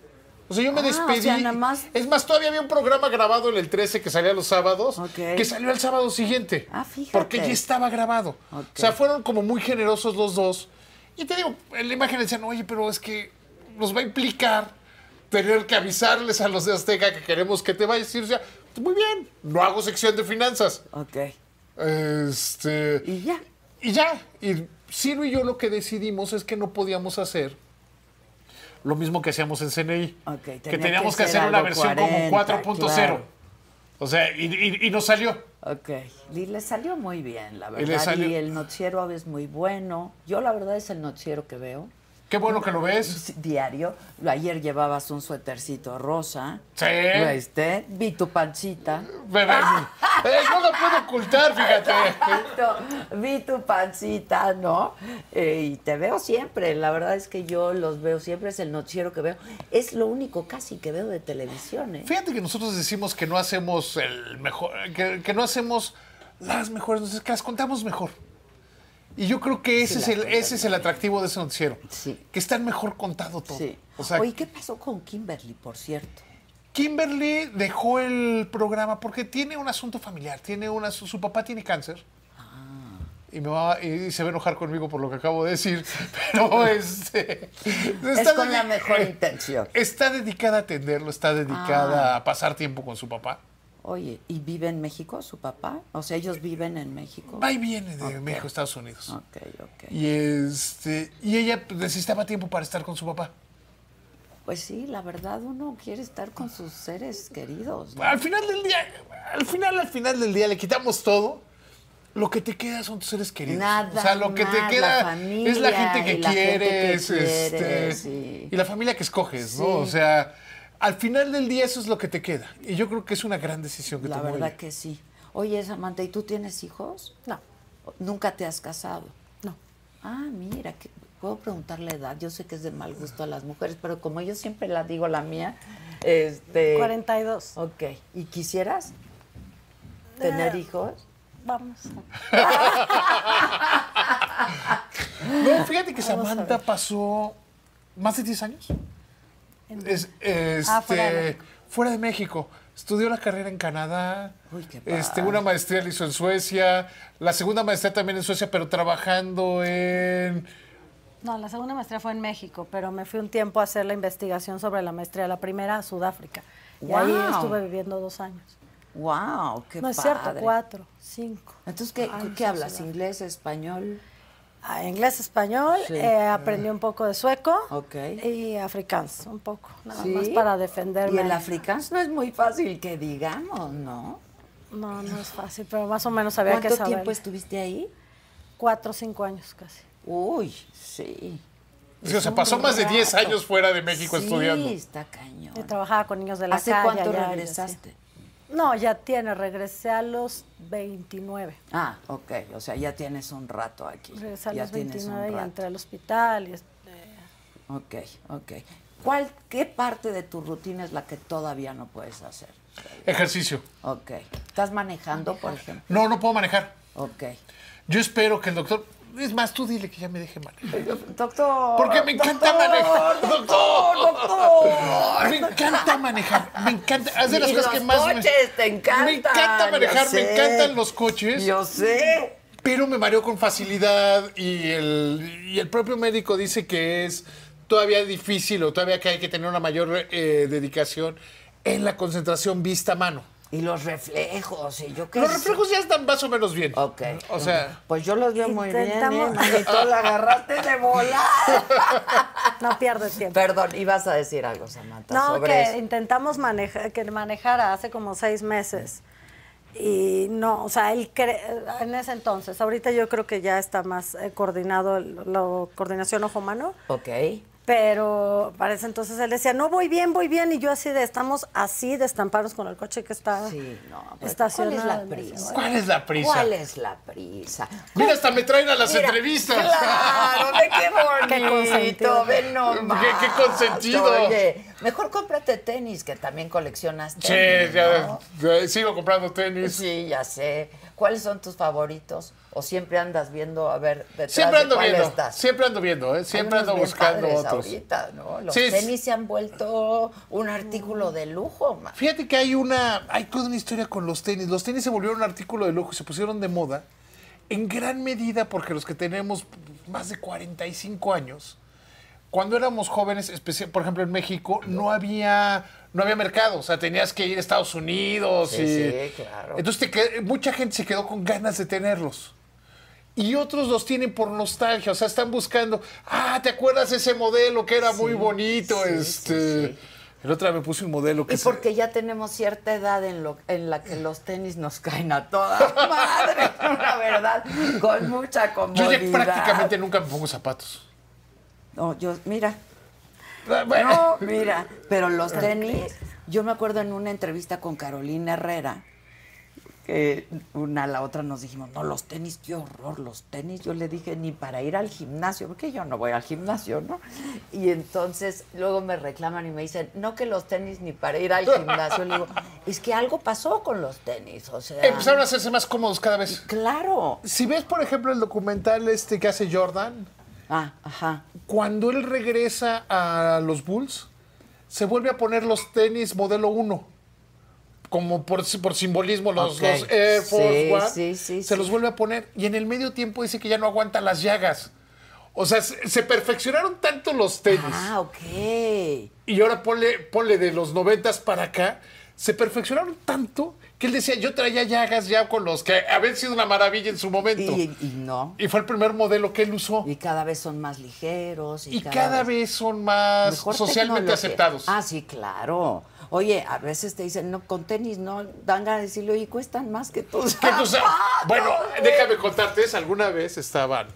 O sea, yo me Ah, o despedí. sea, nada más- Es más, todavía había un programa grabado en el 13 que salía los sábados, Ok. que salió el sábado siguiente. Ah, fíjate. Porque ya estaba grabado. Ok. O sea, fueron como muy generosos los dos. Y te digo, en la imagen decían, oye, pero es que nos va a implicar tener que avisarles a los de Azteca que queremos que te vayas. Y yo decía, muy bien, no hago sección de finanzas. Ok. Este, Y ya. y ya, y Ciro y yo lo que decidimos es que no podíamos hacer lo mismo que hacíamos en CNI. Ok, tenía que teníamos que que, ser hacer una algo versión 40, como 4.0. claro. O sea, y, y- y nos salió. Ok, y le salió muy bien, la Y le verdad. Y, salió- el noticiero es muy bueno. Yo la verdad es el noticiero que veo Qué bueno que lo ves. s- diario. Ayer llevabas un suétercito rosa. Sí. Este, vi tu pancita. Bebé. Eh, no lo puedo ocultar, fíjate. Exacto, [LAUGHS] vi tu pancita, ¿no? Eh, y te veo siempre, la verdad es que yo los veo siempre, es el noticiero que veo. Es lo único casi que veo de televisión, ¿eh? Fíjate que nosotros decimos que no hacemos el mejor, que, que no hacemos las mejores noticias, que las contamos mejor. Y yo creo que ese, es, el, ese es el atractivo de ese noticiero. Sí. Que están mejor contado todo. Sí. O sea, Oye, ¿qué pasó con Kimberly, por cierto? Kimberly dejó el programa porque tiene un asunto familiar. Tiene una, su, su papá tiene cáncer. Ah. Y, me va, y se va a enojar conmigo por lo que acabo de decir. [LAUGHS] Pero este. es está con la dedi- mejor intención. Está dedicada a atenderlo, está dedicada Ah. a pasar tiempo con su papá. Oye, ¿y vive en México su papá? O sea, ellos viven en México. Va y viene de México a Estados Unidos. Ok, ok. Y este y ella pues, necesitaba tiempo para estar con su papá. Pues sí, la verdad uno quiere estar con sus seres queridos. ¿no? Al final del día, al final, al final del día le quitamos todo. Lo que te queda son tus seres queridos. Nada o sea, lo que más, te queda la es la gente familia que y la gente que quieres, este, quieres, sí. y la familia que escoges, ¿no? O sea, al final del día eso es lo que te queda. Y yo creo que es una gran decisión que La tomó verdad ella. que sí. Oye, Samantha, ¿y tú tienes hijos? No, Nunca te has casado. no. Ah, mira, que- puedo preguntar la edad. Yo sé que es de mal gusto a las mujeres, pero como yo siempre la digo la mía, este. 42. Ok. ¿Y quisieras tener Eh. hijos? Vamos. No, fíjate que Samantha pasó más de 10 años. Es- Ah, este, fuera de México. fuera de México. Estudió la carrera en Canadá. Uy, qué este, padre. una maestría la hizo en Suecia. La segunda maestría también en Suecia, pero trabajando en. No, la segunda maestría fue en México, pero me fui un tiempo a hacer la investigación sobre la maestría, la primera a Sudáfrica. Y ahí Guau. estuve viviendo dos años. ¡Wow! ¡Qué no es cierto, padre. cuatro, cinco. Entonces, ¿qué, años ¿qué en hablas? Sudáfrica. ¿Inglés, español? Ah, inglés, español, Sí. eh, aprendí un poco de sueco Ok. y africans, un poco, nada ¿Sí? más para defenderme. Y el africano no es muy fácil que digamos, ¿no? No, no es fácil, pero más o menos había que ¿Cuánto saber. tiempo estuviste ahí? Cuatro o cinco años casi. Uy, sí. Sí, o sea, pasó más de 10 años fuera de México sí, estudiando. está cañón. Y trabajaba con niños de la ¿Hace calle. cuánto allá y así. regresaste? No, ya tiene, regresé a los 29. Ah, ok, o sea, ya tienes un rato aquí. Regresé a ya los tienes un 29 y rato. entré al hospital. Y este, Ok, ok. ¿Cuál, ¿Qué parte de tu rutina es la que todavía no puedes hacer? Ejercicio. Ok. ¿Estás manejando, por ejemplo? No, no puedo manejar. Ok. Yo espero que el doctor. Es más, tú dile que ya me deje manejar. Doctor. Porque me encanta manejar. Doctor, doctor. Me encanta manejar. Me encanta. Es de las Y cosas los que más. me- coches, te encantan. Me encanta manejar, yo me sé. encantan los coches. Yo sé. pero me mareo con facilidad y el, y el propio médico dice que es todavía difícil o todavía que hay que tener una mayor eh, dedicación en la concentración vista-mano. Y los reflejos, y yo qué Los sé. reflejos ya están más o menos bien. Ok. O sea, Pues yo los veo muy bien, ¿eh? [LAUGHS] Intentamos- manito, la agarraste de volar. no pierdes [LAUGHS] tiempo. Perdón, ibas a decir algo, Samantha, No, sobre que eso. intentamos manejar, que manejara hace como seis meses. Y no, o sea, él cre- en ese entonces, ahorita yo creo que ya está más eh, coordinado el- la coordinación ojo-mano, Ok. pero para ese entonces él decía, no, voy bien, voy bien, y yo así de, estamos así de estamparnos con el coche que está Sí, no. pero Ah, ¿Cuál estacionado. es la en prisa? ¿cuál es la prisa? ¿Cuál es la prisa? mira, hasta me traen a las Mira, entrevistas. Claro, ve [LAUGHS] Qué qué consentido. bonito, ve nomás. [LAUGHS] Qué- qué consentido. Oye, mejor cómprate tenis, que también coleccionas tenis, Che, ya, ¿no? Pues ya, sigo comprando tenis. Sí, ya sé. ¿Cuáles son tus favoritos? ¿O siempre andas viendo, a ver, detrás Siempre de ando cuál viendo. estás? Siempre ando viendo, ¿eh? Siempre Hay unos ando bien buscando padres otros. ahorita, ¿no? Los Sí, es- tenis se han vuelto un artículo de lujo, ma. Fíjate que hay una, hay toda una historia con los tenis. Los tenis se volvieron un artículo de lujo y se pusieron de moda en gran medida porque los que tenemos más de 45 años, cuando éramos jóvenes, especi- por ejemplo en México, no había, no había mercado. O sea, tenías que ir a Estados Unidos. Sí, y- sí, claro. Entonces te qued- mucha gente se quedó con ganas de tenerlos. Y otros los tienen por nostalgia, o sea, están buscando, ah, ¿te acuerdas ese modelo que era muy bonito? sí, sí, este, sí. el otro día me puse un modelo que Y se- porque ya tenemos cierta edad en, lo, en la que los tenis nos caen a toda madre, [LAUGHS] la verdad, con mucha Yo comodidad. ya prácticamente nunca me pongo zapatos. No, yo, mira, Bueno, no, mira, pero los tenis, yo me acuerdo en una entrevista con Carolina Herrera, que una a la otra nos dijimos, no, los tenis, qué horror, los tenis. Yo le dije, ni para ir al gimnasio, porque yo no voy al gimnasio, ¿no? Y entonces luego me reclaman y me dicen, no que los tenis ni para ir al gimnasio. Le digo, es que algo pasó con los tenis, o sea. Empezaron a hacerse más cómodos cada vez. Claro. Si ves, por ejemplo, el documental este que hace Jordan, Ah, ajá. cuando él regresa a los Bulls, se vuelve a poner los tenis modelo 1. Como por, por simbolismo, los, Ok. los Air Force Sí, One. sí, sí, sí. se los vuelve a poner. Y en el medio tiempo dice que ya no aguanta las llagas. O sea, se, se perfeccionaron tanto los tenis. Ah, ok. Y ahora ponle, ponle de los noventas para acá. se perfeccionaron tanto que él decía, yo traía llagas ya con los que habían sido una maravilla en su momento. Y, y no. Y fue el primer modelo que él usó. Y cada vez son más ligeros. Y, Y cada vez son más mejor socialmente tecnología. aceptados. Ah, sí, claro. Oye, a veces te dicen, no, con tenis no, dan a decirle, oye, cuestan más que tus [LAUGHS] ¿Qué cosa? zapatos". Bueno, déjame contarte eso. Alguna vez estaban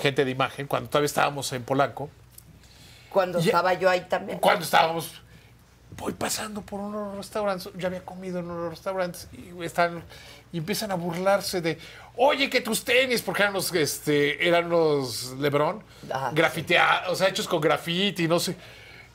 gente de imagen, cuando todavía estábamos en Polanco, Cuando Ya- estaba yo ahí también. cuando estábamos, voy pasando por unos restaurantes, yo había comido en unos restaurantes y están y empiezan a burlarse de, oye, que tus tenis, porque eran los, este, eran los Lebron, Ah, grafiteados, o sea, hechos con graffiti, no sé.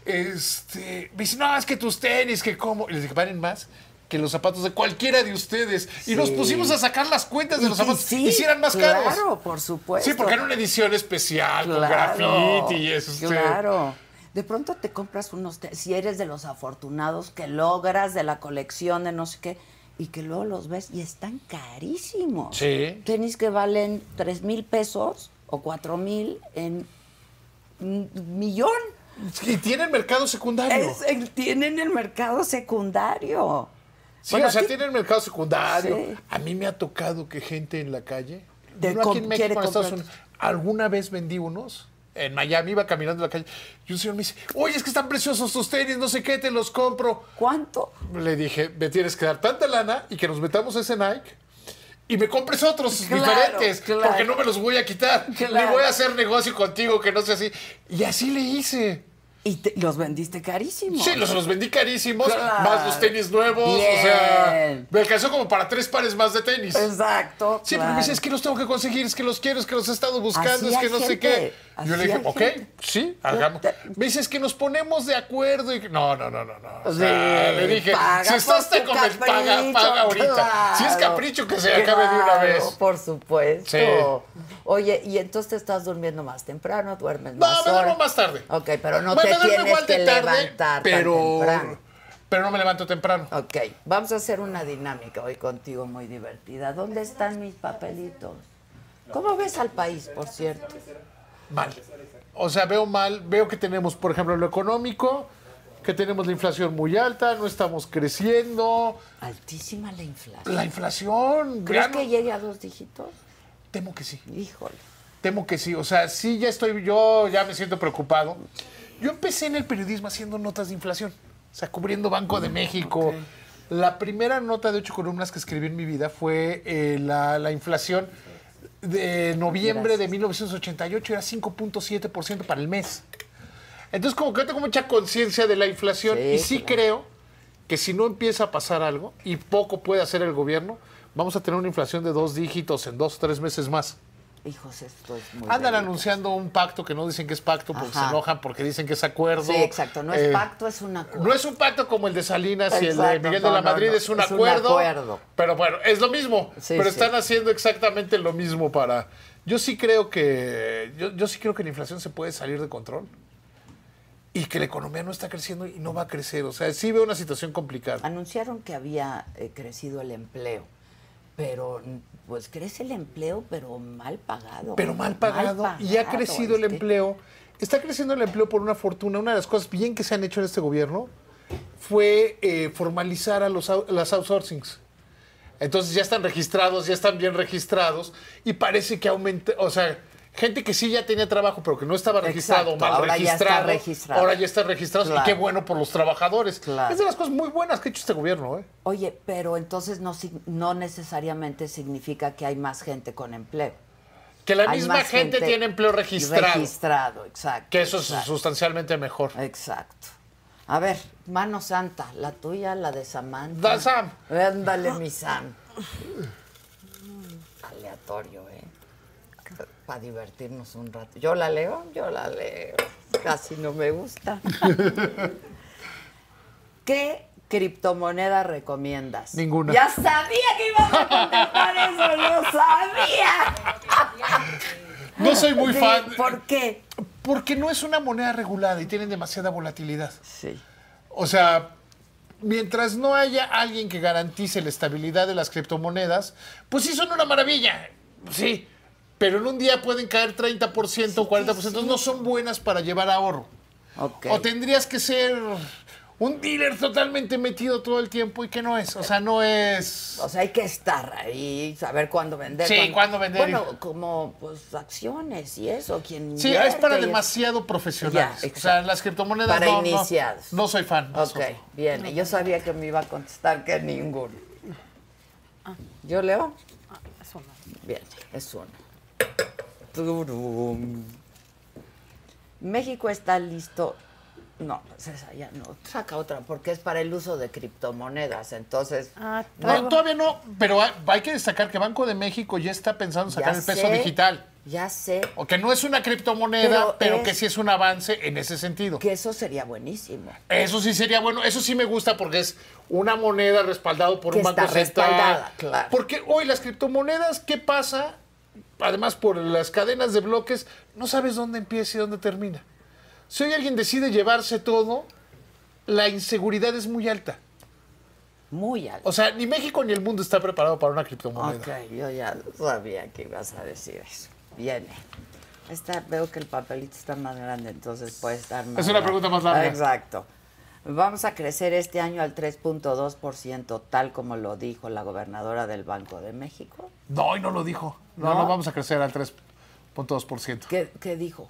Este, me dicen, no, es que tus tenis, que cómo. Y les dije, valen más que los zapatos de cualquiera de ustedes. Y nos pusimos a sacar las cuentas de los Y- y zapatos. sí, y si eran más caros. Claro, por supuesto. Sí, porque era una edición especial con Claro, graffiti y eso. este, Claro. De pronto te compras unos, te- si eres de los afortunados que logras de la colección de no sé qué, y que luego los ves y están carísimos. Sí. Tenis que valen tres mil pesos o cuatro mil en un millón. Y tiene mercado secundario. Es- el- tienen el mercado secundario. Sí, Bueno, o sea, aquí- tienen mercado secundario. Sí. A mí me ha tocado que gente en la calle, De no aquí com- en México, quiere en Estados comprar. Unidos, alguna vez vendí unos. En Miami iba caminando en la calle y un señor me dice, oye, es que están preciosos tus tenis, no sé qué, te los compro. ¿Cuánto? Le dije, me tienes que dar tanta lana y que nos metamos ese Nike y me compres otros Claro, diferentes, claro. porque no me los voy a quitar, ni Claro. voy a hacer negocio contigo que no sea así. Y así le hice. Y te- los vendiste carísimos. Sí, los, los vendí carísimos, Claro. más los tenis nuevos, o sea, Bien. me alcanzó como para tres pares más de tenis. Exacto. Sí, pero claro. me dice, es que los tengo que conseguir, es que los quiero, es que los he estado buscando, Así es que hay no sé gente, qué. Yo así le dije, hay ok, gente. sí, hagamos. te- Me dice, es que nos ponemos de acuerdo. Y... que- No, no, no, no, no. O Sí, sea, Ah, le dije, Pues, paga si estás por te tu comen, paga, capricho, paga ahorita. claro. Si es capricho, que se acabe de una Claro, vez. Por supuesto. Sí. Oye, y entonces te estás durmiendo más temprano, duermes No, más me duermo horas? más tarde. Ok, pero no Bueno, me te duermo tienes igual de que tarde, levantar pero, tan temprano. pero no me levanto temprano. Ok, vamos a hacer una dinámica hoy contigo muy divertida. ¿Dónde están mis papelitos? ¿Cómo ves al país, por cierto? mal. O sea, veo mal, veo que tenemos, por ejemplo, lo económico, que tenemos la inflación muy alta, no estamos creciendo, Altísima la inflación. la inflación, ¿Crees ya no- que llegue a dos dígitos? temo que sí, Híjole. temo que sí, o sea, sí ya estoy, yo ya me siento preocupado. Yo empecé en el periodismo haciendo notas de inflación, o sea, cubriendo Banco de México. La primera nota de ocho columnas que escribí en mi vida fue eh, la, la inflación de noviembre de 1988, era 5.7% para el mes. Entonces, como que yo tengo mucha conciencia de la inflación Sí, y sí creo que si no empieza a pasar algo y poco puede hacer el gobierno, vamos a tener una inflación de dos dígitos en dos o tres meses más. Hijos, esto es muy Andan delicado. anunciando un pacto que no dicen que es pacto porque Ajá. se enojan, porque dicen que es acuerdo. Sí, exacto. No es Eh, pacto, es un acuerdo. No es un pacto como el de Salinas y el de Exacto, Miguel no, de la no, Madrid, no, es, un, es un acuerdo, acuerdo. Pero bueno, es lo mismo. Sí, pero sí. están haciendo exactamente lo mismo para. Yo sí creo que. Yo, yo sí creo que la inflación se puede salir de control. Y que la economía no está creciendo y no va a crecer. O sea, sí veo una situación complicada. Anunciaron que había eh, crecido el empleo, pero pues crece el empleo, pero mal pagado. Pero mal pagado. y ha pagado, este. crecido el es que- empleo. Está creciendo el empleo por una fortuna. Una de las cosas bien que se han hecho en este gobierno fue eh, formalizar a los, au- las outsourcings. Entonces ya están registrados, ya están bien registrados y parece que aumenta, o sea, gente que sí ya tenía trabajo pero que no estaba registrado, o Exacto, mal ahora ya está registrado, registrado. ahora ya está registrado y Claro. qué bueno por los trabajadores. Claro. Es de las cosas muy buenas que ha hecho este gobierno, ¿eh? Oye, pero entonces no, sig- no necesariamente significa que hay más gente con empleo. Que la Hay misma más gente, tiene empleo registrado, Registrado, exacto. que eso es exacto, sustancialmente mejor. Exacto. A ver, mano santa, la tuya, la de Samantha. Da, Sam. Ándale, mi Sam. Aleatorio, ¿eh? Para divertirnos un rato. Yo la leo, yo la leo. Casi no me gusta. [LAUGHS] ¿Qué criptomoneda recomiendas? Ninguna. Ya sabía que ibas a contestar eso, lo sabía. No soy [LAUGHS] muy Sí, fan ¿Por qué? porque no es una moneda regulada y tienen demasiada volatilidad. Sí. O sea, mientras no haya alguien que garantice la estabilidad de las criptomonedas, pues sí son una maravilla. Sí. Pero en un día pueden caer 30% o 40%. No son buenas para llevar ahorro. Ok. O tendrías que ser un dealer totalmente metido todo el tiempo y que no es. O sea, no es. O sea, hay que estar ahí, saber cuándo vender. Sí, cuándo vender y- Bueno, como pues acciones y eso, quien Sí, es invierte para y es- demasiado profesionales. Ya, o sea, exacto. las criptomonedas Para no, no- iniciados. No, soy fan. no Ok, soy fan. bien. Yo sabía que me iba a contestar que ninguno. ¿Yo leo? Eso no. Bien, es uno. Turum. México está listo. No, pues esa ya no. Saca otra, porque es para el uso de criptomonedas. Entonces, Ah, No, traigo- todavía no, pero hay, hay que destacar que Banco de México ya está pensando en sacar ya el peso sé, digital. Ya sé O que no es una Pero criptomoneda, pero, es- que sí es un avance en ese sentido. que eso sería buenísimo. Eso sí sería bueno, eso sí me gusta porque es una moneda respaldado por Que un banco está central. respaldada, claro. Porque hoy las criptomonedas, ¿qué pasa? Además por las cadenas de bloques, no sabes dónde empieza y dónde termina. Si hoy alguien decide llevarse todo, la inseguridad es muy alta. Muy alto. O sea, ni México ni el mundo está preparado para una criptomoneda. Ok, yo ya sabía que ibas a decir eso. Viene. Esta, veo que el papelito está más grande, entonces puede estar más Es una grande. pregunta más larga. Exacto. Vamos a crecer este año al 3.2%, tal como lo dijo la gobernadora del Banco de México. No, y no lo dijo. No, ¿No? no vamos a crecer al 3.2%. ¿Qué, qué dijo?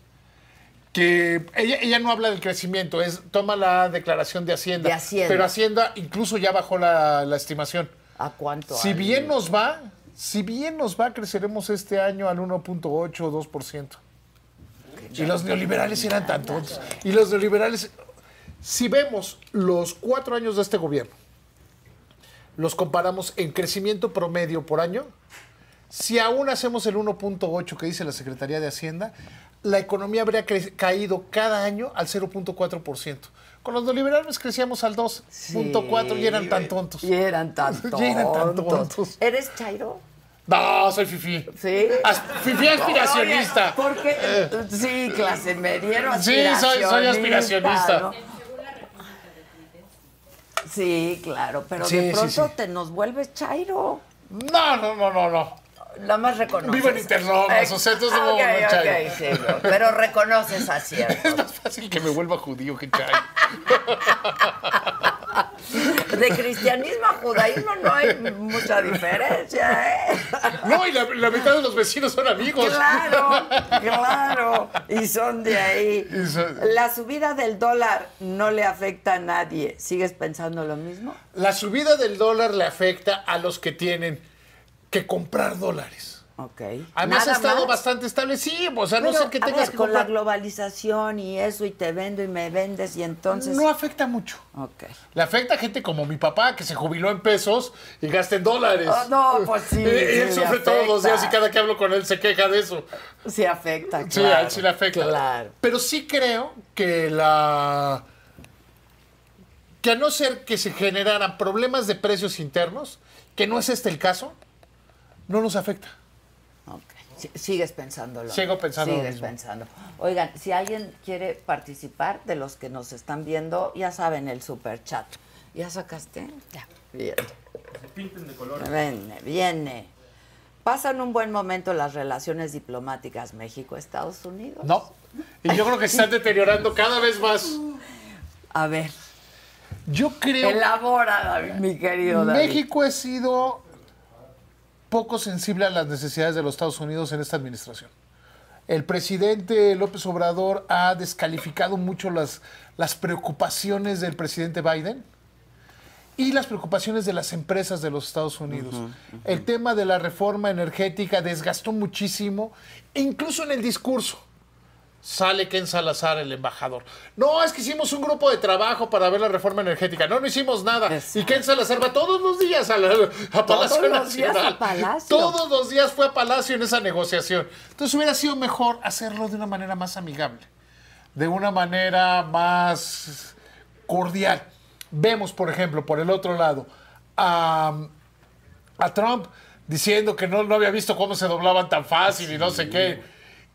que ella, ella no habla del crecimiento, es toma la declaración de Hacienda. De Hacienda. Pero Hacienda incluso ya bajó la, la estimación. ¿A cuánto? Si al- bien nos va, si bien nos va, creceremos este año al 1.8 o 2%. Y los neoliberales eran tan tontos. Y los neoliberales, si vemos los cuatro años de este gobierno, los comparamos en crecimiento promedio por año, si aún hacemos el 1.8 que dice la Secretaría de Hacienda, la economía habría cre- caído cada año al 0.4%. Con los neoliberales crecíamos al 2.4 y eran tan tontos. Y eran [LAUGHS] tan tontos. Y eran tan tontos. ¿Eres Chairo? No, soy Fifi. Sí. Fifi aspiracionista. Porque, eh, sí, clase mediero Sí, soy- soy aspiracionista. ¿no? Sí, claro, pero Sí, de sí, pronto sí. te nos vuelves chairo. No, no, no, no, no. [LAUGHS] Nada más reconoces. Vivo en Interlomas, o sea, entonces no me Ok, vuelvo ok, chairo. sí, no, pero reconoces a cierto. Es [LAUGHS] más fácil que me vuelva judío que chay. De cristianismo a judaísmo no hay mucha diferencia, ¿eh? No, y la, la mitad de los vecinos son amigos. [LAUGHS] Claro, claro. Y son de ahí. Y son- La subida del dólar no le afecta a nadie. ¿Sigues pensando lo mismo? La subida del dólar le afecta a los que tienen que comprar dólares. Ok. Además ¿Nada ha estado más? bastante estable. Sí, o sea, no Pero, sé que a tengas ver, que con la comprar. globalización y eso, y te vendo y me vendes, y entonces. No afecta mucho. Ok. Le afecta a gente como mi papá, que se jubiló en pesos y gasta en dólares. Oh, no, pues sí, [LAUGHS] Y, y él sí le sufre todos los días y afecta. cada que hablo con él se queja de eso. Sí afecta, Sí, claro. a él sí le afecta. Claro. Pero sí creo que la. Que a no ser que se generaran problemas de precios internos, que no es este el caso, no nos afecta. Ok. Sí, Sigues pensándolo. Sigo pensando lo Sigues mismo. pensando. Oigan, si alguien quiere participar de los que nos están viendo, ya saben el super chat. ¿Ya sacaste? Ya. Bien. Viene, viene. ¿Pasan un buen momento las relaciones diplomáticas México-Estados Unidos? No. Y yo creo que se están deteriorando cada vez más. A ver, Yo creo elabora, David, mi querido David. México ha sido poco sensible a las necesidades de los Estados Unidos en esta administración. El presidente López Obrador ha descalificado mucho las, las preocupaciones del presidente Biden y las preocupaciones de las empresas de los Estados Unidos. El tema de la reforma energética desgastó muchísimo, e incluso en el discurso. Sale Ken Salazar, el embajador. No, es que hicimos un grupo de trabajo para ver la reforma energética. No, no hicimos nada. Exacto. Y Ken Salazar va todos los días a, la- a Palacio los días a Nacional. Palacio. Todos los días fue a Palacio en esa negociación. Entonces hubiera sido mejor hacerlo de una manera más amigable de una manera más cordial. Vemos, por ejemplo, por el otro lado, a, a Trump diciendo que no, no había visto cómo se doblaban tan fácil y no sé qué.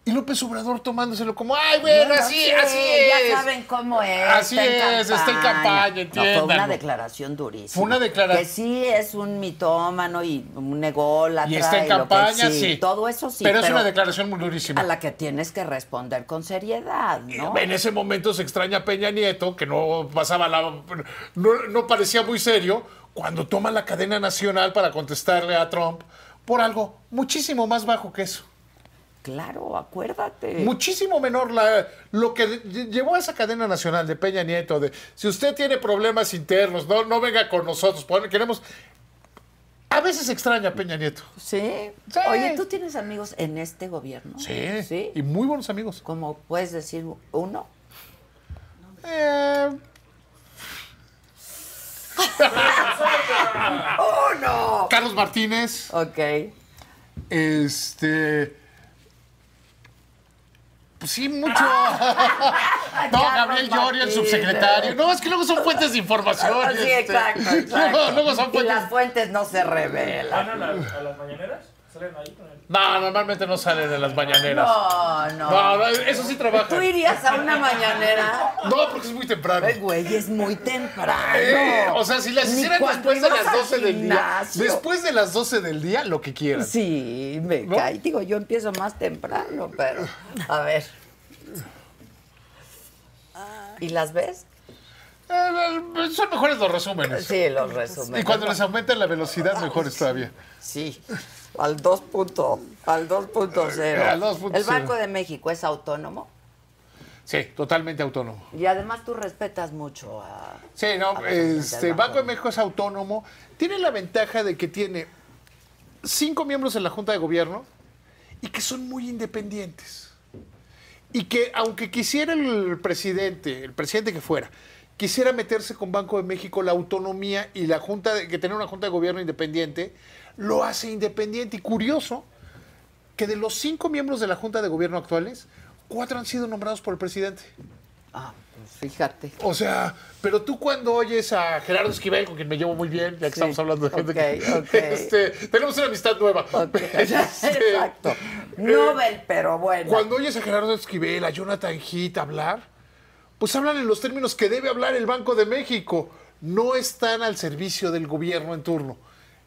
Y López Obrador tomándoselo como, ay, bueno, Bueno, así, sí, así es. Ya saben cómo es. Así está en es, está en campaña, No, fue una entiéndanlo. declaración durísima. Fue una declara- Que sí es un mitómano y un ególatra. Y está en y lo que campaña, sí. Todo eso sí. Pero es una declaración muy durísima. a la que tienes que responder con seriedad, ¿no? En ese momento se extraña a Peña Nieto, que no pasaba la. No, no parecía muy serio, cuando toma la cadena nacional para contestarle a Trump por algo muchísimo más bajo que eso. Claro, acuérdate. Muchísimo menor la, lo que lle- llevó a esa cadena nacional de Peña Nieto, de si usted tiene problemas internos, no, no venga con nosotros, pon- queremos. A veces extraña a Peña Nieto. ¿Sí? Sí. Oye, ¿tú tienes amigos en este gobierno? Sí, ¿Sí? Y muy buenos amigos. ¿Cómo puedes decir uno? [LAUGHS] Eh, Oh, ¡Uno! Carlos Martínez. Ok. Este. Pues [LAUGHS] sí, mucho. [LAUGHS] no, Gabriel Llori, el Martínez. subsecretario. No, es que luego son fuentes de información. [LAUGHS] Sí, este. exacto, exacto. [LAUGHS] Luego, luego son y fuentes. las fuentes no se revelan. ¿Van a, la- a las mañaneras? ¿Salen ahí con el.? No, normalmente no salen en las mañaneras. No, no. No, no, eso sí trabaja. ¿Tú irías a una mañanera? No, porque es muy temprano. Ay, güey, es muy temprano. Eh, o sea, si las Ni hicieran cuando después de ibas las al 12 del día. gimnasio. Después de las 12 del día, lo que quieran. Sí, me ¿No? cae. Digo, yo empiezo más temprano, pero. A ver. ¿Y las ves? Eh, eh, son mejores los resúmenes. Sí, los resumen. Y cuando les aumentan la velocidad, mejor está bien. Sí, al 2. punto- Al 2.0. Al 2.0. El Banco de México es autónomo Sí, totalmente autónomo. y además tú respetas mucho a. Sí, no, ver, presidente este, del Banco de México es autónomo. Tiene la ventaja de que tiene cinco miembros en la Junta de Gobierno y que son muy independientes. Y que aunque quisiera el presidente, el presidente que fuera, quisiera meterse con Banco de México, la autonomía y la Junta, de, que tener una Junta de Gobierno independiente, lo hace independiente. Y curioso que de los cinco miembros de la Junta de Gobierno actuales, cuatro han sido nombrados por el presidente. Ah, pues fíjate. O sea, pero tú cuando oyes a Gerardo Esquivel, con quien me llevo muy bien, ya que Sí. estamos hablando de gente que... Ok, ok. [LAUGHS] Este, tenemos una amistad nueva. [LAUGHS] Ok, Este, Pues, Exacto. eh, Nobel, pero bueno. cuando oyes a Gerardo Esquivel, a Jonathan Heath hablar, pues hablan en los términos que debe hablar el Banco de México. No están al servicio del gobierno en turno.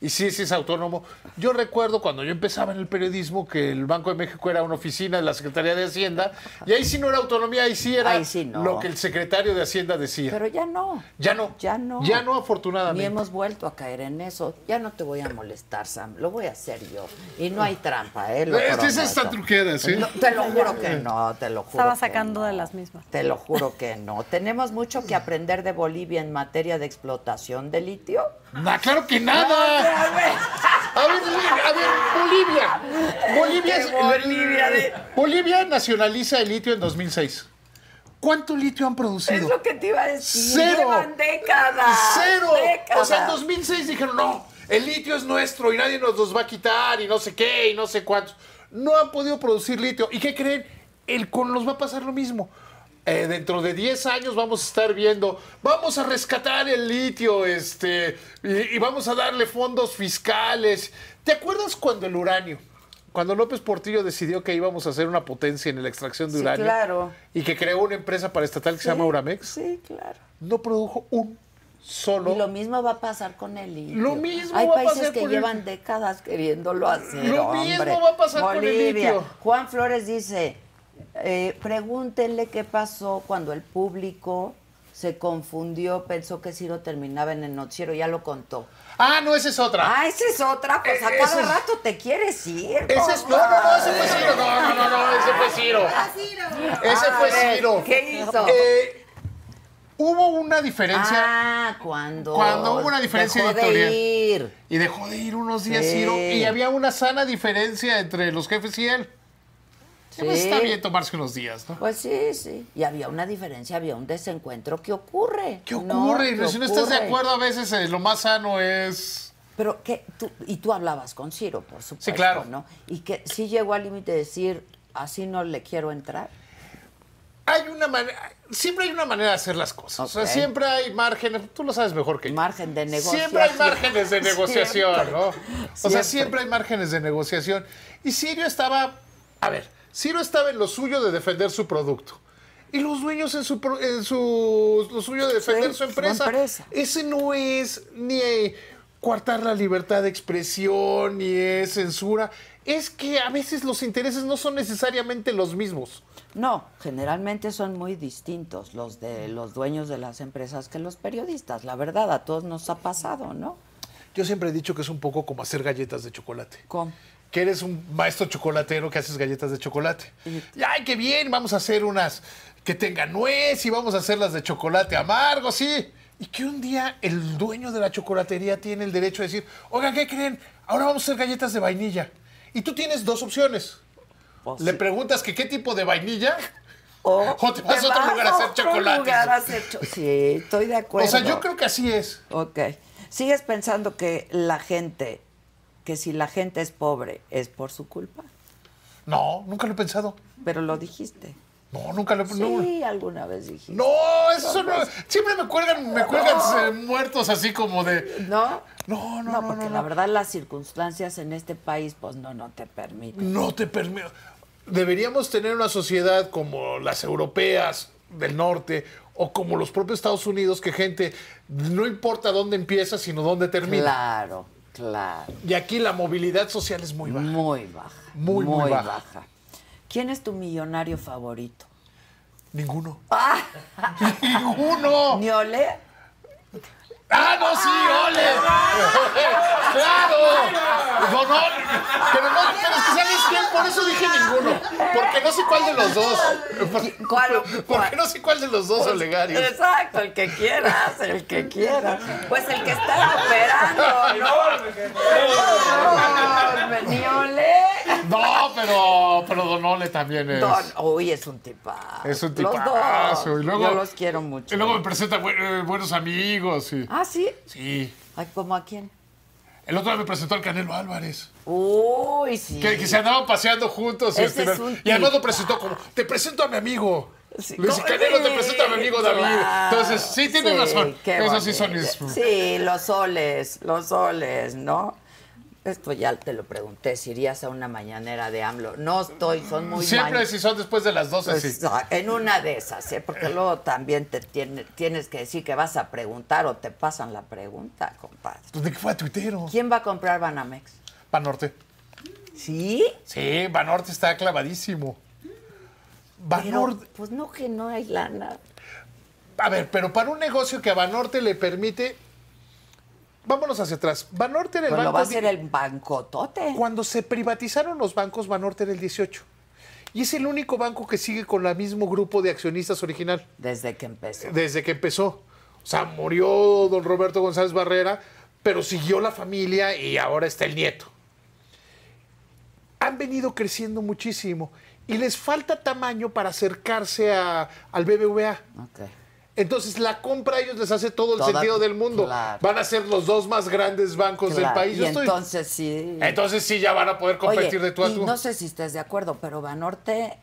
Y sí, sí es autónomo. Yo recuerdo cuando yo empezaba en el periodismo que el Banco de México era una oficina de la Secretaría de Hacienda y ahí sí no era autonomía, ahí sí era Ahí sí no. lo que el secretario de Hacienda decía. Pero ya no. Ya no. Ya no. Ya no, Ni afortunadamente. hemos vuelto a caer en eso. Ya no te voy a molestar, Sam. Lo voy a hacer yo. Y no hay trampa, ¿eh? Lo Es que prometo. esas están truqueadas, ¿eh? No, te lo juro que no, te lo juro. Estaba que sacando no. de las mismas. Te lo juro que no. Tenemos mucho que aprender de Bolivia en materia de explotación de litio. Nah, claro que nada. A ver, A ver, a ver, Bolivia. Bolivia, es- Bolivia de- Bolivia nacionaliza el litio en 2006. ¿Cuánto litio han es producido? lo que te iba a decir. Cero. Llevan décadas. Cero. Décadas. O sea, en 2006 dijeron, no, el litio es nuestro y nadie nos los va a quitar y no sé qué y no sé cuántos. No han podido producir litio. ¿Y qué creen? El con los va a pasar lo mismo. Eh, dentro de 10 años vamos a estar viendo, vamos a rescatar el litio este, y, y vamos a darle fondos fiscales. ¿Te acuerdas cuando el uranio, cuando López Portillo decidió que íbamos a hacer una potencia en la extracción de Sí, uranio? claro. Y que creó una empresa paraestatal que se llama Uramex Sí, claro. no produjo un solo. Y lo mismo va a pasar con el litio. Lo mismo Hay va a países pasar que con el- llevan décadas queriéndolo hacer. Lo mismo hombre. va a pasar con el Bolivia. litio. Juan Flores dice: eh, pregúntenle qué pasó cuando el público se confundió, pensó que Ciro terminaba en el noticiero, ya lo contó. Ah, no, esa es otra. Ah, esa es otra, pues a Eh, cada esa es- rato te quieres ir. Ah, Ese es, no, no, no, ese fue Ciro. No, no, no, no, ese fue Ciro. Ese Ah, A fue ver, Ciro. ¿qué hizo? Eh, hubo una diferencia Ah, cuando. Cuando hubo una diferencia dejó editorial. De ir. y dejó de ir unos días Sí. Ciro y había una sana diferencia entre los jefes y él. Sí, pues, Sí. está bien tomarse unos días, ¿no? Pues sí, sí. Y había una diferencia, había un desencuentro. ¿Qué ocurre? ¿Qué No, ocurre? ¿qué si no estás de ocurre? acuerdo, a veces eh, lo más sano es. Pero que tú, y tú hablabas con Ciro, por supuesto, claro. ¿no? Y que sí llegó al límite de decir, así no le quiero entrar. Hay una manera. Siempre hay una manera de hacer las cosas. O Ok. sea, siempre hay márgenes. Tú lo sabes mejor que yo. Margen de negociación. Siempre hay [LAUGHS] márgenes de negociación, Siempre. ¿no? O sea, Siempre. siempre hay márgenes de negociación. Y Sirio estaba, a ver, Ciro estaba en lo suyo de defender su producto. Y los dueños en su, pro- en su lo suyo de Sí, defender su su empresa. empresa. Ese no es ni eh, coartar la libertad de expresión, ni es censura. Es que a veces los intereses no son necesariamente los mismos. No, generalmente son muy distintos los de los dueños de las empresas que los periodistas. La verdad, a todos nos ha pasado, ¿no? Yo siempre he dicho que es un poco como hacer galletas de chocolate. Con que eres un maestro chocolatero que haces galletas de chocolate. Y, ay, qué bien, vamos a hacer unas que tengan nuez y vamos a hacerlas de chocolate amargo, sí. Y que un día el dueño de la chocolatería tiene el derecho de decir, oigan, ¿qué creen? Ahora vamos a hacer galletas de vainilla. Y tú tienes dos opciones. Le preguntas que qué tipo de vainilla o, o te vas a otro lugar a hacer otro chocolates. lugar a hacer cho- sí, estoy de O acuerdo. sea, yo creo que así es. Ok. ¿Sigues pensando que la gente, que si la gente es pobre, es por su culpa? No, nunca lo he pensado. Pero lo dijiste. No, nunca lo he pensado. Sí, alguna vez dijiste. No, eso no. Siempre me cuelgan, me cuelgan eh, muertos así como de. ¿No? No, no, No, no, porque no, la no. verdad las circunstancias en este país, pues no, no te permiten. No te permito. Deberíamos tener una sociedad como las europeas del norte o como los propios Estados Unidos, que gente no importa dónde empieza, sino dónde termina. Claro, claro. Y aquí la movilidad social es muy baja. Muy baja. Muy, muy baja. ¿Quién es tu millonario favorito? Ninguno. Ah, ¡Ninguno! ¿Niole? ¡Ah, no, sí, ole! ¡Claro! No, no, pero no, pero es que ¿sabes quién? Por eso dije ninguno. Porque no sé cuál de los dos. ¿Qui- cuál- Porque no sé cuál de los [LAUGHS] dos, Olegario. Exacto, el que quieras, el que [LAUGHS] quieras. Pues el que está operando, ¿no? Niole. No, pero, pero Don Ole también es. Don, uy, es un tipazo. Es un Los tipazo, dos. y luego- Yo los quiero mucho. Y luego me presenta bu- eh, buenos amigos. Y, Ah, sí. sí. Ay, ¿cómo a quién? El otro día me presentó al Canelo Álvarez. Uy, sí. Que, que se andaban paseando juntos. y Ese este, es un y además tipazo. lo presentó como: Te presento a mi amigo. Sí, Luis ¿cómo? Canelo te Sí, presenta a mi amigo David. claro, Entonces, sí, tienes sí, razón. qué Esos sí son bonito. mis. Sí, los soles, los soles, ¿no? Esto ya te lo pregunté, si irías a una mañanera de AMLO. No estoy, son muy Pues, Siempre mal- si son después de las 12, Pues sí. Exa- ah, En una de esas, ¿eh? porque luego también te tiene- tienes que decir que vas a preguntar o te pasan la pregunta, compadre. Pues de qué fue a tuitero. ¿Quién va a comprar Banamex? Banorte. ¿Sí? Sí, Banorte está clavadísimo. Ah, Pero, Banorte. pues no que no hay lana. A ver, pero para un negocio que a Banorte le permite. Vámonos hacia atrás. Banorte era el Pues lo banco. va a di- hacer el bancotote. Cuando se privatizaron los bancos, Banorte era el 18. Y es el único banco que sigue con el mismo grupo de accionistas original Desde que empezó. desde que empezó. O sea, murió don Roberto González Barrera, pero siguió la familia y ahora está el nieto. Han venido creciendo muchísimo y les falta tamaño para acercarse a- al BBVA. Ok. Entonces la compra a ellos les hace todo el Toda- sentido del mundo. claro. Van a ser los dos más grandes bancos Pues del Claro, país. Y Yo estoy- entonces sí. Entonces sí ya van a poder competir Oye, de tú a y tú. No sé si estés de acuerdo, pero Banorte,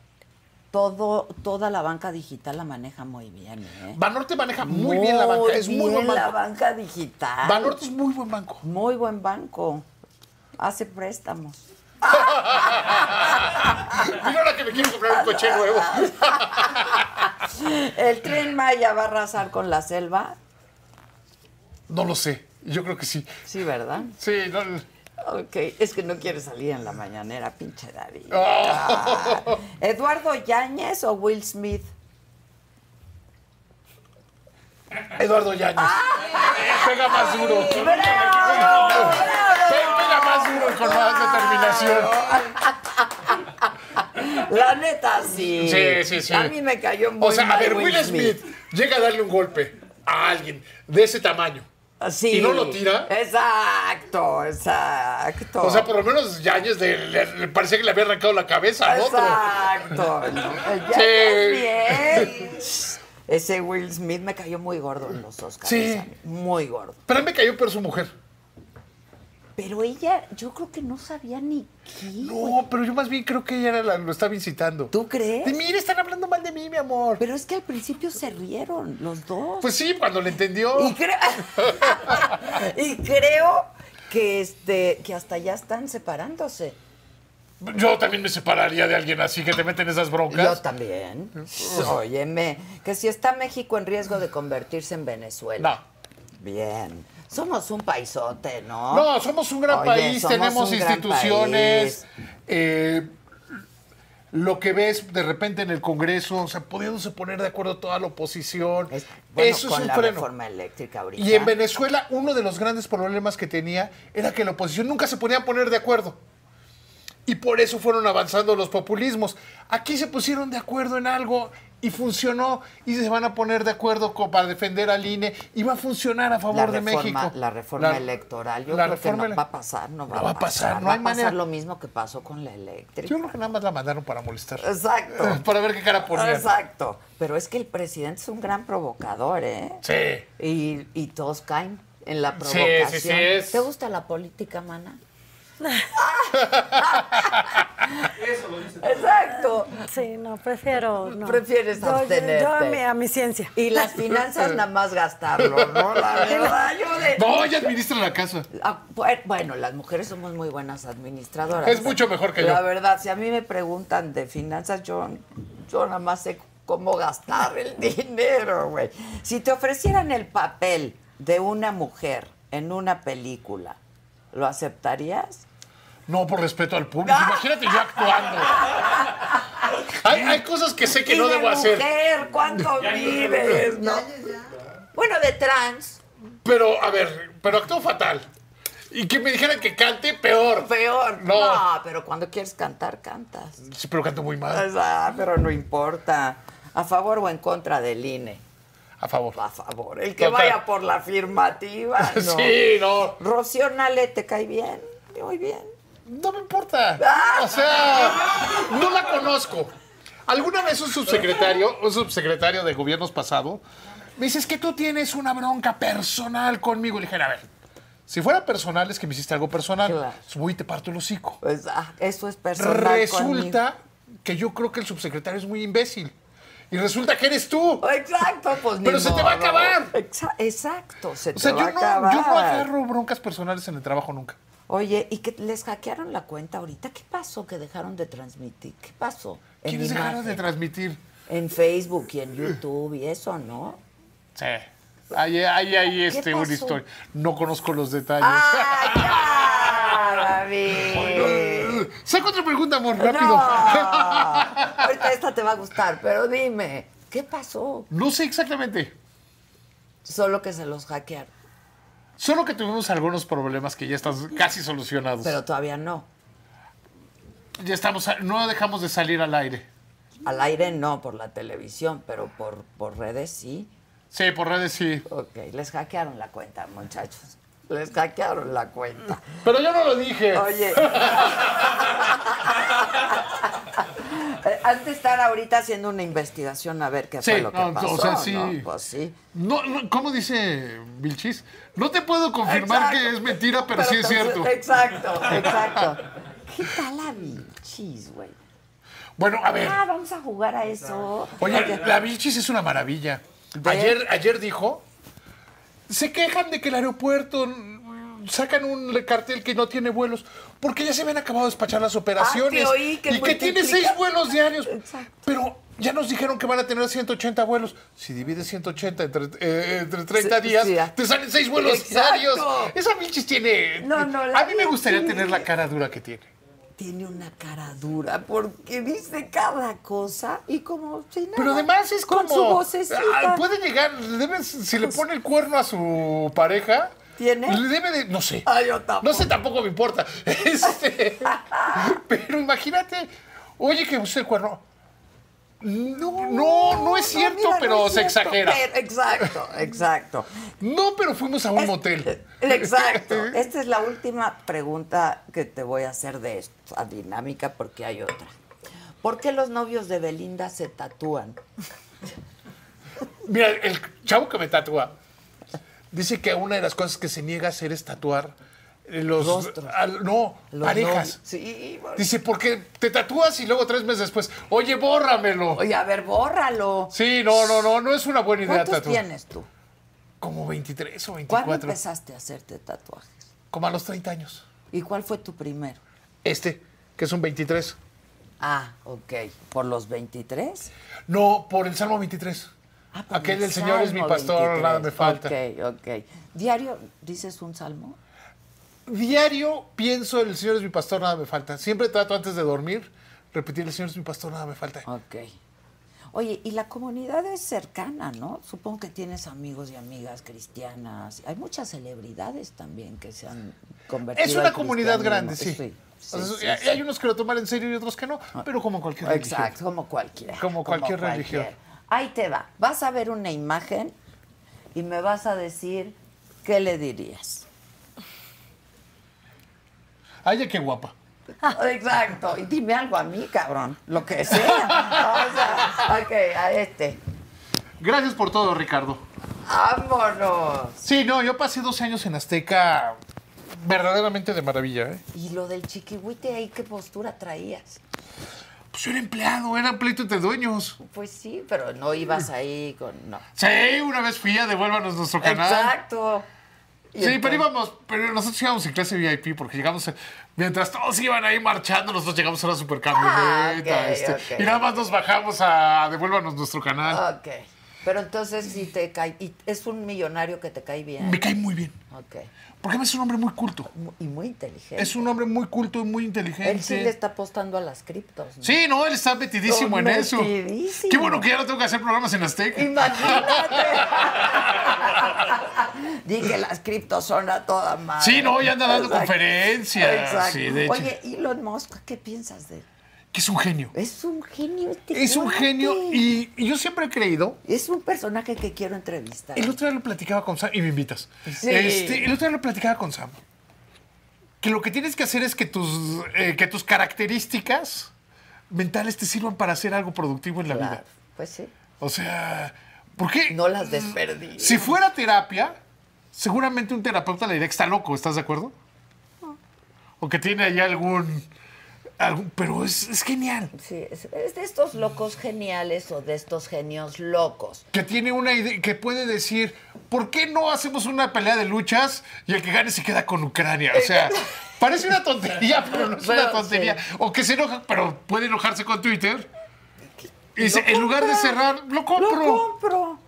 todo, toda la banca digital la maneja muy bien. ¿eh? Banorte maneja muy, bien la banca, es muy bien buen la banco. banca digital. Banorte es muy buen banco. Muy buen banco. Hace préstamos. Mira ahora que me quiero comprar un coche nuevo. ¿El tren Maya va a arrasar con la selva? No lo sé. Yo creo que sí. Sí, ¿verdad? Sí, no- Ok, es que no quiere salir en la mañanera, pinche David. Oh. Ah. ¿Eduardo Yáñez o Will Smith? Eduardo Yañez. Eh, Ah. Pega más duro. Pe- Pega más duro y con más determinación. La neta, sí. Sí, sí, sí. A mí me cayó muy O sea, a mal ver, Will Smith llega a darle un golpe a alguien de ese tamaño. Sí. ¿Y no lo tira? Exacto, exacto. O sea, por lo menos Yañez le, le- le parecía que le había arrancado la cabeza al otro. Exacto. [LAUGHS] Ya Sí. estás bien. [LAUGHS] Ese Will Smith me cayó muy gordo en los Oscars. Sí. a mí, Muy gordo. Pero a mí me cayó pero su mujer. Pero ella, yo creo que no sabía ni qué. No, pero yo más bien creo que ella era la- lo estaba incitando. ¿Tú crees? De, mira, están hablando mal de mí, mi amor. Pero es que al principio se rieron los dos. Pues oh. sí, cuando le entendió. Y [LAUGHS] creo, y creo que este que hasta ya están separándose. Yo también me separaría de alguien así que te meten esas broncas. Yo también. Óyeme, que si está México en riesgo de convertirse en Venezuela. No. Bien. Somos un paisote, ¿no? No, somos un gran Oye, país, somos tenemos un gran instituciones. eh, lo que ves de repente en el Congreso, o sea, pudiéndose poner de acuerdo toda la oposición. país. Es- bueno, eso con es un la freno. reforma eléctrica ahorita. Y en Venezuela, uno de los grandes problemas que tenía era que la oposición nunca se ponía a poner de acuerdo. Y por eso fueron avanzando los populismos. Aquí se pusieron de acuerdo en algo y funcionó. Y se van a poner de acuerdo co- para defender al INE. Y va a funcionar a favor la de reforma, México. La reforma La- electoral, yo la creo reforma que ele- no va a pasar, no va, No va a pasar, no va hay a pasar manera. lo mismo que pasó con la eléctrica. Yo creo que nada más la mandaron para molestar. Exacto. [LAUGHS] Para ver qué cara ponían. Exacto. Pero es que el presidente es un gran provocador, ¿eh? Sí. Y, y todos caen en la Sí, sí, sí, provocación. es. ¿Te gusta la política, mana? Eso lo dice. Exacto. Sí, [LAUGHS] no, prefiero. No. Prefieres Yo- yo- abstenerte. Yo, a, mi, a mi ciencia. Y las [LAUGHS] finanzas nada más gastarlo, ¿no? La verdad, yo de... No, ya administra la casa. Ah, bu- Bueno, las mujeres somos muy buenas administradoras. Es mucho mejor que yo. La verdad, si a mí me preguntan de finanzas, yo, yo nada más sé cómo gastar el [LAUGHS] dinero, güey. Si te ofrecieran el papel de una mujer en una película, ¿lo aceptarías? No, por respeto al público. Imagínate yo actuando. Hay, hay cosas que sé que Y no de debo hacer. mujer, ¿cuánto vives? no? Bueno, de trans, Pero, a ver, pero actúo fatal. Y que me dijeran que cante, peor. peor. No. no pero cuando quieres cantar, cantas. Sí, pero canto muy mal. Ah, pero no importa. ¿A favor o en contra del INE? A favor. A favor. El que Total. vaya por la afirmativa. ¿no? [LAUGHS] Sí, no. Rocío Nale, ¿te cae bien? Muy bien. No me importa. Ah. O sea, no la conozco. Alguna vez un subsecretario, un subsecretario de gobiernos pasado, me dice, es que tú tienes una bronca personal conmigo. Y le dije, a ver, si fuera personal es que me hiciste algo personal. Claro. Voy y te parto el hocico. Pues ah, eso es personal Resulta que yo creo que el subsecretario es muy imbécil. Y resulta que eres tú. conmigo. Exacto, pues ni Pero se te va a modo. acabar. Exa- Exacto, se O sea, te yo va no, a acabar. yo no agarro broncas personales en el trabajo nunca. Oye, ¿y que les hackearon la cuenta ahorita? ¿Qué pasó que dejaron de transmitir? ¿Qué pasó? En ¿Quiénes dejaron de imagen, transmitir? En Facebook y en YouTube y eso, [LAUGHS] ¿no? Sí. Ahí hay, hay, este, una pasó? historia. No conozco los detalles. ¡Ah, ya, David! Saca otra pregunta, amor, rápido. [LAUGHS] No. Ahorita esta te va a gustar, pero dime, ¿qué pasó? No sé exactamente. Solo que se los hackearon, Solo que tuvimos algunos problemas que ya están casi solucionados. pero todavía no. ya estamos, a- no dejamos de salir al aire. Al aire no, por la televisión, pero por, por redes sí. Sí, por redes sí. Ok, les hackearon la cuenta, muchachos. Les hackearon la cuenta. Pero yo no lo dije. Oye. [LAUGHS] Antes Eh, de estar ahorita haciendo una investigación a ver qué Sí, fue lo que no, o pasó. sea, sí. ¿no? Pues sí. No, no, ¿Cómo dice Vilchis? No te puedo confirmar Exacto. que es mentira, pero, sí es entonces- cierto. Exacto, [LAUGHS] exacto. ¿Qué tal la bichis, güey? Bueno, a ver. Ah, vamos a jugar a eso. Oye, la Vilchis es una maravilla. Ve. Ayer, ayer dijo, se quejan de que el aeropuerto mm, sacan un cartel que no tiene vuelos, porque ya se habían acabado de despachar las operaciones. Ah, te oí que y que tiene multiplica- seis vuelos diarios. Exacto. Pero ya nos dijeron que van a tener 180 vuelos. Si divides 180 entre, eh, entre 30 Sí, días, sí, ya. te salen seis vuelos Exacto. diarios. Esa Vilchis tiene... No, no, la a mí me gustaría Vilchis. tener la cara dura que tiene. Tiene una cara dura porque dice cada cosa y como si nada. Pero además es Con como. su vocecita. Pues Ah, Puede llegar, debe- si le pone el cuerno a su pareja. ¿Tiene? Le debe de. No sé. Ah, yo tampoco. No sé, tampoco me importa. [LAUGHS] Este, pero imagínate, oye, que usted el cuerno. No, no, no es cierto, mira, no pero es se cierto, exagera. pero- exacto, exacto. No, pero fuimos a [LAUGHS] un motel. [LAUGHS] [LAUGHS] Exacto. Esta es la última pregunta que te voy a hacer de esta dinámica porque hay otra. ¿Por qué los novios de Belinda se tatúan? Mira, el chavo que me tatúa dice que una de las cosas que se niega a hacer es tatuar eh, los. Rostros. al- no, Los parejas. novios- Sí, bueno. Dice, porque te tatúas y luego tres meses después, oye, bórramelo. Oye, a ver, bórralo. Sí, no, no, no, no es una buena idea ¿Cuántos tatuar. tienes tú? Como 23 o ¿Cuándo 24. empezaste a hacerte tatuajes? Como a los 30 años. ¿Y cuál fue tu primero? Este. que es un 23. Ah, ok. ¿Por los 23? No, por el Salmo 23. Ah, por Aquel el del Señor es mi Salmo pastor, nada me falta. 23. Ok, ok. ¿Diario dices un salmo? Diario pienso el Señor es mi pastor, nada me falta. Siempre trato antes de dormir repetir el Señor es mi pastor, nada me falta. Ok. Oye, y la comunidad es cercana, ¿no? Supongo que tienes amigos y amigas cristianas. Hay muchas celebridades también que se han convertido Es una al comunidad cristianismo. grande, sí. sí, O sea, sí, hay- sí. Ah. Hay unos que lo toman en serio y otros que no, pero como en cualquier religión. Exacto, como cualquiera. Como cualquier religión. Ahí te va. Vas a ver una imagen y me vas a decir qué le dirías. [LAUGHS] Ay, ya qué guapa. Exacto. Y dime algo a mí, cabrón. Lo que sea. [LAUGHS] O sea, ok, a este. Gracias por todo, Ricardo. ¡Vámonos! Sí, no, yo pasé 12 años en Azteca verdaderamente de maravilla, ¿eh? Y lo del chiquihuite ahí, ¿qué postura traías? Pues yo era empleado, era pleito entre dueños. Pues sí, pero no ibas ahí con. No. Sí, una vez fui a Devuélvanos nuestro canal. Exacto. Y Sí, pero entonces- íbamos, pero nosotros íbamos en clase VIP porque llegamos, a- mientras todos iban ahí marchando, nosotros llegamos a la Ah, supercamioneta. ok, este, ok. Y nada más nos bajamos a Devuélvanos nuestro canal. Ok. Pero entonces sí te cae. Y es un millonario que te cae bien. Me cae muy bien, Ok. porque además es un hombre muy culto. Mu- Y muy inteligente. Es un hombre muy culto y muy inteligente. Él sí le está apostando a las criptos. ¿no? Sí, no, él está metidísimo en eso. Metidísimo. Qué bueno que ya no tengo que hacer programas en [LAUGHS] Azteca. Imagínate. Dije, las criptos son a toda madre. Sí, no, ya anda dando Exacto. conferencias, Exacto. sí, de hecho. Oye, Elon Musk, ¿qué piensas de él? Que es un genio. Es un genio este Es un cuate. genio y, y yo siempre he creído. Es un personaje que quiero entrevistar. El otro día lo platicaba con Sam y me invitas. Sí. Este, el otro día lo platicaba con Sam. Que lo que tienes que hacer es que tus, eh, que tus características mentales te sirvan para hacer algo productivo en la Claro, vida. Pues sí. O sea, ¿por qué? No las desperdí. Si fuera terapia, seguramente un terapeuta le diría que está loco, ¿estás de acuerdo? O que tiene ahí algún. algún pero es, es genial. Sí, es, es de estos locos geniales o de estos genios locos. Que tiene una idea, que puede decir, ¿por qué no hacemos una pelea de luchas y el que gane se queda con Ucrania? O [LAUGHS] sea, parece una tontería, pero no es Pero una tontería. O que se enoja, pero puede enojarse con Twitter. Y dice, en lugar de cerrar, lo compro. Lo compro.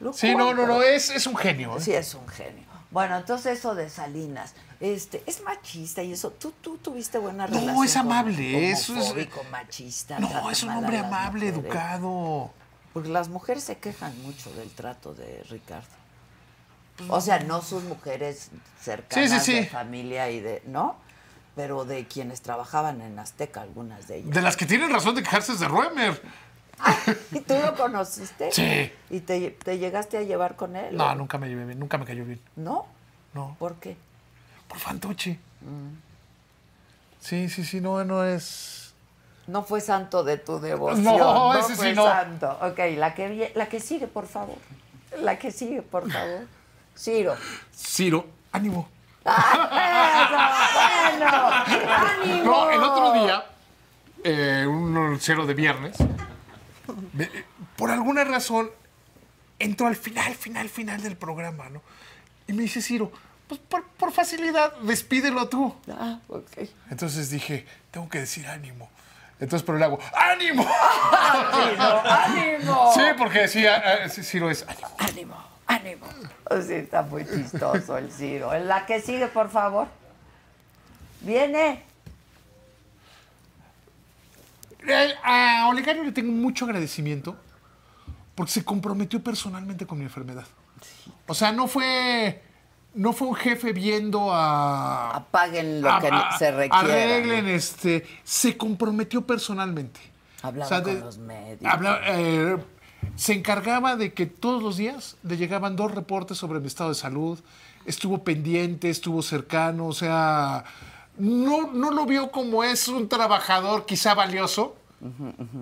Lo sí, no, no, compro. no, es, es un genio. ¿eh? Sí, es un genio. Bueno, entonces eso de Salinas, este, es machista y eso. ¿Tú, tú tuviste buena No, relación? es amable, eso es- es. machista. No, trata es un mal a hombre las amable, mujeres. educado. Porque las mujeres se quejan mucho del trato de Ricardo. O sea, no sus mujeres cercanas Pues Sí, sí, sí. de familia y de. ¿No? Pero de quienes trabajaban en Azteca, algunas de ellas. De las que tienen razón de quejarse es de Ruemer. ¿Y tú lo conociste? Sí. ¿Y te, te llegaste a llevar con él? No, nunca me llevé bien, nunca me cayó bien. ¿No? No, por, ¿Por qué? por fantoche. Sí, sí, sí, no, no es. No fue santo de tu devoción. No, No, ese sí fue no. santo. Ok, la que, vie- la que sigue, por favor. La que sigue, por favor. Ciro. Ciro, ánimo. ¡Ah, eso! ¡Bueno! ¡Ánimo! No, el otro día, eh, un cero de viernes, me- eh, por alguna razón, entró al final, final, final del programa, ¿no? Y me dice Ciro, pues por, por facilidad, despídelo tú. Ah, ok. Entonces dije, tengo que decir ánimo. Entonces, pero le hago, ¡ánimo! ¡Ciro, ánimo! Sí, porque decía, eh, sí, Ciro es ánimo. ¡Ánimo! ¡Ánimo! Sí, está muy chistoso el Ciro. La que sigue, por favor. Viene. Eh, A Olegario le tengo mucho agradecimiento porque se comprometió personalmente con mi enfermedad. O sea, no fue, no fue un jefe viendo a... Apaguen lo a- que a- se requiere. Ah, Arreglen, este... Se comprometió personalmente. Hablaba O sea, con de- los medios. habla- eh, se encargaba de que todos los días le llegaban dos reportes sobre mi estado de salud. Estuvo pendiente, estuvo cercano, o sea, no, no lo vio como es un trabajador quizá valioso.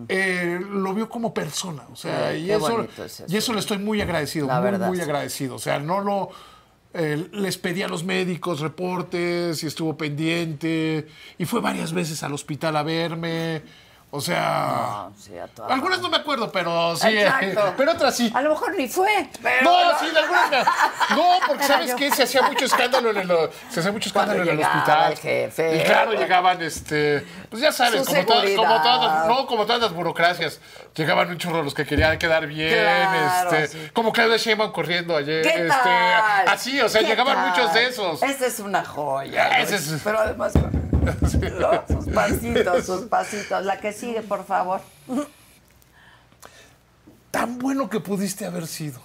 eh, lo vio como persona, o sea, Sí, y, qué eso, bonito es eso. y eso le estoy muy agradecido, La muy, verdad, muy sí. agradecido. O sea, no lo. eh, les pedí a los médicos reportes y estuvo pendiente. Y fue varias veces al hospital a verme. O sea. No, sí, a toda Algunas no me acuerdo, pero sí. Exacto. [LAUGHS] Pero otras sí. A lo mejor ni fue. Pero No, sí, de alguna manera. No, porque sabes que se hacía mucho escándalo en el, se hacía mucho escándalo en Cuando el llegaba hospital. el jefe. y claro, llegaban este, pues ya sabes, Su como todas, seguridad. como todas las- no, como todas las burocracias, llegaban un chorro los que querían quedar bien, Claro, este, sí. como Claudia Sheinbaum corriendo ayer, ¿Qué este, tal? así, o sea, ¿Qué llegaban tal? muchos de esos. Esa es una joya. Ese es- Pero además, [LAUGHS] ¿no? sus pasitos, sus pasitos. La que sigue, por favor. Tan bueno que pudiste haber sido.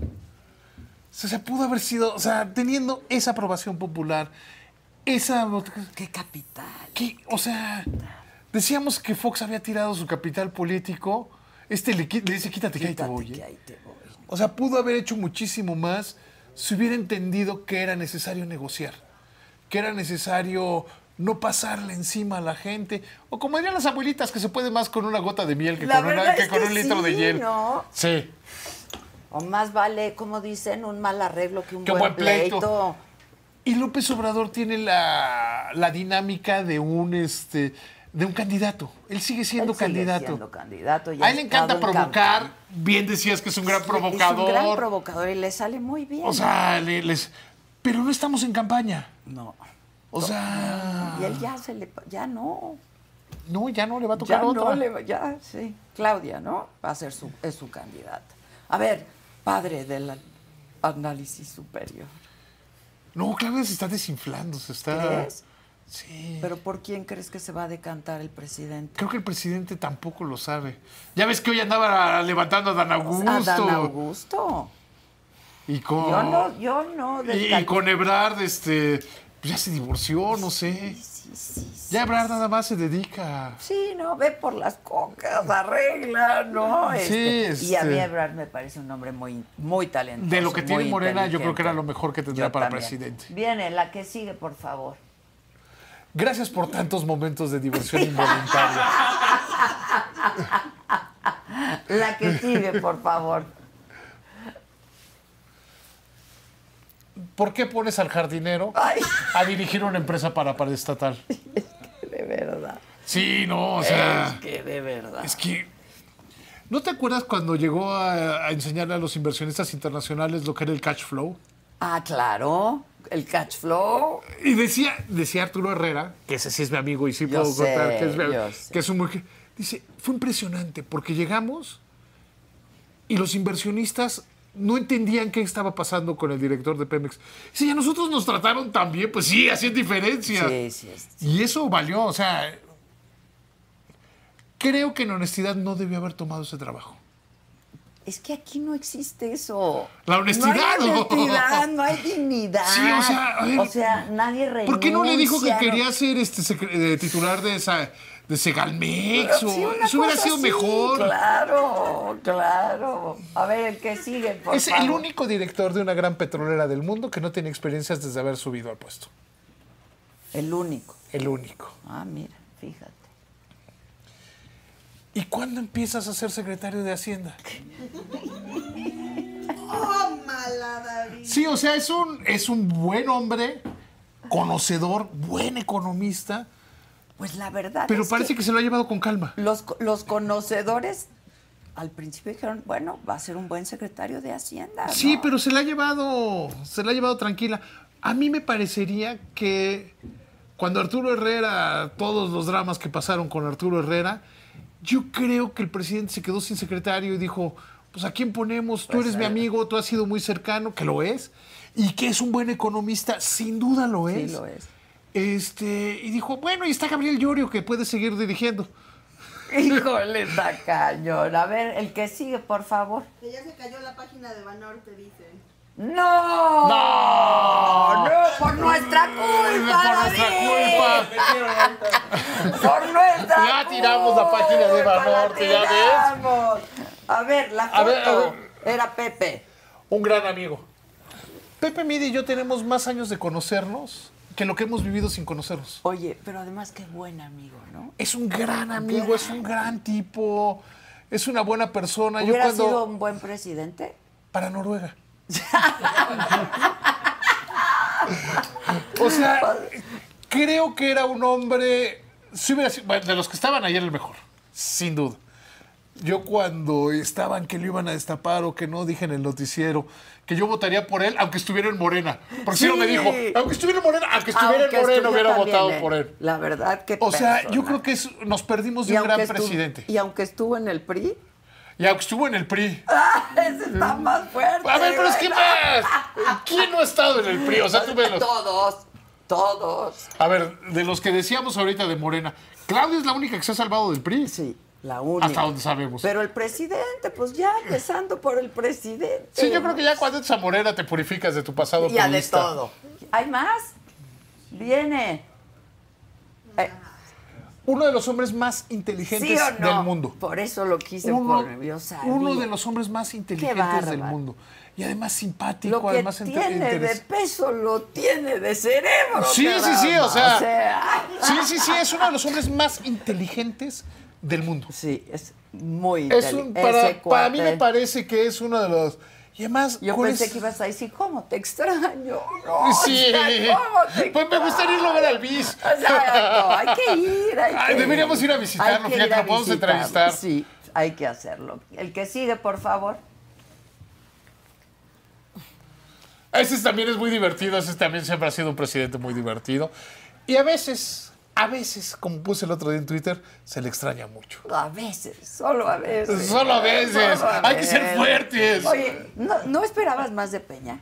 O sea, se pudo haber sido, o sea, teniendo esa aprobación popular, esa Qué capital. ¿Qué? O sea, decíamos que Fox había tirado su capital político. Este le, qui- le dice, quítate, que ahí te Fíjate voy. que ¿eh? ahí te voy. O sea, pudo haber hecho muchísimo más si hubiera entendido que era necesario negociar, que era necesario no pasarle encima a la gente, o como dirían las abuelitas, que se puede más con una gota de miel que La con, una- verdad que es con que un litro de sí, hiel. ¿no? Sí. O más vale, como dicen, un mal arreglo que un Qué buen, buen pleito. pleito. Y López Obrador tiene la, la dinámica de un, este, de un candidato. Él sigue siendo Él sigue candidato. siendo candidato y A ha él le encanta estado en provocar. campaña. Bien decías que es un gran Es un provocador. gran provocador y le sale muy bien. o sea, le- les... pero no estamos en campaña. no. O sea, Y él ya se le. Ya no. no, ya no le va a tocar Ya otra. no le va- Ya, sí. Claudia, ¿no? Va a ser su, es su candidata. A ver, padre del an- análisis superior. No, Claudia se está desinflando, se está. ¿Crees? Sí. ¿Pero por quién crees que se va a decantar el presidente? Creo que el presidente tampoco lo sabe. Ya ves que hoy andaba levantando a Dan Augusto. Adán Augusto. Y con. Yo no, yo no. y- y, descal- con Ebrard, este. pues ya se divorció, no sé. Sí, sí, sí. Ya Ebrard nada más se dedica. Sí, no, ve por las cocas, arregla, ¿no? Sí, este- Y a mí Ebrard me parece un hombre muy, muy talentoso. De lo que tiene muy Morena, yo creo que era inteligente. lo mejor que tendría Yo para también. presidente. Viene, la que sigue, por favor. Gracias por tantos momentos de diversión involuntaria. La que sigue, por favor. ¿Por qué pones al jardinero Ay, a dirigir una empresa [LAUGHS] para paraestatal? de verdad. Sí, no, o sea, Que de verdad. es que... ¿No te acuerdas cuando llegó a, a enseñarle a los inversionistas internacionales lo que era el cash flow? Ah, claro. El catch flow. Y decía, decía Arturo Herrera, que ese sí es mi amigo y sí Yo puedo sé, contar que es, mi- yo sé. que es un muy... Dice, fue impresionante porque llegamos y los inversionistas no entendían qué estaba pasando con el director de Pemex. Si a nosotros nos trataron tan bien, pues sí, hacía diferencia. Sí, sí. es- Y eso valió, o sea, creo que en honestidad no debió haber tomado ese trabajo. Es que aquí no existe eso. La honestidad, No hay ¿no? honestidad, no hay dignidad. Sí, o sea, a ver, o sea, nadie renuncia. ¿Por qué no le dijo que no- quería ser este secre- eh, titular de esa de Segalmex? O, Sí, una eso hubiera cosa sido así, mejor. Claro, claro. A ver, el que sigue, por Es favor. el único director de una gran petrolera del mundo que no tiene experiencias desde haber subido al puesto. El único. El único. Ah, mira, fíjate. ¿Y cuándo empiezas a ser secretario de Hacienda? Sí, o sea, es un, es un buen hombre, conocedor, buen economista, Pues la verdad pero es parece que se lo ha llevado con calma. Los, co- los conocedores al principio dijeron, bueno, va a ser un buen secretario de Hacienda. ¿no? Sí, pero se la ha llevado, se la ha llevado tranquila. A mí me parecería que cuando Arturo Herrera, todos los dramas que pasaron con Arturo Herrera, yo creo que el presidente se quedó sin secretario y dijo, pues ¿a quién ponemos? Tú eres mi amigo, tú has sido muy cercano, que lo es, y que es un buen economista, sin duda lo Sí es. lo es. Este, y dijo, bueno, y está Gabriel Llorio que puede seguir dirigiendo. [LAUGHS] Híjole, está cañón. A ver, el que sigue, por favor. Que ya se cayó la página de Banorte, dicen. ¡No! ¡No! ¡Por nuestra culpa, Por nuestra David! culpa. ¡Por nuestra Ya tiramos la página de culpa, Banorte, la ¿ya ves? tiramos. A ver, la foto A ver, a ver. era Pepe. un gran amigo. Pepe Midi y yo tenemos más años de conocernos que lo que hemos vivido sin conocernos. Oye, pero además qué buen amigo, ¿no? Es un gran amigo, es un gran tipo, es una buena persona. Yo ¿Hubiera cuando sido un buen presidente? para Noruega. o sea, creo que era un hombre sí hubiera sido- bueno, de los que estaban ayer el mejor, sin duda. Yo cuando estaban que lo iban a destapar o que no, dije en el noticiero que yo votaría por él aunque estuviera en Morena. Porque si no me Sí. dijo, aunque estuviera en Morena, aunque estuviera Aunque en Morena estuviera hubiera también votado por él. La verdad que. O sea, yo creo que es- nos perdimos de un gran presidente. Y aunque estuvo en el PRI, Y aunque estuvo en el PRI. [LAUGHS] ese está más fuerte. Mm. A ver, pero es que güey, más. ¿Quién no ha estado en el PRI? O sea, tú no. velos. Todos, todos. A ver, de los que decíamos ahorita de Morena, Claudia es la única que se ha salvado del PRI. Sí, la única. Hasta donde sabemos. Pero el presidente, pues ya empezando por el presidente. Sí, yo creo que ya cuando entras a Morena te purificas de tu pasado Ya de priista. todo. ¿Hay más? Viene. Eh, Uno de los hombres más inteligentes ¿Sí o no? del mundo. Por eso lo quise Uno, poner. Yo sabía. uno de los hombres más inteligentes bárbaro. del mundo. Y además simpático, Lo que además inte- tiene de interes- peso lo tiene de cerebro. Sí, sí, sí, caramba. o sea. sea, Sí, sí, sí, es uno de los hombres más inteligentes del mundo. Sí, es muy Es un, inteli- para, ese para mí cuate. me parece que es uno de los... Y además... Yo con pensé es- que ibas a decir, ¿cómo te [LAUGHS] extraño? No, Sí. [LAUGHS] o sea, ¿cómo te Pues me gustaría irlo a ver al bis. [LAUGHS] O sea, no, hay que ir, hay que Ay, deberíamos ir a visitarlo, Hay que fíjate, ir a lo podemos visitarlo. entrevistar. Sí, hay que hacerlo. El que sigue, por favor. Ese también es muy divertido, ese también siempre ha sido un presidente muy divertido. Y a veces, a veces, como puse el otro día en Twitter, se le extraña mucho. A veces, solo a veces. Solo a veces, Solo a hay que ser veces. fuertes. Oye, ¿no, no esperabas más de Peña?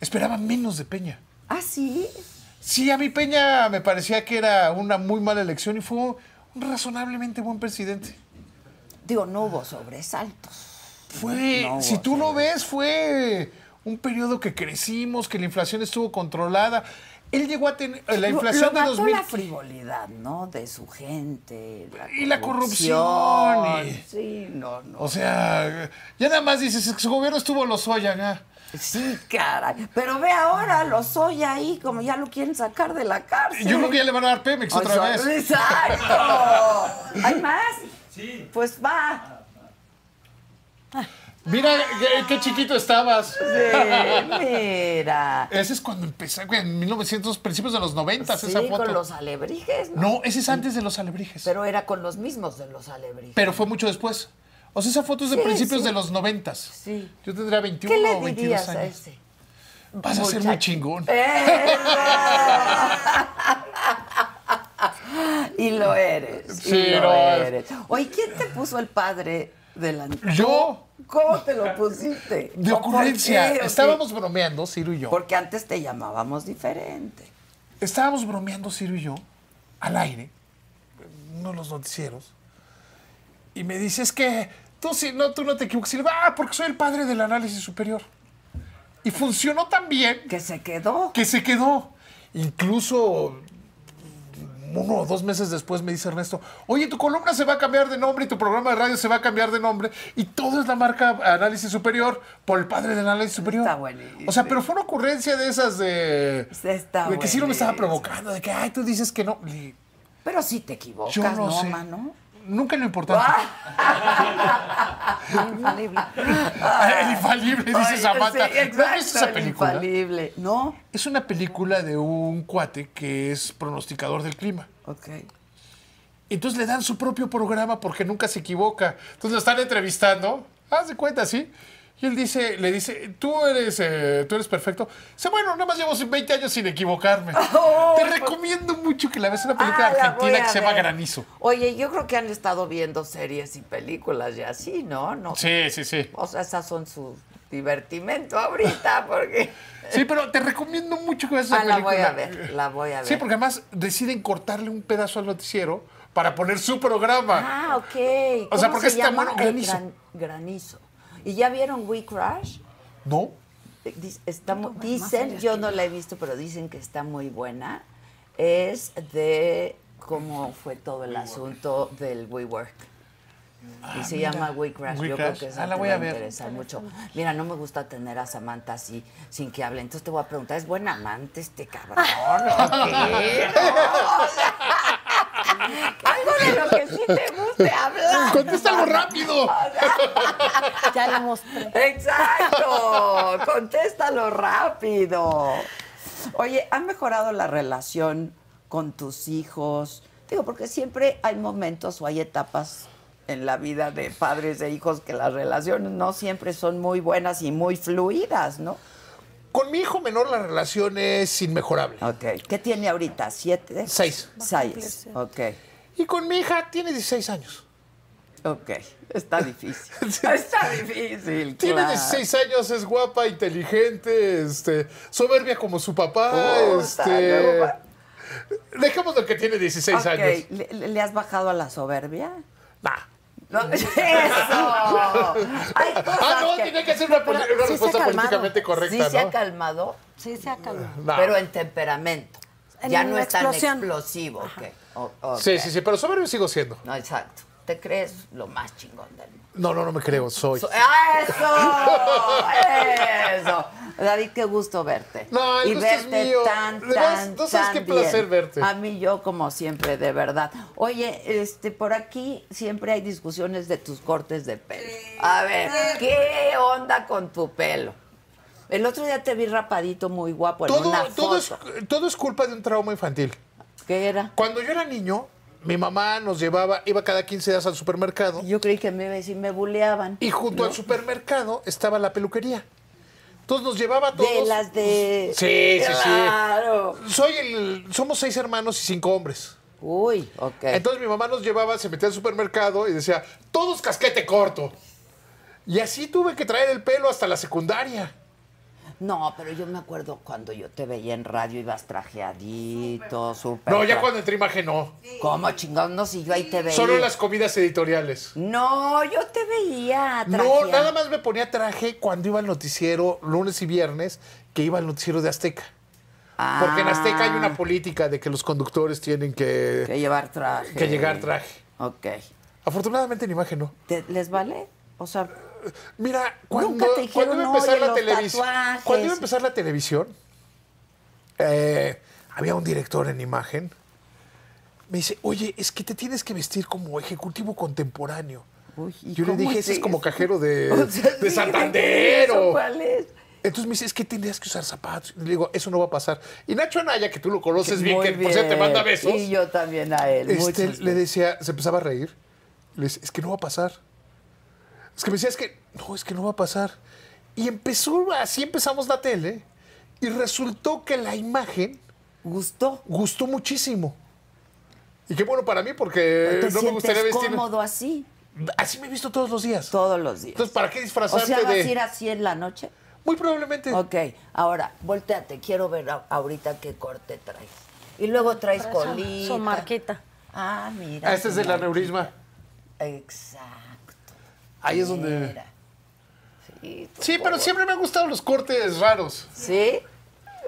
Esperaba menos de Peña. Ah, sí. Sí, a mí Peña me parecía que era una muy mala elección y fue un razonablemente buen presidente. Digo, no hubo sobresaltos. Fue, No, si o tú lo ves, fue un periodo que crecimos, que la inflación estuvo controlada. Él llegó a tener la Lo- inflación lo de mató 2000. la frivolidad, ¿no? De su gente. Y la corrupción, y- Sí, no, no. O sea, ya nada más dices, su gobierno estuvo los Oyan, Sí, caray. Pero ve ahora, lo soy ahí, como ya lo quieren sacar de la cárcel. Yo creo que ya le van a dar Pemex O otra sea, vez. [LAUGHS] ¡Exacto! ¿Hay más? Sí. Pues va. Mira qué, qué chiquito estabas. Sí, Eh, mira. Ese es cuando empezó, güey, en 1900, principios de los 90, Sí, esa foto. con los alebrijes, ¿no? No, ese es antes de los alebrijes. Pero, Pero era con los mismos de los alebrijes. fue mucho después. O sea, esa foto es de Sí, principios sí. de los 90. Sí. Yo tendría 21 ¿Qué o le 22 dirías años. a ese? Vas a ser muy muchacho? Eh, chingón. ¡Eso! [LAUGHS] y lo eres. y Sí, lo no, es- eres. Oye, ¿quién te puso el padre delante? Yo. ¿Cómo te lo pusiste? De ¿O por ocurrencia. qué? ¿O qué? Estábamos bromeando, Ciro y yo. Porque antes te llamábamos diferente. Estábamos bromeando Ciro y yo al aire, en uno de los noticieros, y me dice, es que tú, sí, no, tú no te equivocas. Y le digo, ah, porque soy el padre del análisis superior. Y funcionó tan bien Que se quedó. que se quedó. Incluso uno o dos meses después me dice Ernesto, oye, tu columna se va a cambiar de nombre y tu programa de radio se va a cambiar de nombre y todo es la marca Análisis Superior por el padre del Análisis Superior. Está buenísimo. O sea, pero fue una ocurrencia de esas de... Está de que sí no me estaba buenísimo. provocando, de que, ay, tú dices que no. Le dije, Pero sí te equivocas, Yo no, ¿no, sé. [LAUGHS] mano? [LAUGHS] Nunca en lo importante. Infalible. [LAUGHS] el infalible, dice Ah. Ay, Zapata. sí, ¿No has exacto, visto esa el película? Infalible. No. Es una película de un cuate que es pronosticador del clima. Ok. Entonces le dan su propio programa porque nunca se equivoca. Entonces lo están entrevistando. Haz de cuenta, ¿sí? Y él dice, le dice, tú eres, eh, tú eres perfecto. Dice, bueno, nada más llevo 20 años sin [LAUGHS] equivocarme. Te recomiendo mucho que la veas Es una película Oh, pues. Ah, la voy argentina a que se llama ver. Granizo. Oye, yo creo que han estado viendo series y películas y así, ¿no? no Sí, sí, sí. O sea, esas son su divertimento [LAUGHS] ahorita, porque. Sí, pero te recomiendo mucho que veas esa Ah, la película. eh, voy a ver, la voy a ver. Sí, porque además deciden cortarle un pedazo al noticiero para poner su programa. Ah, ok. O sea, ¿Cómo porque se es tan llama? bueno, El Granizo. gran- granizo. ¿Y ya vieron We Crash? ¿No? Dic- eh, está mu- dicen, yo no la he visto, pero dicen que está muy buena. Es de cómo fue todo el asunto del WeWork. Y se llama We Crash. We Yo Crash. creo que Ah, esa la te voy va a ver. interesar mucho. Mira, no me gusta tener a Samantha así, sin que hable. Entonces te voy a preguntar, ¿es buen amante este [LAUGHS] cabrón? ¿O qué? No, o sea, Algo de lo que sí te guste hablar. [LAUGHS] ¡Contesta algo rápido! Ya le mostré. Exacto, contéstalo rápido. Oye, ¿ha mejorado la relación con tus hijos? Digo, porque siempre hay momentos o hay etapas en la vida de padres e hijos que las relaciones no siempre son muy buenas y muy fluidas, ¿no? Con mi hijo menor la relación es inmejorable. Ok. ¿Qué tiene ahorita? ¿Siete? Seis. Seis. Ok. Y con mi hija tiene 16 años. Ok. Está [LAUGHS] difícil. Está difícil. Tiene claro. 16 años, es guapa, inteligente, este, soberbia como su papá. Puta, luego este, va- dejamos lo que tiene 16 Ok, años. ¿Le- le- ¿Le has bajado a la soberbia? Nah. No, [LAUGHS] ¡Eso! Hay cosas [LAUGHS] Ah, no, que- tiene que ser una, poli- Pero una sí se ha respuesta calmado. políticamente Sí correcta, se ha ¿no? calmado, Sí, se ha calmado. Nah. pero en temperamento. En ya no es tan explosión. explosivo. que- o- ok. Sí, sí, sí, pero soberbio sigo siendo. No, exacto. Te crees lo más chingón del mundo. No, no, no me creo, soy. So- ¡Eso! ¡Eso! David, qué gusto verte. No, el y gusto es verte mío. tan, De tan, veras, no sabes tan qué bien. placer verte. A mí yo, como siempre, de verdad. Oye, este, por aquí siempre hay discusiones de tus cortes de pelo. A ver, ¿qué onda con tu pelo? El otro día te vi rapadito muy guapo en Todo, una todo, foto. es, todo es culpa de un trauma infantil. ¿Qué era? Cuando yo era niño, mi mamá nos llevaba, iba cada 15 días al supermercado Yo creí que me iba a decir, me buleaban. y junto al supermercado estaba la peluquería. Entonces nos llevaba a todos. De las de... Sí, sí, sí. Claro. Soy el, somos seis hermanos y cinco hombres. Uy, ok. Entonces mi mamá nos llevaba, se metía al supermercado y decía, todos casquete corto. Y así tuve que traer el pelo hasta la secundaria. No, pero yo me acuerdo cuando yo te veía en radio, ibas trajeadito, súper. No, ya tra- cuando entré imagen no. ¿Cómo chingados? No, si yo ahí te veía. Solo en las comidas editoriales. No, yo te veía trajeado. No, nada más me ponía traje cuando iba al noticiero lunes y viernes, que iba al noticiero de Azteca. Ah, Porque en Azteca hay una política de que los conductores tienen Que que, llevar traje. que llegar traje. Ok. Afortunadamente en imagen no. ¿Te- ¿Les vale? O sea, Mira, cuando, Nunca te dijeron, cuando iba a empezar "Oye, la los televisión, tatuajes". cuando iba a empezar la televisión, eh, había un director en imagen. Me dice, oye, es que te tienes que vestir como ejecutivo contemporáneo. Uy, ¿y Yo le cómo dije, es ese es como eso? cajero de, [LAUGHS] o sea, de sí, Santander. ¿eso o- ¿Cuál es? Entonces me dice, es que tendrías que usar zapatos. Y le digo, eso no va a pasar. Y Nacho Anaya, que tú lo conoces Pues bien, Muy que por cierto te manda besos, Y yo también a él. este, muchos le besos. decía, se empezaba a reír. Le decía, es que no va a pasar. Es que me decía, es que no, es que no va a pasar. Y empezó, así empezamos la tele. Y resultó que la imagen ¿Gustó? gustó muchísimo. Y qué bueno para mí, porque ¿Te Eh, no me gustaría sientes vestir. cómodo así Así me he visto todos los días. todos los días? Entonces, ¿para qué O disfrazarte sea, ¿vas a de.? ir así en la [LAUGHS] noche? Muy probablemente. Ok, ahora, volteate, quiero ver a- ahorita qué corte traes. Y luego traes colita. Su marquita. Ah, mira. Ah, este es su el marquita. aneurisma. Exacto. Ahí es donde. Mira. Sí, tú, Sí, pero pobre. siempre me han gustado los cortes raros. ¿Sí?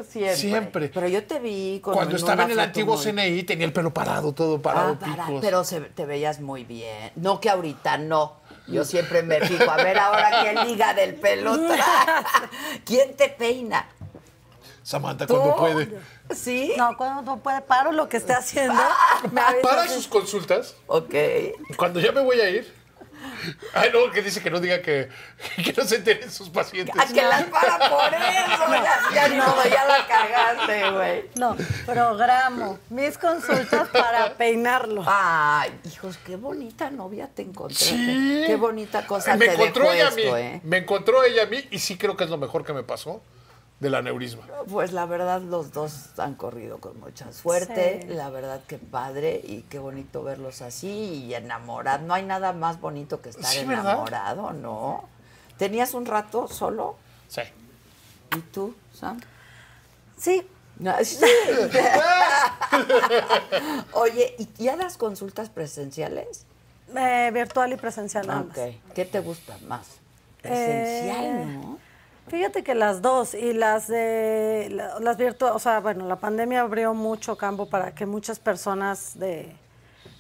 Siempre. Siempre. Pero yo te vi con Cuando una estaba en el foto antiguo muy- CNI tenía el pelo parado, todo Ah, parado, para- picos. pero se- te veías muy bien. No que ahorita no. Yo siempre me fijo. A ver ahora quién liga del pelo trae. ¿Quién te peina? Samantha, ¿Tú? cuando puede. ¿Sí? No, cuando no puede, paro lo que [LAUGHS] esté haciendo. Me avisa. Ah, Para sus consultas, Ok. cuando ya me voy a ir. Ay, no, que dice que no diga que, que no se enteren sus pacientes. A que las para por eso. Ya, ya no, ya la cagaste, güey. No, programo mis consultas [LAUGHS] para peinarlo. Ay, hijos, qué bonita novia te encontré. Sí. Qué bonita cosa me te encontró dejó ella esto, a mí. ¿eh? Me encontró ella a mí y sí creo que es lo mejor que me pasó del aneurisma. Pues la verdad, los dos han corrido con mucha suerte. Sí. La verdad, qué padre y qué bonito verlos así y enamorados. No hay nada más bonito que estar Sí, ¿verdad? enamorado, ¿no? ¿Tenías un rato solo? Sí. ¿Y tú, Sam? Sí, No, [LAUGHS] sí. Oye, ¿y ya das consultas presenciales? eh, virtual y presencial nada más. Ok. ¿Qué te gusta más? Presencial, Eh, ¿no? Fíjate que las dos y las de la- las virtuales, o sea, bueno, la pandemia abrió mucho campo para que muchas personas de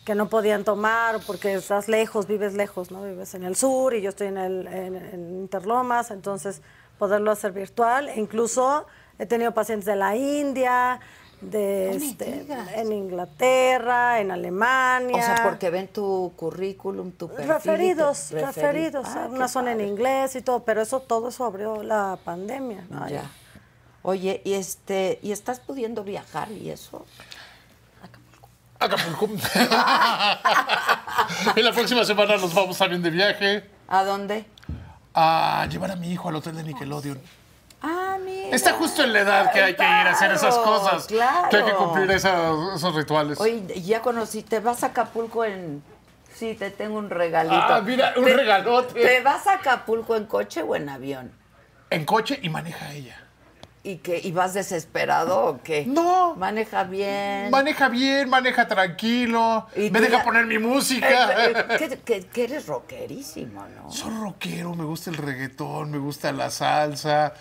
que no podían tomar porque estás lejos, vives lejos, ¿no? Vives en el sur y yo estoy en el en, en Interlomas, entonces poderlo hacer virtual, E incluso he tenido pacientes de la India, de este, en Inglaterra, en Alemania. O sea, porque ven tu currículum, tu perfil. y te- Referidos, referi- referidos, Ah, qué unas son en padre. inglés y todo, pero eso todo eso abrió la pandemia. ¿no? Ya. Oye, y este, ¿y estás pudiendo viajar y eso? Acapulco. [LAUGHS] en la próxima semana nos vamos también de viaje ¿A dónde? a llevar a mi hijo al hotel de Nickelodeon. Ah, mira. Está justo en la edad que hay que ir a hacer esas Claro, cosas. Que hay que claro. cumplir esas- esos rituales. Oye, ya conocí, te vas a Acapulco en... Sí, te tengo un regalito. Ah, mira, un Te- ¿Te regalote. vas a Acapulco en coche o en avión? En coche y maneja ella. ¿Y, que, y vas desesperado o qué? No. Maneja bien. Maneja bien, maneja tranquilo. Y Me tú deja ya- poner mi Eh, [LAUGHS] música. eh, que, que- que eres rockerísimo, ¿no? Soy rockero, me gusta el reggaetón, me gusta la salsa.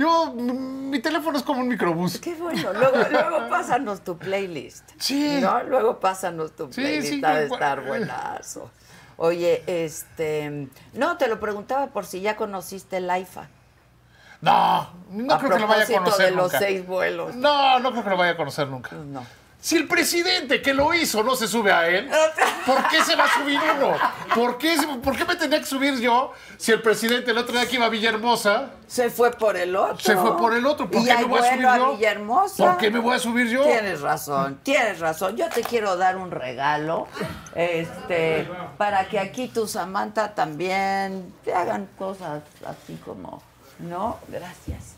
Yo, mm, mi teléfono es como un microbús. Qué bueno. Luego, luego pásanos tu playlist. Sí. ¿No? Luego pásanos tu Sí, playlist. sí, ha de cu- estar buenazo. Oye, este. No, te lo preguntaba por si ya conociste el AIFA. No, no a creo que lo vaya a propósito conocer de los nunca. seis Mm. vuelos. No, no creo que lo vaya a conocer nunca. No. Si el presidente que lo hizo no se sube a él, ¿por qué se va a subir uno? ¿Por qué, se- por qué me tenía que subir yo si el presidente el otro día que iba a Villahermosa Se fue por el otro. se fue por el otro? ¿Por y qué hay me voy a subir vuelo yo? Villahermosa. ¿Por qué me voy a subir yo? Tienes razón, tienes razón. Yo te quiero dar un regalo, este, para que aquí tu Samantha también te hagan cosas así como, ¿no? Gracias.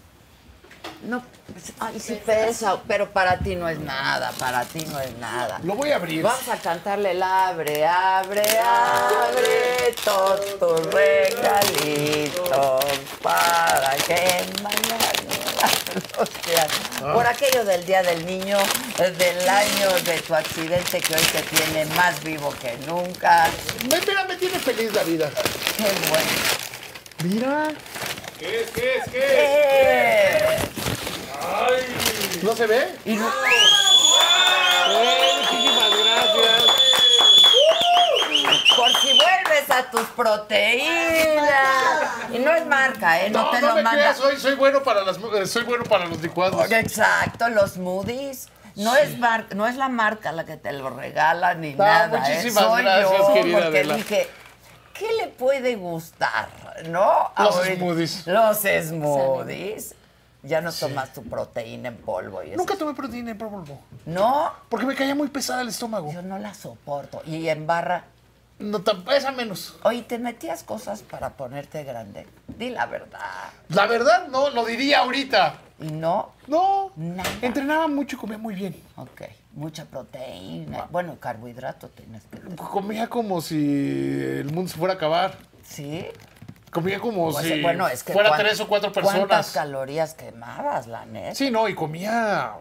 No, pues, ay, sí pesa, pero para ti no es nada, para ti no es nada. Lo voy a abrir. Vamos a cantarle el abre, abre, abre todos tus regalitos para que mañana los Ah. sean. Por aquello del Día del Niño, del año de tu accidente que hoy te tiene más vivo que nunca. Me- Mira, me tiene feliz la vida. ¡Qué bueno! Mira. ¿Qué es? ¿Qué es? ¿Qué es? ¡Eh! ¿No se ve? Y no- Eh, muchísimas gracias. por si vuelves a tus proteínas. Y no es marca, ¿eh? No, No, te no lo me manda. creas, soy, soy bueno para las mu- eh, soy bueno para los licuados. Pues Exacto, los Moody's. No, es mar- no es la marca la que te lo regala ni No, nada. ¿eh? muchísimas Soy gracias, yo, querida Porque Adela. dije, ¿qué le puede gustar? ¿No? Los Ahorita- smoothies. Los smoothies. Ya no tomas tu proteína en polvo. Y eso. Nunca tomé proteína en polvo. No, Porque me caía muy pesada el estómago. yo no la soporto. Y en barra. No, tan pesa menos. Oye, ¿te metías cosas para ponerte grande? Di la verdad. La verdad, no, lo diría ahorita. Y no, No. Nada. Entrenaba mucho y comía muy bien. ok. Mucha Ah. proteína. Bueno, carbohidrato tienes que. Comía como si el mundo se fuera a acabar. Sí. Comía como Pues, si bueno, es que fuera cuán- tres o cuatro ¿Cuántas personas. calorías quemabas, la neta? Sí, no, y comía.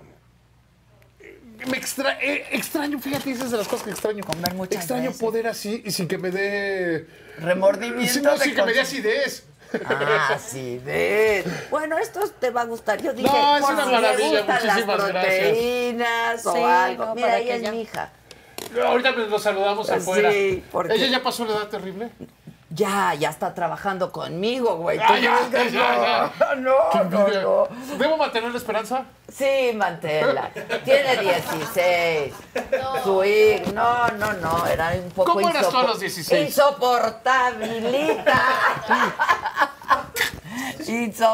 Me extra- eh, extraño, fíjate, esas de las cosas que extraño. Comer muchas Extraño veces. poder así y sin que me dé. Remordimiento Sí, no, de sin que me dé cosas. acidez. Ah, sí, ves. Bueno, esto te va a gustar. Yo dije, No, es por una si maravilla, le gustan las muchísimas gracias. proteínas o Sí, algo. no, Mira, para ahí que es ya- mi hija. [LAUGHS] Ahorita nos nos saludamos Pues Sí, afuera. porque- Ella ya pasó una edad terrible. Ya, ya está trabajando conmigo, güey. ¿Tú Ah, ya, crees que ya, ya. no? Qué No, envidia. no, no. ¿Debo mantener la esperanza? Sí, Mantela. Tiene 16. Su hijo. No, no, no. Era un poco ¿Cómo eras tú a insopo- los 16? [LAUGHS] Insoportabilita.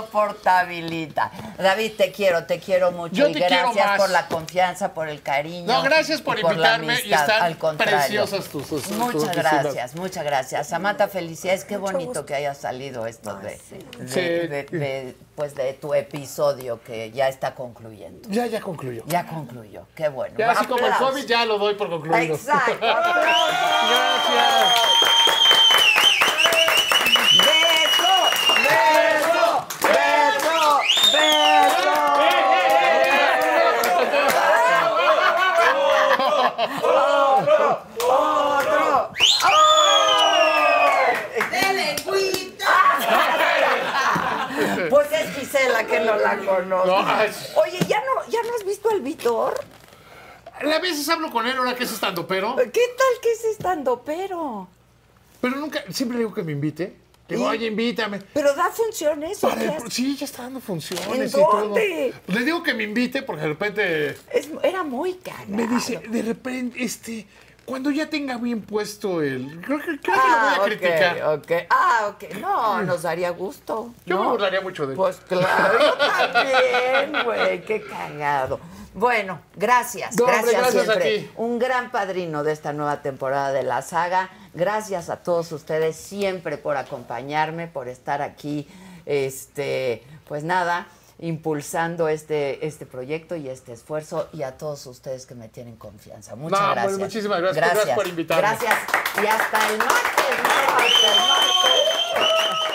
Insoportabilita. David, te quiero, te quiero mucho. Yo y te quiero gracias más. por la confianza, por el cariño. No, gracias por y la invitarme y amistad. están Al contrario. preciosas tus- tus- tus Muchas oficinas. gracias, muchas gracias. Samantha, felicidades. Qué bonito que haya salido esto de, de- Sí. de- de- pues de tu episodio que ya está concluyendo. Ya, ya concluyó. Ya concluyó, qué bueno. Ya, así como el Aplausos. COVID, ya lo doy por concluido. Exacto. [LAUGHS] Gracias. Beso, beso, beso, beso. Otro, otro. ¡Dele, cuita! Pues es Gisela que no la No, conoce. ay. Oye, ¿ya no, ¿ya no has visto al Vitor? A veces hablo con él ahora que es estando, pero, ¿Qué tal que es estando pero? pero nunca, siempre le digo que me invite. Le digo, ¿Y? oye, invítame. Pero da funciones. ¿o Para qué el hace? pro- sí, ya está dando funciones ¿En y todo. dónde? Le digo que me invite porque de repente Es- era muy caro. me dice, de repente, este, cuando ya tenga bien puesto el. Creo que, creo que Ah, lo voy a ok, criticar. ok. Ah, ok. No, nos daría gusto. Yo me ¿no? burlaría mucho de él. Pues claro, yo también, güey. Qué cagado. Bueno, gracias, No, hombre, gracias, gracias a siempre. ti. Un gran padrino de esta nueva temporada de la saga. Gracias a todos ustedes siempre por acompañarme, por estar aquí, este, pues nada, impulsando este, este proyecto y este esfuerzo y a todos ustedes que me tienen confianza. Muchas No, pues, gracias. muchísimas gracias. Gracias por invitarme. Gracias y hasta el martes, ¿no? Hasta el martes.